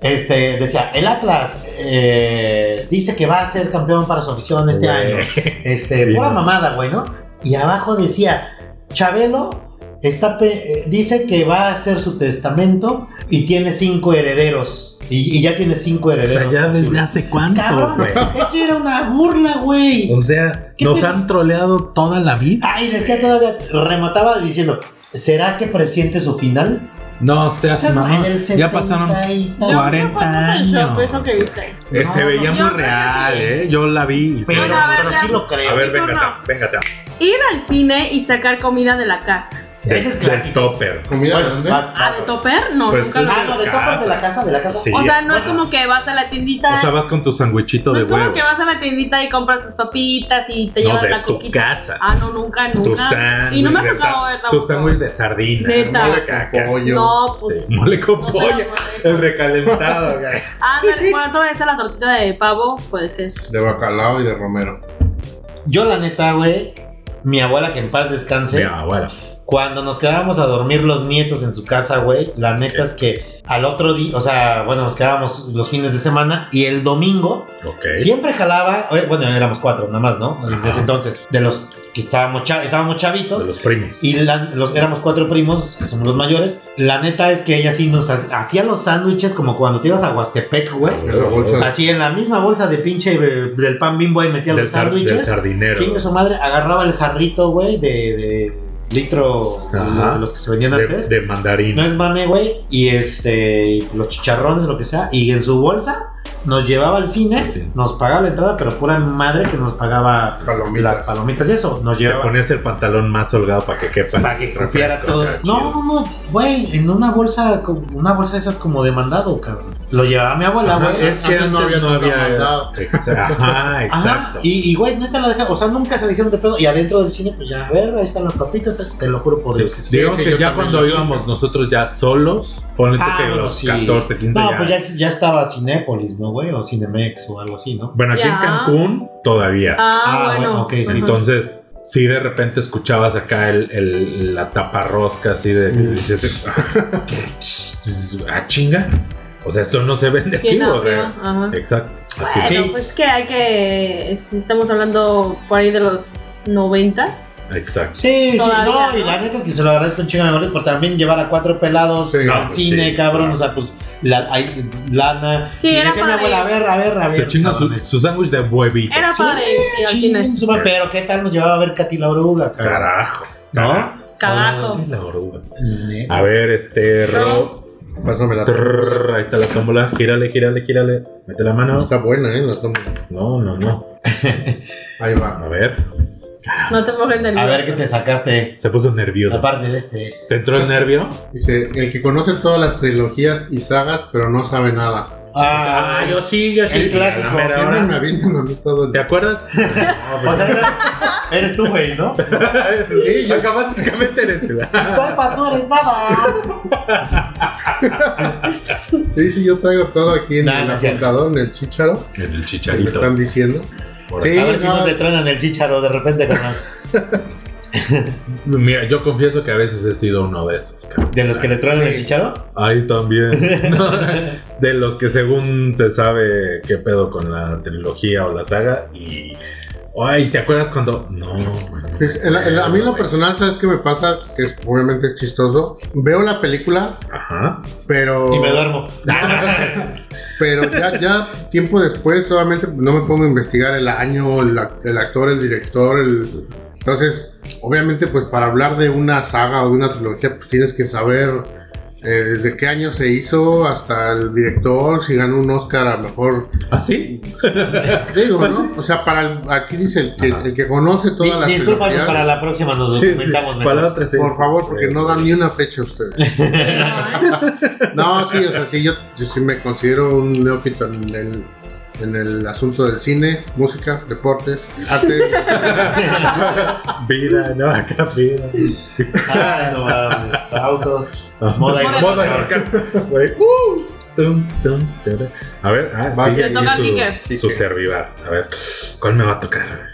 Speaker 3: Este, decía, el Atlas eh, dice que va a ser campeón para su afición este
Speaker 2: Bueno.
Speaker 3: año. Este,
Speaker 2: Bien.
Speaker 3: pura mamada, güey, ¿no? Y abajo decía, Chabelo está pe- eh, dice que va a hacer su testamento y tiene cinco herederos. Y, y ya tiene cinco
Speaker 2: O
Speaker 3: herederos.
Speaker 2: sea, ya desde
Speaker 3: posibles.
Speaker 2: hace cuánto,
Speaker 3: Cabrón,
Speaker 2: güey.
Speaker 3: eso era una burla, güey.
Speaker 2: O sea,
Speaker 3: ¿Qué
Speaker 2: nos
Speaker 3: pedo?
Speaker 2: han troleado toda la vida.
Speaker 3: Ay, decía todavía, remataba diciendo, ¿será que presiente su final?
Speaker 2: No seas
Speaker 3: Esas, güey,
Speaker 2: Ah, mamá.
Speaker 3: del
Speaker 2: Ya pasaron
Speaker 3: 70 y tal.
Speaker 4: Yo creo que
Speaker 2: 40
Speaker 4: fue
Speaker 2: años.
Speaker 4: Photoshop, Eso que viste.
Speaker 2: Eh, se
Speaker 3: No,
Speaker 2: veía
Speaker 4: no,
Speaker 2: muy
Speaker 4: no.
Speaker 2: real, ¿eh? Yo la vi. y se
Speaker 3: Pero,
Speaker 2: veía-
Speaker 4: Bueno, a ver,
Speaker 3: pero
Speaker 4: ya.
Speaker 3: sí lo creo.
Speaker 2: a ver,
Speaker 4: mi turno.
Speaker 2: véngate, véngate.
Speaker 4: Ir al cine y sacar comida de la casa.
Speaker 2: De-
Speaker 3: Ese es
Speaker 2: del
Speaker 3: clásico.
Speaker 2: topper.
Speaker 5: ¿Comida de Pues dónde?
Speaker 3: vas,
Speaker 4: ¿Ah,
Speaker 3: vas,
Speaker 4: de topper? No,
Speaker 2: Pues
Speaker 4: nunca
Speaker 2: es
Speaker 4: lo
Speaker 3: Ah, no, de
Speaker 2: la
Speaker 3: tapas
Speaker 2: casa.
Speaker 3: de la casa, de la casa.
Speaker 2: Sí.
Speaker 4: O sea, no es
Speaker 3: Bueno.
Speaker 4: como que vas a la tiendita.
Speaker 2: O sea, vas con tu sandwichito
Speaker 4: no
Speaker 2: de
Speaker 4: es como
Speaker 2: huevo.
Speaker 4: Pues que vas a la tiendita y compras tus papitas y te
Speaker 2: No,
Speaker 4: llevas
Speaker 2: de
Speaker 4: la
Speaker 2: tu
Speaker 4: coquita.
Speaker 2: casa.
Speaker 4: Ah, no, nunca,
Speaker 2: Tu
Speaker 4: nunca.
Speaker 2: sándwich.
Speaker 4: Y no me ha
Speaker 2: de
Speaker 4: tocado
Speaker 2: sa-
Speaker 4: ver
Speaker 2: Tu
Speaker 4: tampoco.
Speaker 2: sándwich de sardina.
Speaker 4: Neta.
Speaker 2: Mole caca.
Speaker 5: Pollo.
Speaker 4: No, pues.
Speaker 2: Sí, Mole con
Speaker 4: No te
Speaker 2: pollo.
Speaker 4: la puedo
Speaker 2: El recalentado, güey.
Speaker 4: Ándale, bueno, todavía esa la tortita de pavo, puede ser.
Speaker 5: De bacalao y de romero.
Speaker 3: Yo la neta, güey, mi abuela que en paz descanse,
Speaker 2: Mi abuela.
Speaker 3: cuando nos quedábamos a dormir los nietos en su casa, güey, la neta es que al otro día, o sea, bueno, nos quedábamos los fines de semana y el domingo
Speaker 2: Ok.
Speaker 3: siempre jalaba, oye, bueno, éramos cuatro nada más, ¿no?
Speaker 2: Ajá.
Speaker 3: Desde entonces, de los que estábamos, cha- estábamos chavitos.
Speaker 2: De los primos.
Speaker 3: Y la- los, éramos cuatro primos, que somos los mayores. La neta es que ella sí nos ha- hacía los sándwiches como cuando te ibas a Huastepec, güey.
Speaker 5: La bolsa
Speaker 3: Así en la misma bolsa de pinche eh, del pan bimbo ahí metía
Speaker 2: Pues, del,
Speaker 3: los
Speaker 2: sar- del
Speaker 3: sándwiches.
Speaker 2: sardinero.
Speaker 3: Chingue su madre, agarraba el jarrito, güey, de, de litro,
Speaker 2: Ajá.
Speaker 3: de los que se vendían
Speaker 2: De,
Speaker 3: antes.
Speaker 2: de mandarín.
Speaker 3: No es mame, güey. Y este, y los chicharrones, lo que sea. Y en su bolsa nos llevaba al cine,
Speaker 2: Sí.
Speaker 3: nos pagaba la entrada, pero pura madre que nos pagaba
Speaker 5: Palomitas.
Speaker 3: las palomitas y eso. Nos
Speaker 2: Te
Speaker 3: llevaba.
Speaker 2: ponías el pantalón más holgado para que quepa.
Speaker 3: Para que cupiera
Speaker 2: Refresco,
Speaker 3: todo.
Speaker 2: acá,
Speaker 3: No,
Speaker 2: chido.
Speaker 3: no, no, güey, en una bolsa, co- una bolsa de esas como demandado, cabrón. Lo llevaba mi abuela,
Speaker 2: Ajá,
Speaker 3: güey.
Speaker 2: es que
Speaker 5: Antes
Speaker 2: antes
Speaker 5: no había
Speaker 2: no
Speaker 5: tanta
Speaker 2: había.
Speaker 5: maldad.
Speaker 2: Exa- Ajá,
Speaker 3: Ajá,
Speaker 2: exacto.
Speaker 3: y, y, güey, neta la dejaron, o sea, nunca se le hicieron de pedo. Y adentro del cine, pues ya, a ver, ahí están las papitas, te, te lo juro por
Speaker 2: Sí,
Speaker 3: Dios que sí.
Speaker 2: digamos
Speaker 5: Sí, sí,
Speaker 2: que
Speaker 5: yo
Speaker 2: ya
Speaker 5: también
Speaker 2: cuando
Speaker 5: lo
Speaker 2: íbamos
Speaker 5: hice.
Speaker 2: nosotros ya solos, ponle tú
Speaker 3: Ah,
Speaker 2: que
Speaker 3: bueno,
Speaker 2: los
Speaker 3: sí.
Speaker 2: 14, 15
Speaker 3: No,
Speaker 2: ya.
Speaker 3: pues ya, ya estaba Cinépolis, ¿no, güey? O Cinemex o algo así, ¿no?
Speaker 2: Bueno, aquí en
Speaker 4: Ya.
Speaker 2: Cancún todavía.
Speaker 4: Ah,
Speaker 3: Ah, bueno,
Speaker 4: bueno.
Speaker 3: ok, sí,
Speaker 4: Ajá.
Speaker 2: Entonces, si de repente escuchabas acá el, el- la taparrosca así de...
Speaker 3: Mm.
Speaker 2: dices, ah, chinga. O sea, esto no se vende aquí,
Speaker 4: ¿Quién
Speaker 2: o
Speaker 4: hace?
Speaker 2: sea.
Speaker 4: Ajá.
Speaker 2: Exacto. Así
Speaker 4: Bueno,
Speaker 2: es.
Speaker 3: eh, Sí.
Speaker 4: pues que hay que. si Estamos hablando por ahí de los noventas.
Speaker 2: Exacto.
Speaker 3: Sí, sí,
Speaker 4: Todavía,
Speaker 3: no, y
Speaker 4: ¿no?
Speaker 3: la neta es que se lo agradezco un chingo a mi abuela por también llevar a cuatro pelados
Speaker 5: Sí,
Speaker 3: al
Speaker 2: no, pues
Speaker 3: cine,
Speaker 2: sí,
Speaker 3: cabrón,
Speaker 2: claro.
Speaker 3: o sea, pues la, hay lana.
Speaker 4: Sí,
Speaker 3: y
Speaker 4: era
Speaker 3: decía mi
Speaker 4: padre.
Speaker 3: abuela, a ver, a ver, a ver.
Speaker 2: Se chinga su
Speaker 3: cabrón,
Speaker 2: su sándwich de huevito.
Speaker 4: Era
Speaker 3: Sí,
Speaker 4: padre, sí, al cine.
Speaker 3: Chin, su madre, pero qué tal nos llevaba a ver Katy la oruga, cabrón.
Speaker 2: Carajo.
Speaker 3: ¿No?
Speaker 4: Cagazo.
Speaker 2: Ay, la oruga.
Speaker 3: Neta.
Speaker 2: A ver, este... Ro...
Speaker 5: Pásame la
Speaker 2: Trrr, ahí está la tómbola. Gírale, gírale, gírale. Mete la mano.
Speaker 5: Está buena, ¿eh? La tómbola.
Speaker 2: No, no, no.
Speaker 5: Ahí
Speaker 2: A
Speaker 5: va.
Speaker 2: ver.
Speaker 4: No te pongas nervioso.
Speaker 3: Ah. A ver qué te sacaste.
Speaker 2: Se puso nervioso.
Speaker 3: Aparte de este.
Speaker 2: ¿Te entró el nervio?
Speaker 5: Dice, el que conoce todas las trilogías y sagas, pero no sabe nada.
Speaker 3: Ah,
Speaker 2: yo sí, yo
Speaker 3: El clásico.
Speaker 2: A la mera
Speaker 5: Siempre
Speaker 2: hora.
Speaker 5: me avientan a mí todo el
Speaker 2: ¿Te acuerdas?
Speaker 3: o sea, eres, eres tú, güey, ¿no?
Speaker 2: sí, yo acá básicamente este eres tú.
Speaker 3: Topa, tú eres nada.
Speaker 5: Sí, sí, yo traigo todo aquí en
Speaker 3: Nah,
Speaker 5: el
Speaker 3: no es cierto.
Speaker 5: apuntador, en el chícharo.
Speaker 2: En el
Speaker 5: que Me
Speaker 2: chicharito.
Speaker 5: están diciendo.
Speaker 2: Por
Speaker 5: Sí,
Speaker 3: a ver si
Speaker 5: no,
Speaker 3: no te truenan el chícharo de repente, carnal.
Speaker 2: Mira, yo confieso que a veces he sido uno de esos. cabrón.
Speaker 3: ¿De los que le truenan el chícharo?
Speaker 2: Ahí también. No, de los que según se sabe qué pedo con la trilogía o la saga y... Ay, ¿te acuerdas cuando...? No. güey.
Speaker 5: Pues, el- el- a mí en lo personal, ¿sabes qué me pasa? Que es- obviamente es chistoso. Veo la película,
Speaker 2: Ajá.
Speaker 5: pero...
Speaker 3: Y me duermo.
Speaker 5: Pero ya, ya tiempo después, solamente no me pongo a investigar el año, el, ac- el actor, el director, el... Entonces, obviamente, pues para hablar de una saga o de una trilogía, pues tienes que saber eh, desde qué año se hizo hasta el director, si ganó un Oscar a mejor...
Speaker 2: ¿Ah, sí?
Speaker 5: Digo, ¿no?
Speaker 3: Pues,
Speaker 5: O sea, para el- aquí dice el que,
Speaker 2: Ajá.
Speaker 5: el que conoce
Speaker 3: Di-
Speaker 5: todas las
Speaker 3: Discúlpanos,
Speaker 5: trilogías,
Speaker 3: para la próxima nos
Speaker 2: Sí, sí.
Speaker 3: documentamos
Speaker 2: Para la
Speaker 3: mejor.
Speaker 2: otra, sí.
Speaker 5: Por favor, porque no dan ni una fecha a ustedes. No, sí, o sea, sí, yo, yo sí me considero un neófito en el, en el asunto del cine, música, deportes, arte.
Speaker 2: Vida, no, acá vida.
Speaker 3: Ay, Ah, no mames. Autos, moda y
Speaker 4: Moda
Speaker 2: Modo
Speaker 3: ropa.
Speaker 2: de ahorcar, güey. Uh, tum, tum, tum. A ver, ah,
Speaker 5: Va.
Speaker 2: sí,
Speaker 5: Le
Speaker 2: ahí
Speaker 4: toca al
Speaker 2: su-
Speaker 4: Kicker.
Speaker 2: Su servivar. A ver, ¿cuál me va a tocar?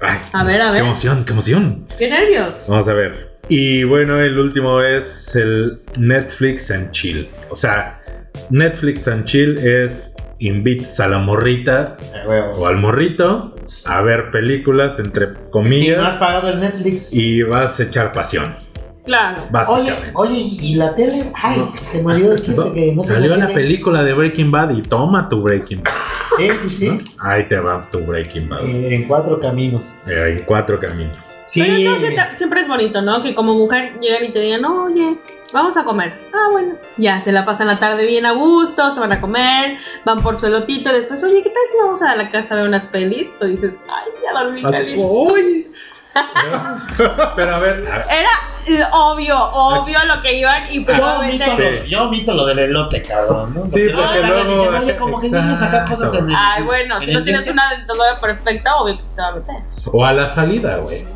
Speaker 2: Ay,
Speaker 4: A ver, a
Speaker 2: qué
Speaker 4: ver.
Speaker 2: emoción, qué emoción.
Speaker 4: Qué nervios.
Speaker 2: Vamos a ver. Y bueno, el último es el Netflix and Chill. O sea, Netflix and Chill es invites a la morrita
Speaker 3: A Eh, huevo.
Speaker 2: o al morrito a ver películas entre
Speaker 3: Y no has
Speaker 2: comillas
Speaker 3: pagado el Netflix.
Speaker 2: y vas a echar pasión,
Speaker 4: Claro.
Speaker 3: Oye,
Speaker 2: básicamente.
Speaker 3: oye, ¿y la tele? Ay, se me olvidó decirte que no
Speaker 2: Salió
Speaker 3: tengo
Speaker 2: la
Speaker 3: tele.
Speaker 2: película de Breaking Bad y toma tu Breaking Bad.
Speaker 3: Sí, sí, sí.
Speaker 2: ¿no? Ahí te va tu Breaking Bad.
Speaker 3: Eh, En cuatro caminos.
Speaker 2: Eh, en cuatro caminos.
Speaker 3: Sí.
Speaker 4: Pero eso siempre, siempre es bonito, ¿no? Que como mujer llegan y te digan, oye, vamos a comer. Ah, bueno. Ya, se la pasan la tarde bien a gusto, se van a comer, van por su elotito, y después, oye, ¿qué tal si vamos a la casa a ver unas pelis? Tú dices, ay, ya dormí
Speaker 2: Así,
Speaker 4: caliente.
Speaker 2: ¡Uy! Ah, Pero, pero a ver, a-
Speaker 4: Era eh, obvio, obvio lo que iban y
Speaker 3: Yo omito,
Speaker 4: probablemente...
Speaker 3: lo, yo omito lo del elote, cabrón. ¿no?
Speaker 2: Sí, porque
Speaker 3: luego
Speaker 2: luego-
Speaker 3: dicen, oye, como que niños sacan cosas en el.
Speaker 4: Ay, bueno, si
Speaker 3: en
Speaker 4: no
Speaker 3: el
Speaker 4: tienes
Speaker 3: diente".
Speaker 4: una dentadura perfecta, obvio que se te va a meter.
Speaker 2: o a la salida, güey.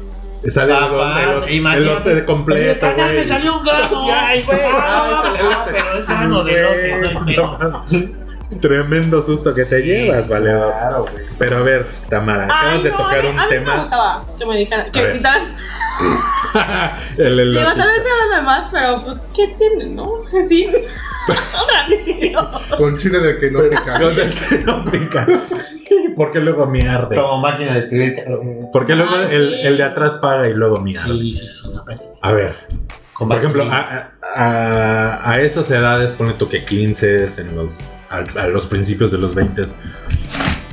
Speaker 2: Sale el
Speaker 3: Papá,
Speaker 2: elote-
Speaker 3: imagínate.
Speaker 2: elote
Speaker 3: Así de,
Speaker 2: completo,
Speaker 3: "Carnal, me
Speaker 2: güey.
Speaker 3: salió un grano. Ay, güey.
Speaker 2: Ay, salió
Speaker 3: Ah,
Speaker 2: elote.
Speaker 3: pero es grano de elote. no hay pedo.
Speaker 2: Tremendo susto que te
Speaker 3: Sí,
Speaker 2: llevas,
Speaker 3: sí,
Speaker 2: valedor.
Speaker 3: Claro, güey.
Speaker 2: Pero a ver, Tamara, acabas
Speaker 4: Ay,
Speaker 2: de
Speaker 4: no, a
Speaker 2: tocar
Speaker 4: mí-
Speaker 2: un
Speaker 4: a mí sí me
Speaker 2: tema.
Speaker 4: gustaba que me dijeran,
Speaker 2: A
Speaker 4: que
Speaker 2: ver.
Speaker 4: gritaran
Speaker 2: el
Speaker 4: Digo,
Speaker 2: elotito.
Speaker 4: tal vez estoy hablando de más, pero pues, ¿qué tiene, no? Sí. Otra video.
Speaker 5: Con chile del que no pica.
Speaker 2: Con el que no pica. ¿Por qué luego mierde?
Speaker 3: Como máquina de escribir, cabrón.
Speaker 2: Porque luego
Speaker 4: Ay,
Speaker 2: el,
Speaker 4: sí.
Speaker 2: el de atrás paga y luego mierde.
Speaker 3: Sí, sí, sí. no, espérate.
Speaker 2: A ver,
Speaker 3: Con
Speaker 2: por ejemplo,
Speaker 3: vaselina.
Speaker 2: a, a- a- a esas edades, pone tú que 15 es en los, a, a los principios de los 20.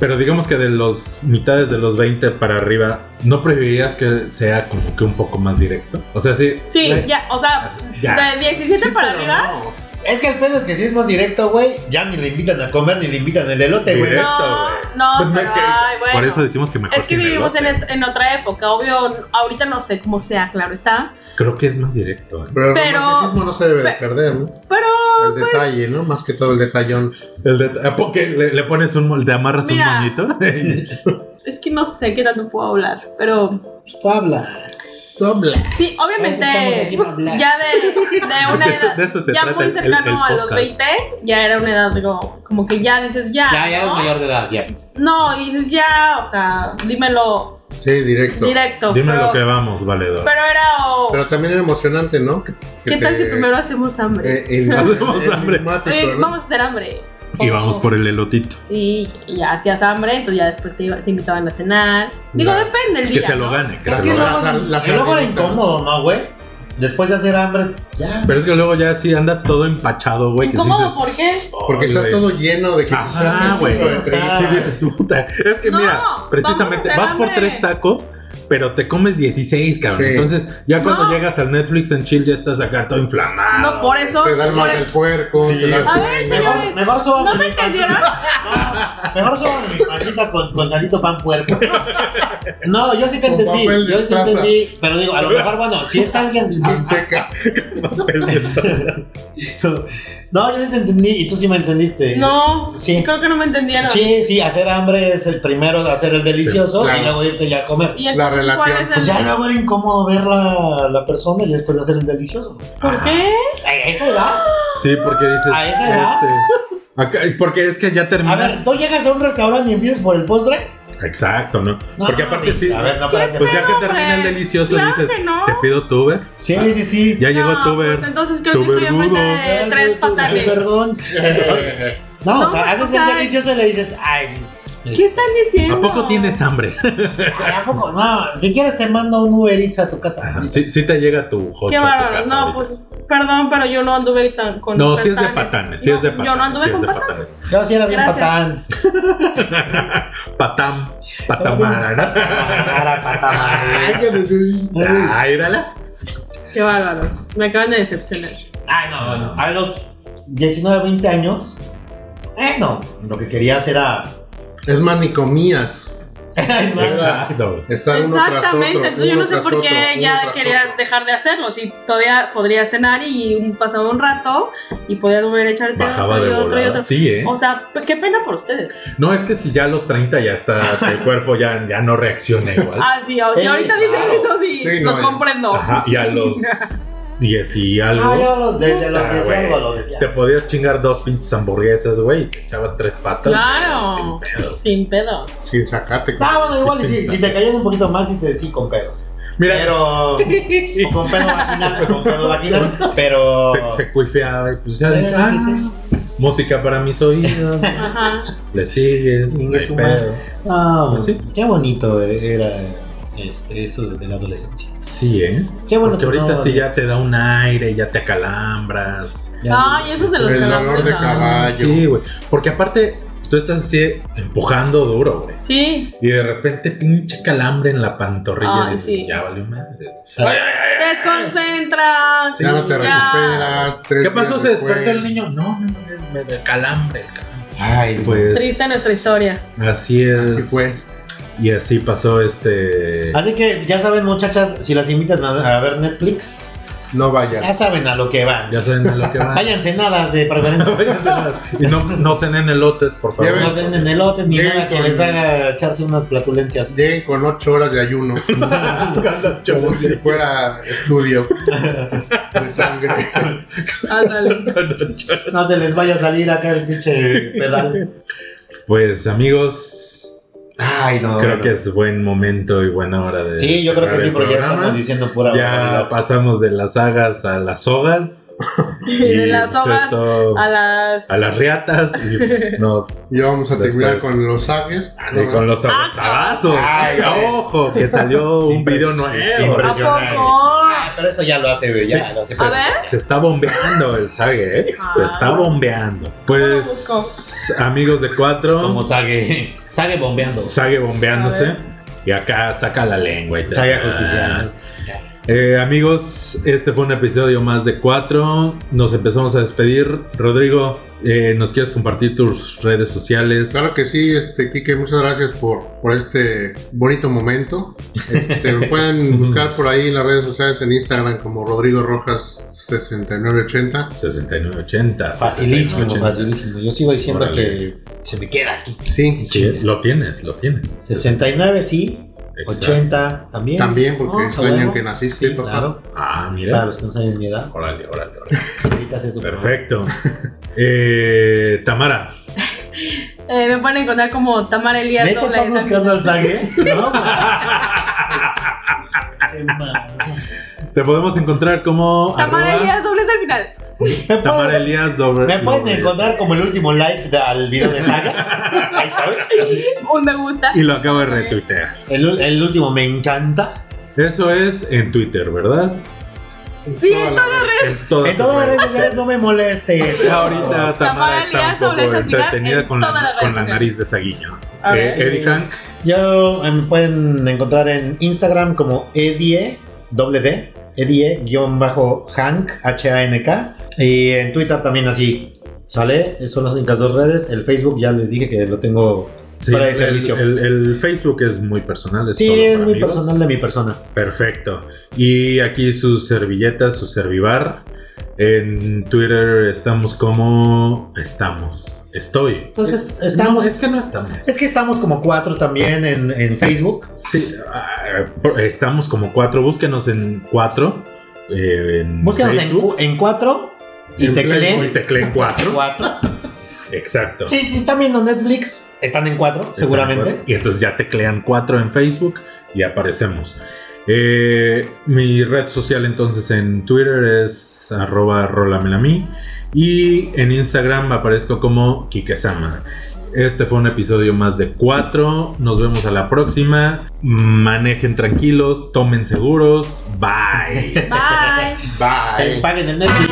Speaker 2: Pero digamos que de los mitades de los 20 para arriba, ¿no preferirías que sea como que un poco más directo? O sea, sí.
Speaker 4: Sí,
Speaker 2: la-
Speaker 4: ya, o sea,
Speaker 2: ya.
Speaker 4: de 17
Speaker 5: Sí,
Speaker 4: para
Speaker 5: pero
Speaker 4: arriba.
Speaker 5: no.
Speaker 3: Es que el pedo es que si es más directo, güey, ya ni le invitan a comer ni le invitan el elote, güey.
Speaker 2: Directo,
Speaker 4: No,
Speaker 2: güey.
Speaker 4: no,
Speaker 2: Pues me-
Speaker 4: pero, ay, bueno.
Speaker 2: Por eso decimos que mejor
Speaker 4: es que
Speaker 2: sin
Speaker 4: vivimos en,
Speaker 2: elote.
Speaker 4: en otra época, obvio, ahorita no sé cómo sea, claro está.
Speaker 2: Creo que es más directo. ¿eh?
Speaker 5: Pero el
Speaker 4: Pero-
Speaker 5: romanticismo no se debe de
Speaker 4: pe-
Speaker 5: perder, ¿no?
Speaker 4: Pero,
Speaker 5: El detalle, ¿no? Más que todo el detallón.
Speaker 2: El de- ¿A poco que le, le pones un mol- te amarras
Speaker 4: Mira.
Speaker 2: un moñito?
Speaker 4: es que no sé qué tanto puedo hablar, pero...
Speaker 3: Pues tú habla.
Speaker 5: Tú habla.
Speaker 4: Sí,
Speaker 3: Para eso estamos aquí,
Speaker 4: obviamente,
Speaker 3: para hablar.
Speaker 4: ya de, de una
Speaker 2: De eso-
Speaker 4: edad...
Speaker 2: de eso se
Speaker 4: Ya
Speaker 2: trata
Speaker 4: muy
Speaker 2: el- el-
Speaker 4: cercano
Speaker 2: el
Speaker 4: a los
Speaker 2: podcast.
Speaker 4: 20, ya era una edad digo, como que ya dices ya.
Speaker 1: Ya, ya eres
Speaker 4: ¿no?
Speaker 1: mayor de edad, ya.
Speaker 4: No, y dices ya, o sea, dímelo
Speaker 5: Sí, directo.
Speaker 4: directo.
Speaker 2: Dime
Speaker 4: pero-
Speaker 2: lo que vamos, valedor.
Speaker 4: Pero era o.
Speaker 5: Pero también era emocionante, ¿no? Que-
Speaker 4: ¿Qué
Speaker 5: que
Speaker 4: tal si
Speaker 5: te-
Speaker 4: primero hacemos hambre?
Speaker 5: eh, el-
Speaker 2: Hacemos
Speaker 5: el
Speaker 2: hambre.
Speaker 5: enigmático,
Speaker 4: Oye,
Speaker 5: ¿no?
Speaker 4: vamos a hacer hambre.
Speaker 2: Y vamos por el elotito.
Speaker 4: Sí, y ya hacías hambre, entonces ya después te, iba- te invitaban a cenar. Digo,
Speaker 5: Ya.
Speaker 4: depende el
Speaker 2: Que
Speaker 4: día.
Speaker 2: se lo
Speaker 4: ¿no?
Speaker 2: gane, que
Speaker 3: Es
Speaker 2: se
Speaker 3: que
Speaker 2: lo gane.
Speaker 3: luego,
Speaker 5: La- la-
Speaker 3: y luego era
Speaker 5: sardinita.
Speaker 3: incómodo, ¿no, güey? Después de hacer hambre, ya.
Speaker 2: Pero es que luego ya sí andas todo empachado, güey. que sí
Speaker 4: ¿Incómodo?
Speaker 2: dices,
Speaker 4: ¿Por qué?
Speaker 5: Porque
Speaker 2: "Ay,
Speaker 5: estás
Speaker 2: güey".
Speaker 5: todo lleno de que.
Speaker 2: Ajá, güey.
Speaker 5: de
Speaker 2: Sí,
Speaker 5: crema.
Speaker 2: sí, dices, puta. Es que
Speaker 4: No,
Speaker 2: mira, precisamente
Speaker 4: vamos a hacer
Speaker 2: vas por
Speaker 4: hambre.
Speaker 2: tres tacos, pero te comes 16, cabrón.
Speaker 5: Sí.
Speaker 2: Entonces, ya cuando
Speaker 4: No.
Speaker 2: llegas al Netflix en chill, ya estás acá todo inflamado.
Speaker 4: No, por eso.
Speaker 5: Te da el
Speaker 4: por-
Speaker 5: mal del puerco.
Speaker 2: Sí.
Speaker 5: te da el-
Speaker 4: A ver,
Speaker 3: Mejor,
Speaker 4: señores.
Speaker 3: mejor soba
Speaker 4: ¿No me
Speaker 3: mi pancita.
Speaker 4: entendieron?
Speaker 3: No, mejor soba mi pancita con, con tantito pan puerco. No, yo sí te
Speaker 5: Con
Speaker 3: entendí.
Speaker 5: papel de
Speaker 3: Yo sí te
Speaker 5: taza.
Speaker 3: entendí. Pero digo, a lo mejor, bueno, si es alguien.
Speaker 5: Azteca.
Speaker 3: No, yo sí te entendí y tú sí me entendiste.
Speaker 4: No,
Speaker 3: Sí.
Speaker 4: creo que no me entendieron.
Speaker 3: Sí, sí, hacer hambre es el primero, hacer el delicioso
Speaker 5: Sí, claro.
Speaker 3: y luego irte ya a comer.
Speaker 4: ¿Y entonces
Speaker 5: La
Speaker 4: cuál
Speaker 5: relación.
Speaker 4: es el-
Speaker 3: Pues ya luego era incómodo ver la, la persona y después hacer el delicioso.
Speaker 4: ¿Por qué?
Speaker 3: A esa edad.
Speaker 2: Sí, porque dices.
Speaker 3: ¿A esa edad?
Speaker 2: este, acá- porque es que ya
Speaker 3: A
Speaker 2: terminas.
Speaker 3: ver, tú llegas a un restaurante y empiezas por el postre.
Speaker 2: Exacto, ¿no? Porque aparte sí.
Speaker 3: A ver, no,
Speaker 4: ¿Qué
Speaker 3: espérate.
Speaker 2: Pues ya que
Speaker 4: pedo,
Speaker 2: termina el
Speaker 4: hombre?
Speaker 2: delicioso,
Speaker 4: Claro
Speaker 2: dices,
Speaker 4: que no.
Speaker 2: te pido tuber.
Speaker 3: Sí, sí, sí.
Speaker 2: Ya llegó
Speaker 4: No,
Speaker 2: tuber.
Speaker 4: pues entonces creo que
Speaker 2: Tuber
Speaker 4: estoy enfrente
Speaker 2: rudo.
Speaker 4: de Eh, tres patales.
Speaker 3: Perdón. No, o sea,
Speaker 4: No,
Speaker 3: haces
Speaker 4: o sea,
Speaker 3: el delicioso y le dices, ay,
Speaker 4: ¿Qué están diciendo?
Speaker 2: ¿A poco tienes hambre?
Speaker 3: ay, ¿a poco? No, si quieres te mando un Uber Eats a tu casa.
Speaker 2: Ajá, Sí, sí te llega tu hot
Speaker 4: Qué
Speaker 2: shot a tu
Speaker 4: bárbaro.
Speaker 2: casa.
Speaker 4: No,
Speaker 2: ahorita.
Speaker 4: pues, perdón, pero yo no anduve tan con
Speaker 2: No, sí es de patanes, sí es de
Speaker 4: No, Yo
Speaker 2: patanes,
Speaker 4: no anduve
Speaker 2: sí es
Speaker 4: con
Speaker 2: de
Speaker 4: patanes.
Speaker 2: patanes.
Speaker 3: Yo sí era bien
Speaker 4: Gracias.
Speaker 3: patán.
Speaker 2: Patam, patamara,
Speaker 3: Patamara, patamara.
Speaker 2: ¿no? Ay, írala.
Speaker 4: Qué bárbaros. Me acaban de decepcionar.
Speaker 3: Ay, no, no, no. a los 19, 20 años, eh, no, lo que querías era...
Speaker 5: Es manicomías.
Speaker 3: es más,
Speaker 2: Exacto.
Speaker 5: Estar uno tras otro,
Speaker 4: Exactamente. Entonces yo
Speaker 5: uno
Speaker 4: no sé
Speaker 5: tras
Speaker 4: por
Speaker 5: otro,
Speaker 4: qué
Speaker 5: uno
Speaker 4: ya
Speaker 5: tras
Speaker 4: querías
Speaker 5: otro.
Speaker 4: dejar de hacerlo. Si todavía podrías cenar y un- pasaba un rato y podías volver a echarte
Speaker 2: Bajaba
Speaker 4: otro
Speaker 2: de
Speaker 4: y otro y
Speaker 2: volada.
Speaker 4: otro.
Speaker 2: Sí, ¿eh?
Speaker 4: O sea, p- qué pena por ustedes.
Speaker 2: No, es que si ya a los 30 ya está, el cuerpo ya, ya no reacciona igual.
Speaker 4: Ah, sí, o
Speaker 3: Sí,
Speaker 4: sea, ahorita dicen
Speaker 3: claro.
Speaker 4: eso, sí,
Speaker 5: Sí, no,
Speaker 4: los
Speaker 5: ya.
Speaker 4: comprendo.
Speaker 2: Ajá, y a los 10 y
Speaker 3: Ah,
Speaker 2: algo.
Speaker 3: yo lo, desde los
Speaker 2: Ah,
Speaker 3: 10
Speaker 2: güey.
Speaker 3: algo lo decía.
Speaker 2: Te podías chingar dos pinches hamburguesas, güey, y te echabas tres patas.
Speaker 4: Claro.
Speaker 2: pero sin pedos.
Speaker 4: Sin pedo.
Speaker 5: Sin sacate.
Speaker 3: No, bueno, igual y
Speaker 2: Sí,
Speaker 3: sí,
Speaker 2: sí.
Speaker 3: si te caían un poquito mal, sí te decía con pedos.
Speaker 2: Mira,
Speaker 3: Pero. o con pedo vaginal, con pedo vaginal. Pero.
Speaker 2: se, se cuifeaba y pues ya
Speaker 3: Sí,
Speaker 2: dices,
Speaker 3: sí,
Speaker 2: ah,
Speaker 3: sí.
Speaker 2: música para mis oídos,
Speaker 4: Ajá.
Speaker 2: le sigues, no
Speaker 3: Chingue
Speaker 2: hay
Speaker 3: su
Speaker 2: pedo.
Speaker 3: madre. Ah,
Speaker 2: Pues sí.
Speaker 3: qué bonito era este, eso de la adolescencia.
Speaker 2: Sí, ¿eh?
Speaker 3: Qué bueno
Speaker 2: Porque
Speaker 3: que
Speaker 2: ahorita
Speaker 3: no-
Speaker 2: sí ya te da un aire, ya te acalambras.
Speaker 3: Ya-
Speaker 4: Ay, esos de los
Speaker 5: El
Speaker 4: que
Speaker 5: dolor
Speaker 4: las
Speaker 5: de
Speaker 4: dejan.
Speaker 5: cabeza. Caballo.
Speaker 2: Sí, güey. Porque aparte, tú estás así empujando duro, güey.
Speaker 4: Sí,
Speaker 2: Y de repente pinche calambre en la pantorrilla.
Speaker 4: Ay,
Speaker 2: dices,
Speaker 4: sí.
Speaker 2: Ya valió madre.
Speaker 3: Ay,
Speaker 2: Ay, ay, ay.
Speaker 4: te desconcentras.
Speaker 5: ya no te
Speaker 4: ya.
Speaker 5: recuperas. tres
Speaker 2: ¿Qué pasó?
Speaker 5: días
Speaker 2: ¿Se
Speaker 5: después.
Speaker 2: despertó el niño? No, no, no, es- me de calambre, el calambre.
Speaker 3: Ay,
Speaker 2: Pues.
Speaker 4: Triste nuestra historia.
Speaker 2: Así es.
Speaker 5: Así fue.
Speaker 2: Y así pasó este.
Speaker 3: Así que ya saben, muchachas, si las invitan a, a ver Netflix,
Speaker 5: No
Speaker 3: ya
Speaker 5: vayas.
Speaker 3: saben a lo que van.
Speaker 2: Ya saben a lo que va.
Speaker 3: Váyanse nada de preferencia.
Speaker 2: y no, no cenen elotes, por favor.
Speaker 5: Ya
Speaker 3: No venden elotes ni
Speaker 5: Lleguen
Speaker 3: nada que
Speaker 5: con-
Speaker 3: les haga echarse unas flatulencias.
Speaker 5: Lleguen con ocho horas de ayuno. como si fuera estudio de sangre.
Speaker 4: Ándale.
Speaker 3: No se les vaya a salir acá el pinche pedal.
Speaker 2: Pues amigos,
Speaker 3: Ay, no.
Speaker 2: creo
Speaker 3: bueno.
Speaker 2: que es buen momento y buena hora de.
Speaker 3: Sí, yo creo
Speaker 2: cerrar
Speaker 3: que sí,
Speaker 2: el
Speaker 3: porque ya
Speaker 2: programa.
Speaker 3: estamos diciendo pura
Speaker 2: Ya
Speaker 3: barbaridad.
Speaker 2: pasamos de las sagas a las sogas. y,
Speaker 4: De las
Speaker 2: pues,
Speaker 4: hojas
Speaker 2: esto-
Speaker 4: a las.
Speaker 2: a las riatas. Y pues, nos.
Speaker 5: Y vamos a
Speaker 2: Después.
Speaker 5: terminar con los sagues.
Speaker 2: y con los
Speaker 4: Ah,
Speaker 2: abrazos.
Speaker 3: ay, ay.
Speaker 2: ojo, que salió un video nuevo.
Speaker 4: ¿A
Speaker 3: impresionante.
Speaker 4: poco?
Speaker 3: Ah, Pero eso ya lo hace, güey, ya
Speaker 2: Sí.
Speaker 3: lo hace. pues,
Speaker 4: A ver.
Speaker 2: Se está bombeando el sague, ¿eh? Se
Speaker 4: Ah.
Speaker 2: está bombeando.
Speaker 4: lo busco?
Speaker 2: Pues, amigos de cuatro,
Speaker 3: Como Sage. Sage bombeando.
Speaker 2: sague
Speaker 4: A
Speaker 2: bombeando-se
Speaker 4: ver.
Speaker 2: Y acá saca la lengua. y te-
Speaker 3: Sage ajusticiando.
Speaker 2: Eh, amigos, este fue un episodio más de cuatro. Nos empezamos a despedir. Rodrigo, eh, ¿nos quieres compartir tus redes sociales?
Speaker 5: Claro que sí, este Kike, muchas gracias por, por este bonito momento. Este, me pueden buscar por ahí en las redes sociales en Instagram como Rodrigo Rojas 6980.
Speaker 2: 6980.
Speaker 3: Facilísimo,
Speaker 2: 6980.
Speaker 3: facilísimo. Yo sigo diciendo
Speaker 2: Órale.
Speaker 3: que se me queda aquí.
Speaker 5: Sí,
Speaker 2: Sí, lo tienes, lo tienes.
Speaker 3: 69 sí,
Speaker 2: Exacto.
Speaker 3: 80 también.
Speaker 5: también porque
Speaker 3: Ah,
Speaker 5: es el año
Speaker 3: bueno.
Speaker 5: que naciste,
Speaker 3: Sí,
Speaker 5: papá.
Speaker 3: claro.
Speaker 2: Ah,
Speaker 3: Para
Speaker 2: mira.
Speaker 3: los que no saben mi edad,
Speaker 2: Órale, órale, órale.
Speaker 3: ahorita se supone.
Speaker 2: Perfecto. Eh, Tamara,
Speaker 4: Eh, me pueden encontrar como Tamara Elías
Speaker 3: ¿Neta
Speaker 4: doble
Speaker 3: estás
Speaker 4: S.
Speaker 3: buscando al Sage? No, mames.
Speaker 2: te podemos encontrar como
Speaker 4: Tamara
Speaker 2: arroba
Speaker 4: Elías doble S al final.
Speaker 3: Me
Speaker 2: Tamara
Speaker 3: pueden-
Speaker 2: Elías doble-
Speaker 3: me pueden
Speaker 2: doble-
Speaker 3: encontrar como el último like de- al video de Saga. Ahí está, ¿ve?
Speaker 4: Un me gusta.
Speaker 2: Y lo acabo de retuitear.
Speaker 3: el, ul- el último me encanta.
Speaker 2: Eso es en Twitter, ¿verdad?
Speaker 4: Sí,
Speaker 5: Toda
Speaker 4: en
Speaker 5: la-
Speaker 2: En todas
Speaker 3: En todas
Speaker 2: sus
Speaker 3: las redes sociales no me molestes.
Speaker 2: Ya Ahorita Tamara
Speaker 4: Tamara
Speaker 2: está un
Speaker 4: Elías
Speaker 2: poco
Speaker 4: doble S al final
Speaker 2: entretenida
Speaker 4: en
Speaker 2: con
Speaker 4: todas
Speaker 2: la,
Speaker 4: las
Speaker 2: con
Speaker 4: redes
Speaker 2: la
Speaker 4: sociales.
Speaker 2: nariz de Saguiño. Eh,
Speaker 4: A ver.
Speaker 2: Eddie Hank,
Speaker 3: Yo eh, me pueden encontrar en Instagram como edie, doble D, edie, guión bajo hank, H-A-N-K. Y en Twitter también así, ¿sale? Son las únicas dos redes. El Facebook ya les dije que lo tengo...
Speaker 2: sí,
Speaker 3: Para el
Speaker 2: el,
Speaker 3: servicio.
Speaker 2: el- el Facebook es muy personal. Es
Speaker 3: Sí,
Speaker 2: todo
Speaker 3: es
Speaker 2: para
Speaker 3: mi
Speaker 2: amigos.
Speaker 3: personal de mi persona.
Speaker 2: Perfecto. Y aquí sus servilletas, su servibar. En Twitter estamos como estamos. Estoy.
Speaker 3: Pues es- estamos...
Speaker 2: No, es
Speaker 3: es,
Speaker 2: que no estamos.
Speaker 3: que estamos como cuatro también en, en Facebook.
Speaker 2: Sí, ah, estamos como cuatro. Búsquenos en cuatro. eh, en
Speaker 3: Búsquenos en,
Speaker 2: Facebook.
Speaker 3: cu- en cuatro y
Speaker 5: En
Speaker 2: Y
Speaker 3: tecleen
Speaker 2: tecleen cuatro.
Speaker 3: cuatro.
Speaker 2: Exacto.
Speaker 3: Sí, si están viendo Netflix, están en cuatro, seguramente.
Speaker 2: Y entonces ya teclean cuatro en Facebook y aparecemos. Eh, mi red social entonces en Twitter es arroba rolamelami y en Instagram aparezco como Kikesama. Este fue un episodio más de cuatro. Nos vemos a la próxima. Manejen tranquilos, tomen seguros. Bye.
Speaker 4: Bye.
Speaker 5: Bye.
Speaker 3: Eh, Paguen el Netflix.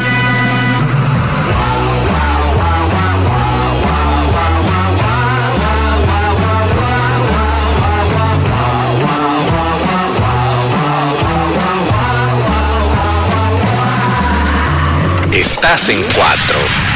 Speaker 1: Estás en cuatro.